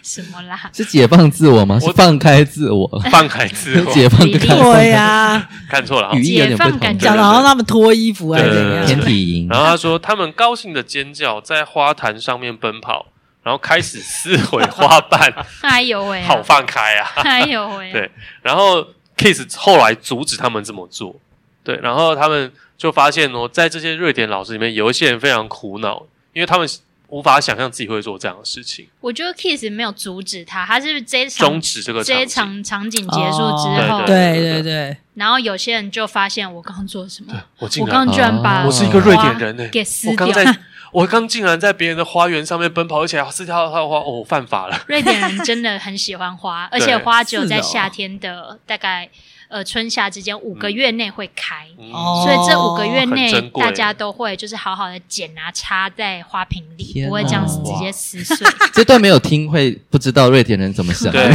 [SPEAKER 3] 什么啦？
[SPEAKER 2] 是解放自我吗？
[SPEAKER 1] 我
[SPEAKER 2] 是放开自 我，
[SPEAKER 1] 放开自我，
[SPEAKER 2] 解放
[SPEAKER 3] 比例
[SPEAKER 2] 开
[SPEAKER 4] 对呀，
[SPEAKER 1] 看错了啊
[SPEAKER 2] 语。义有点不
[SPEAKER 3] 解放感
[SPEAKER 2] 同，
[SPEAKER 3] 觉
[SPEAKER 4] 讲的好像他们脱衣服还是怎
[SPEAKER 1] 对
[SPEAKER 2] 天
[SPEAKER 4] 样，
[SPEAKER 2] 体营
[SPEAKER 1] 然后他说，他们高兴的尖叫，在花坛上面奔跑，然后开始撕毁花瓣，
[SPEAKER 3] 哎呦喂、啊，
[SPEAKER 1] 好放开啊！
[SPEAKER 3] 哎呦喂、啊，
[SPEAKER 1] 对然后 Kiss 后来阻止他们这么做，对，然后他们就发现哦，在这些瑞典老师里面，有一些人非常苦恼，因因为他们无法想象自己会做这样的事情。
[SPEAKER 3] 我觉得 Kiss 没有阻止他，他是这一场
[SPEAKER 1] 终止这个
[SPEAKER 3] 这一
[SPEAKER 1] 场景，
[SPEAKER 3] 场场景结束之后
[SPEAKER 1] 哦，
[SPEAKER 4] 对
[SPEAKER 1] 对
[SPEAKER 4] 对
[SPEAKER 1] 对
[SPEAKER 4] 对，
[SPEAKER 3] 然后有些人就发现我刚做什么，
[SPEAKER 1] 我竟
[SPEAKER 3] 我
[SPEAKER 1] 然啊
[SPEAKER 3] 刚居然把
[SPEAKER 2] 哦
[SPEAKER 1] 我是一个瑞典人呢、欸
[SPEAKER 3] 花给撕
[SPEAKER 1] 我
[SPEAKER 3] 掉
[SPEAKER 1] 刚。在， 我刚竟然在别人的花园上面奔跑，而且还撕掉他的花，哦，犯法了。
[SPEAKER 3] 瑞典人真的很喜欢花， 而
[SPEAKER 1] 哦
[SPEAKER 3] 且花只有在夏天的大概呃春夏之间五个月内会开，
[SPEAKER 1] 嗯哦
[SPEAKER 4] 哦
[SPEAKER 3] 所以这五个月
[SPEAKER 1] 很
[SPEAKER 3] 内
[SPEAKER 1] 珍贵
[SPEAKER 3] 大家都会就是好好的剪啊插在花瓶里，
[SPEAKER 2] 天哪
[SPEAKER 3] 不会这样子直接撕碎。
[SPEAKER 2] 这段没有听会不知道瑞典人怎么想。
[SPEAKER 1] 对，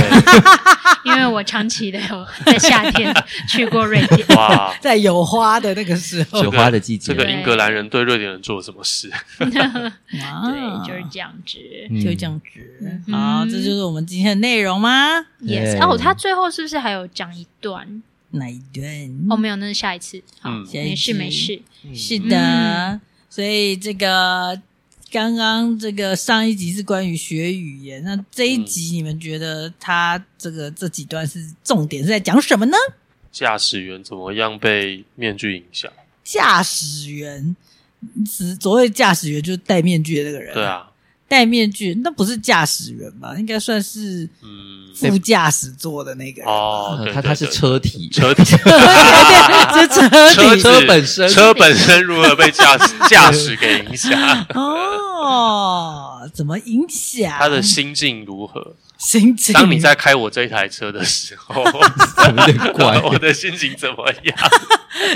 [SPEAKER 3] 因为我长期的有在夏天去过瑞典，
[SPEAKER 1] 哇，
[SPEAKER 4] 在有花的那个时候
[SPEAKER 2] 雪，花的季节，
[SPEAKER 1] 这个
[SPEAKER 3] 对
[SPEAKER 1] 英格兰人对瑞典人做了什么事？
[SPEAKER 3] 对，就是这样子。
[SPEAKER 2] 嗯
[SPEAKER 4] 就这样子。
[SPEAKER 3] 嗯
[SPEAKER 4] 好，这就是我们今天的内容吗？
[SPEAKER 3] Yes，
[SPEAKER 2] 对
[SPEAKER 3] 哦，他最后是不是还有讲一段？
[SPEAKER 4] 哪一段？
[SPEAKER 3] 哦，没有，那是下一次。好，
[SPEAKER 1] 嗯
[SPEAKER 3] 没事没事。
[SPEAKER 4] 是
[SPEAKER 1] 嗯
[SPEAKER 4] 的，所以这个刚刚这个上一集是关于学语言，那这一集你们觉得他这个这几段是重点是在讲什么呢？
[SPEAKER 1] 驾驶员怎么样被面具影响？
[SPEAKER 4] 驾驶员，只所谓驾驶员就是戴面具的那个人，
[SPEAKER 1] 对，啊，
[SPEAKER 4] 戴面具那不是驾驶员吧？应该算是
[SPEAKER 1] 嗯，
[SPEAKER 4] 副驾驶座的那个人 吧，
[SPEAKER 1] 哦，
[SPEAKER 2] 呃
[SPEAKER 1] 对
[SPEAKER 2] 他他是
[SPEAKER 1] 对对
[SPEAKER 2] 车体，
[SPEAKER 1] 车体，
[SPEAKER 4] 对，这车
[SPEAKER 1] 车子
[SPEAKER 4] 底
[SPEAKER 2] 车本身
[SPEAKER 1] 车本身如何被驾驶驾驶给影响？
[SPEAKER 4] 哦，怎么影响
[SPEAKER 1] 他的心境如何？
[SPEAKER 4] 嗯心情？
[SPEAKER 1] 当你在开我这一台车的时候，
[SPEAKER 2] 有点怪。
[SPEAKER 1] 我的心情怎么样？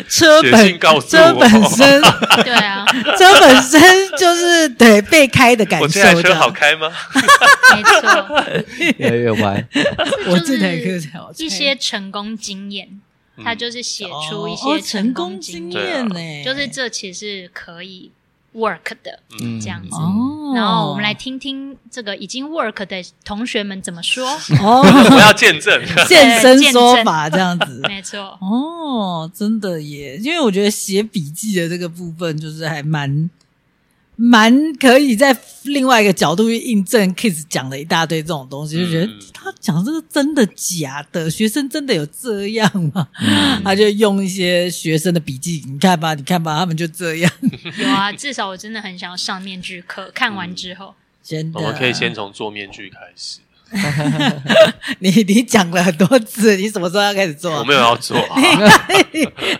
[SPEAKER 4] 车
[SPEAKER 1] 写
[SPEAKER 4] 本
[SPEAKER 1] 信告诉
[SPEAKER 4] 车
[SPEAKER 1] 我
[SPEAKER 4] 本身。
[SPEAKER 3] 对啊，
[SPEAKER 4] 这本身就是对被开的感
[SPEAKER 1] 我这
[SPEAKER 4] 受的。
[SPEAKER 1] 台车好开吗？
[SPEAKER 3] 没 错，
[SPEAKER 2] 越来越歪。
[SPEAKER 4] 我
[SPEAKER 3] 就
[SPEAKER 4] 这台车
[SPEAKER 3] 是
[SPEAKER 4] 才好开
[SPEAKER 3] 一些成功经验，
[SPEAKER 1] 嗯
[SPEAKER 3] 他就是写出一
[SPEAKER 4] 哦
[SPEAKER 3] 些
[SPEAKER 4] 哦成
[SPEAKER 3] 功
[SPEAKER 4] 功
[SPEAKER 3] 经
[SPEAKER 4] 经
[SPEAKER 1] 验
[SPEAKER 4] 验呢，
[SPEAKER 3] 就是这其实是可以 work 的。
[SPEAKER 1] 嗯
[SPEAKER 3] 这样子
[SPEAKER 4] 哦。
[SPEAKER 3] 然后我们来听听这个已经 work 的同学们怎么说。
[SPEAKER 1] 我
[SPEAKER 4] 哦，
[SPEAKER 1] 要见证。
[SPEAKER 4] 现身说法这样子。
[SPEAKER 3] 没错，
[SPEAKER 4] 哦，真的耶，因为我觉得写笔记的这个部分就是还蛮。蛮可以在另外一个角度去印证 Kiss 讲的一大堆这种东西，就觉得
[SPEAKER 1] 嗯
[SPEAKER 4] 他讲这个真的假的？学生真的有这样吗？
[SPEAKER 2] 嗯
[SPEAKER 4] 他就用一些学生的笔记，你看吧，你看吧，他们就这样，
[SPEAKER 3] 有啊，至少我真的很想要上面具课，看完之后，
[SPEAKER 4] 真的。啊
[SPEAKER 1] 我们可以先从做面具开始，
[SPEAKER 4] 你你讲了很多次，你什么时候要开始做
[SPEAKER 1] 我
[SPEAKER 4] 啊？
[SPEAKER 1] 没有要做啊。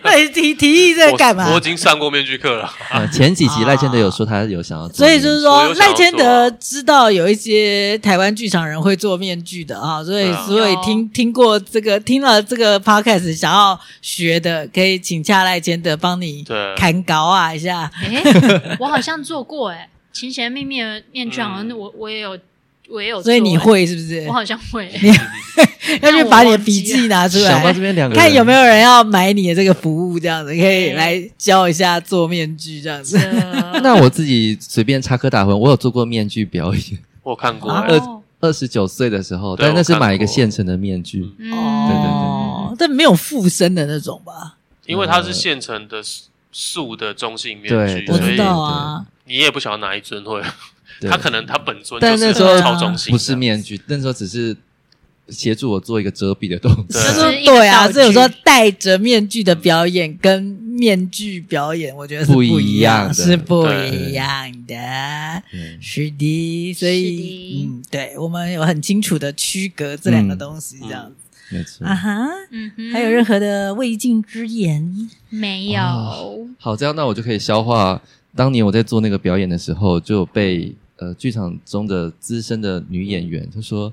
[SPEAKER 4] 那你提提议在干嘛
[SPEAKER 1] 我？我已经上过面具课了，
[SPEAKER 2] 呃前几集赖千德有说他
[SPEAKER 1] 啊
[SPEAKER 2] 有想要做
[SPEAKER 4] 所
[SPEAKER 2] 面
[SPEAKER 4] 以
[SPEAKER 2] 具，
[SPEAKER 4] 就是
[SPEAKER 1] 我
[SPEAKER 4] 说，
[SPEAKER 1] 有想
[SPEAKER 4] 赖
[SPEAKER 1] 要
[SPEAKER 4] 千
[SPEAKER 1] 做啊
[SPEAKER 4] 德知道有一些台湾剧场人会做面具的啊，所以
[SPEAKER 1] 对啊
[SPEAKER 4] 所以
[SPEAKER 3] 有
[SPEAKER 4] 听听过这个听了这个 podcast 想要学的，可以请下赖千德帮你
[SPEAKER 1] 对
[SPEAKER 4] 砍稿啊一下。
[SPEAKER 3] 诶，我好像做过诶，琴弦秘密的面具好像
[SPEAKER 1] 嗯
[SPEAKER 3] 我我也有我也有做，
[SPEAKER 4] 所以
[SPEAKER 3] 诶
[SPEAKER 4] 你会是不是
[SPEAKER 3] 我？好像会，
[SPEAKER 4] 要去把
[SPEAKER 3] 那我忘
[SPEAKER 4] 你的
[SPEAKER 3] 记
[SPEAKER 4] 笔记拿出
[SPEAKER 2] 想到
[SPEAKER 4] 来
[SPEAKER 2] 这，边两个人
[SPEAKER 4] 看有没有人要买你的这个服务，这样子可以来教一下做面具这样子。
[SPEAKER 2] 那我自己随便插科打诨，我有做过面具 表演，
[SPEAKER 1] 我看过
[SPEAKER 4] 啊
[SPEAKER 1] 欸。
[SPEAKER 3] 哦，
[SPEAKER 2] 二十九岁的时候，
[SPEAKER 1] 对
[SPEAKER 2] 但那是
[SPEAKER 1] 我看过
[SPEAKER 2] 买一个现成的面具，
[SPEAKER 1] 嗯
[SPEAKER 3] 嗯，
[SPEAKER 4] 哦，但没有附身的那种吧？
[SPEAKER 1] 因为它是现成的素素的中性面
[SPEAKER 2] 嗯对
[SPEAKER 1] 具，
[SPEAKER 2] 对
[SPEAKER 4] 我
[SPEAKER 1] 所
[SPEAKER 4] 知
[SPEAKER 1] 以
[SPEAKER 4] 道啊，
[SPEAKER 1] 你也不晓得哪一尊会，
[SPEAKER 2] 对
[SPEAKER 1] 它可能它本尊就
[SPEAKER 2] 但
[SPEAKER 1] 是
[SPEAKER 2] 那时候
[SPEAKER 1] 超中性的，
[SPEAKER 2] 不是面具，那时候只是协助我做一个遮蔽的动作
[SPEAKER 1] 对。
[SPEAKER 4] 就
[SPEAKER 3] 就是
[SPEAKER 4] 是
[SPEAKER 3] 一个
[SPEAKER 4] 对啊，
[SPEAKER 3] 道具
[SPEAKER 4] 所以我说戴着面具的表演跟面具表演，我觉得是
[SPEAKER 2] 不
[SPEAKER 4] 一
[SPEAKER 2] 一样的
[SPEAKER 4] 是不
[SPEAKER 1] 对
[SPEAKER 4] 一样的。
[SPEAKER 2] 嗯
[SPEAKER 4] 是的，所以
[SPEAKER 3] 是的
[SPEAKER 4] 嗯，对我们有很清楚的区隔这两个
[SPEAKER 2] 嗯
[SPEAKER 4] 东西，这样子、
[SPEAKER 2] 没错。
[SPEAKER 4] 啊哈。
[SPEAKER 3] 嗯哼，
[SPEAKER 4] 还有任何的未尽之言？
[SPEAKER 3] 没有？
[SPEAKER 2] 哦好，这样那我就可以消化。当年我在做那个表演的时候，就被呃剧场中的资深的女演员她说：“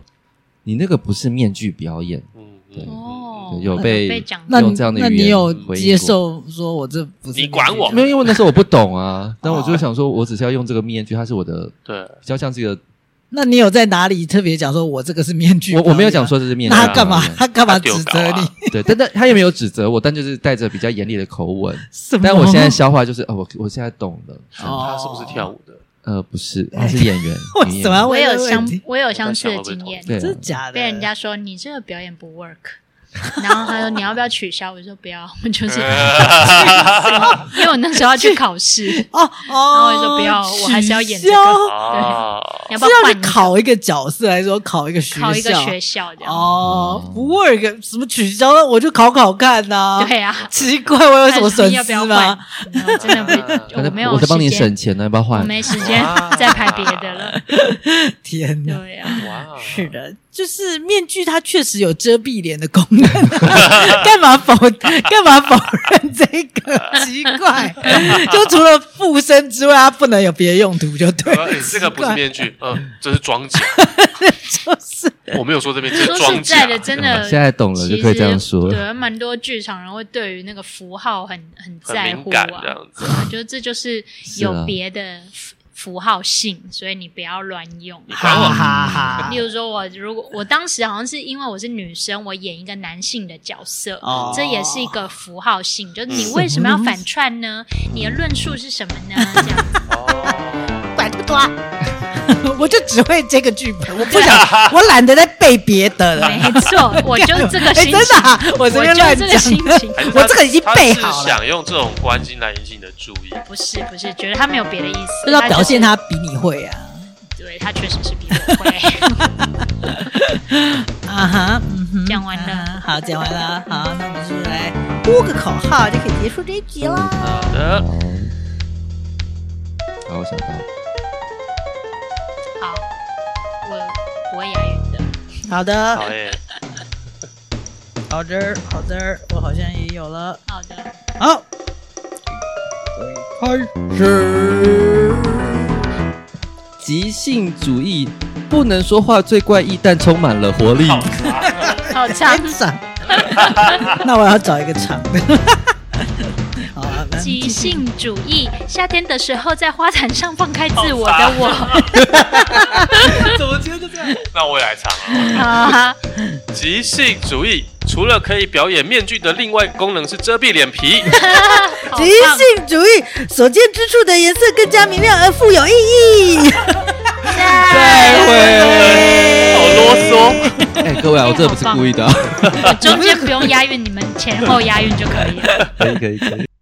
[SPEAKER 2] 你那个不是面具表演。
[SPEAKER 1] 嗯
[SPEAKER 2] 对
[SPEAKER 1] 嗯嗯，
[SPEAKER 3] 哦
[SPEAKER 2] 对有被
[SPEAKER 3] 被讲
[SPEAKER 4] 那
[SPEAKER 3] 过，
[SPEAKER 2] 用
[SPEAKER 4] 你
[SPEAKER 2] 这样的
[SPEAKER 4] 那
[SPEAKER 2] 语
[SPEAKER 4] 你
[SPEAKER 2] 言
[SPEAKER 4] 有
[SPEAKER 2] 回应
[SPEAKER 4] 接
[SPEAKER 2] 过
[SPEAKER 4] 受说我这不是
[SPEAKER 1] 你管
[SPEAKER 4] 面具
[SPEAKER 1] 我
[SPEAKER 4] 表
[SPEAKER 2] 没
[SPEAKER 4] 演
[SPEAKER 2] 有，因为那时候我不懂啊，但我就想说，我只是要用这个面具，它是我的，
[SPEAKER 1] 对，
[SPEAKER 4] 哦
[SPEAKER 2] 比较像这个，
[SPEAKER 4] 那你有在哪里特别讲说我这个是面具？ 啊
[SPEAKER 2] 我我没有讲，说这是面具，啊
[SPEAKER 4] 那他干嘛？他干嘛
[SPEAKER 1] 他
[SPEAKER 4] 指
[SPEAKER 1] 丢稿
[SPEAKER 4] 责
[SPEAKER 1] 啊
[SPEAKER 4] 你？
[SPEAKER 2] 对，但但他也没有指责我，但就是带着比较严厉的口吻。
[SPEAKER 4] 什么？
[SPEAKER 2] 但我现在消化就是，哦，我我现在懂了。
[SPEAKER 4] 哦
[SPEAKER 1] 他是不是跳舞
[SPEAKER 4] ，
[SPEAKER 1] 的？
[SPEAKER 2] 呃，不是，他是演 员
[SPEAKER 4] 为
[SPEAKER 2] 女演
[SPEAKER 4] 什
[SPEAKER 2] 员
[SPEAKER 4] 么要
[SPEAKER 3] 我
[SPEAKER 4] 问这
[SPEAKER 3] 有
[SPEAKER 4] 个
[SPEAKER 3] 相
[SPEAKER 4] 问题
[SPEAKER 3] 我有相似的经验，
[SPEAKER 2] 对啊
[SPEAKER 4] 真的假的？
[SPEAKER 3] 被人家说你这个表演不 work，然后他说你要不要取消？我说不要， 我就是要因为我那时候要去考 试，
[SPEAKER 4] 哦哦，然
[SPEAKER 3] 后我就说不要我还是要演这个
[SPEAKER 1] 啊，
[SPEAKER 3] 你要不
[SPEAKER 4] 是要
[SPEAKER 3] 换
[SPEAKER 4] 去
[SPEAKER 3] 一个
[SPEAKER 4] 考一个角色，还是说考一个学校？
[SPEAKER 3] 考一个学校这样？
[SPEAKER 4] 哦
[SPEAKER 2] 嗯，
[SPEAKER 4] 不 work 什么取消，我就考考看呐、
[SPEAKER 3] 对啊，
[SPEAKER 4] 奇怪，我有什么损
[SPEAKER 3] 要不
[SPEAKER 4] 失
[SPEAKER 3] 要换
[SPEAKER 4] 吗？？
[SPEAKER 3] 然后真的
[SPEAKER 1] 我
[SPEAKER 3] 不，
[SPEAKER 2] 在
[SPEAKER 3] 没有
[SPEAKER 2] 我在帮你
[SPEAKER 3] 时间
[SPEAKER 2] 省钱呢，要不要
[SPEAKER 3] 我
[SPEAKER 2] 换？嗯
[SPEAKER 3] 没时间
[SPEAKER 1] 啊哇
[SPEAKER 3] 再拍别的了。
[SPEAKER 4] 天哪！
[SPEAKER 3] 对啊，
[SPEAKER 1] 哇，哦
[SPEAKER 4] 是的，就是面具，它确实有遮蔽脸的功能、啊干嘛否干嘛否认这 个？奇怪，就除了附身之外，它不能有别的用途，就对了
[SPEAKER 1] 呃。这个不是面具，嗯，这是装甲。
[SPEAKER 4] 就是
[SPEAKER 1] 我没有说这边，这是
[SPEAKER 3] 说
[SPEAKER 1] 装啊
[SPEAKER 3] 实
[SPEAKER 1] 甲
[SPEAKER 3] 在的，真的，
[SPEAKER 2] 现在懂了就可以这样说了
[SPEAKER 3] 其实对，蛮多剧场人会对于那个符号很很
[SPEAKER 1] 很
[SPEAKER 3] 在
[SPEAKER 1] 敏
[SPEAKER 3] 乎
[SPEAKER 1] 感
[SPEAKER 3] 啊，
[SPEAKER 1] 这样子。
[SPEAKER 3] 我觉得这就是
[SPEAKER 2] 是啊
[SPEAKER 3] 有别的符符号性，所以你不要乱用。
[SPEAKER 1] 你管
[SPEAKER 4] 哈
[SPEAKER 1] 我？
[SPEAKER 4] 啊哈哈
[SPEAKER 3] 例。如说，我如果我当时好像是因为我是女生，我演一个男性的角色，
[SPEAKER 4] 哦
[SPEAKER 3] 这也是一个符号性，就是你
[SPEAKER 1] 嗯
[SPEAKER 3] 为什么要反串呢？你的论述是什么呢？这样子
[SPEAKER 1] 哦
[SPEAKER 3] 管不管？
[SPEAKER 4] 我就只会这个剧本，我 不
[SPEAKER 1] 啊
[SPEAKER 4] 想，我懒得再背别的了。
[SPEAKER 3] 没错，我就这个
[SPEAKER 4] 哎
[SPEAKER 3] 心情，
[SPEAKER 4] 真的啊我
[SPEAKER 3] 我
[SPEAKER 4] 随便乱
[SPEAKER 3] 就
[SPEAKER 4] 讲
[SPEAKER 3] 这个心情。
[SPEAKER 1] 还是
[SPEAKER 4] 我
[SPEAKER 1] 他
[SPEAKER 4] 这个已经
[SPEAKER 1] 他
[SPEAKER 4] 备
[SPEAKER 1] 是
[SPEAKER 4] 好了
[SPEAKER 1] 想用这种关心来引起你的注意。
[SPEAKER 3] 不是不是，觉得他没有别的意思，
[SPEAKER 4] 就是要表现
[SPEAKER 3] 他
[SPEAKER 4] 他比你会啊。
[SPEAKER 3] 就是，对他确实是比我 会。
[SPEAKER 4] 啊哈，嗯哼
[SPEAKER 3] 讲完了
[SPEAKER 4] 啊哈好，讲完了，好，那我们是不是来呼个口号就可以结束这一集啦？
[SPEAKER 1] 好的，
[SPEAKER 2] 好，好，我想到了
[SPEAKER 3] 好，我不会押韵的。
[SPEAKER 4] 好的，
[SPEAKER 1] 好耶，
[SPEAKER 4] 好的儿，好的儿，我好像也有了，
[SPEAKER 3] 好的，
[SPEAKER 4] 好，
[SPEAKER 2] 开始。即兴主义不能说话最怪异，但充满了活力。
[SPEAKER 3] 好长。
[SPEAKER 4] 长， 那我要找一个长的， 好啊，那
[SPEAKER 3] 即兴主义，夏天的时候在花坛上放开自我的我。
[SPEAKER 4] 怎么今天就这样？
[SPEAKER 1] 那我也来唱啊。
[SPEAKER 3] 啊，
[SPEAKER 1] 即兴主义除了可以表演面具的另外一个功能是遮蔽脸皮。
[SPEAKER 3] 好
[SPEAKER 4] 即
[SPEAKER 3] 棒！
[SPEAKER 4] 兴主义所见之处的颜色更加明亮而富有意义。啊
[SPEAKER 3] 哎
[SPEAKER 2] 再
[SPEAKER 1] 好
[SPEAKER 2] 会。
[SPEAKER 1] 啰嗦。
[SPEAKER 2] 哎，各位啊，我这不是故意的啊。
[SPEAKER 3] 中间不用押韵，你们前后押韵就可以了。
[SPEAKER 2] 可以，可以，可以。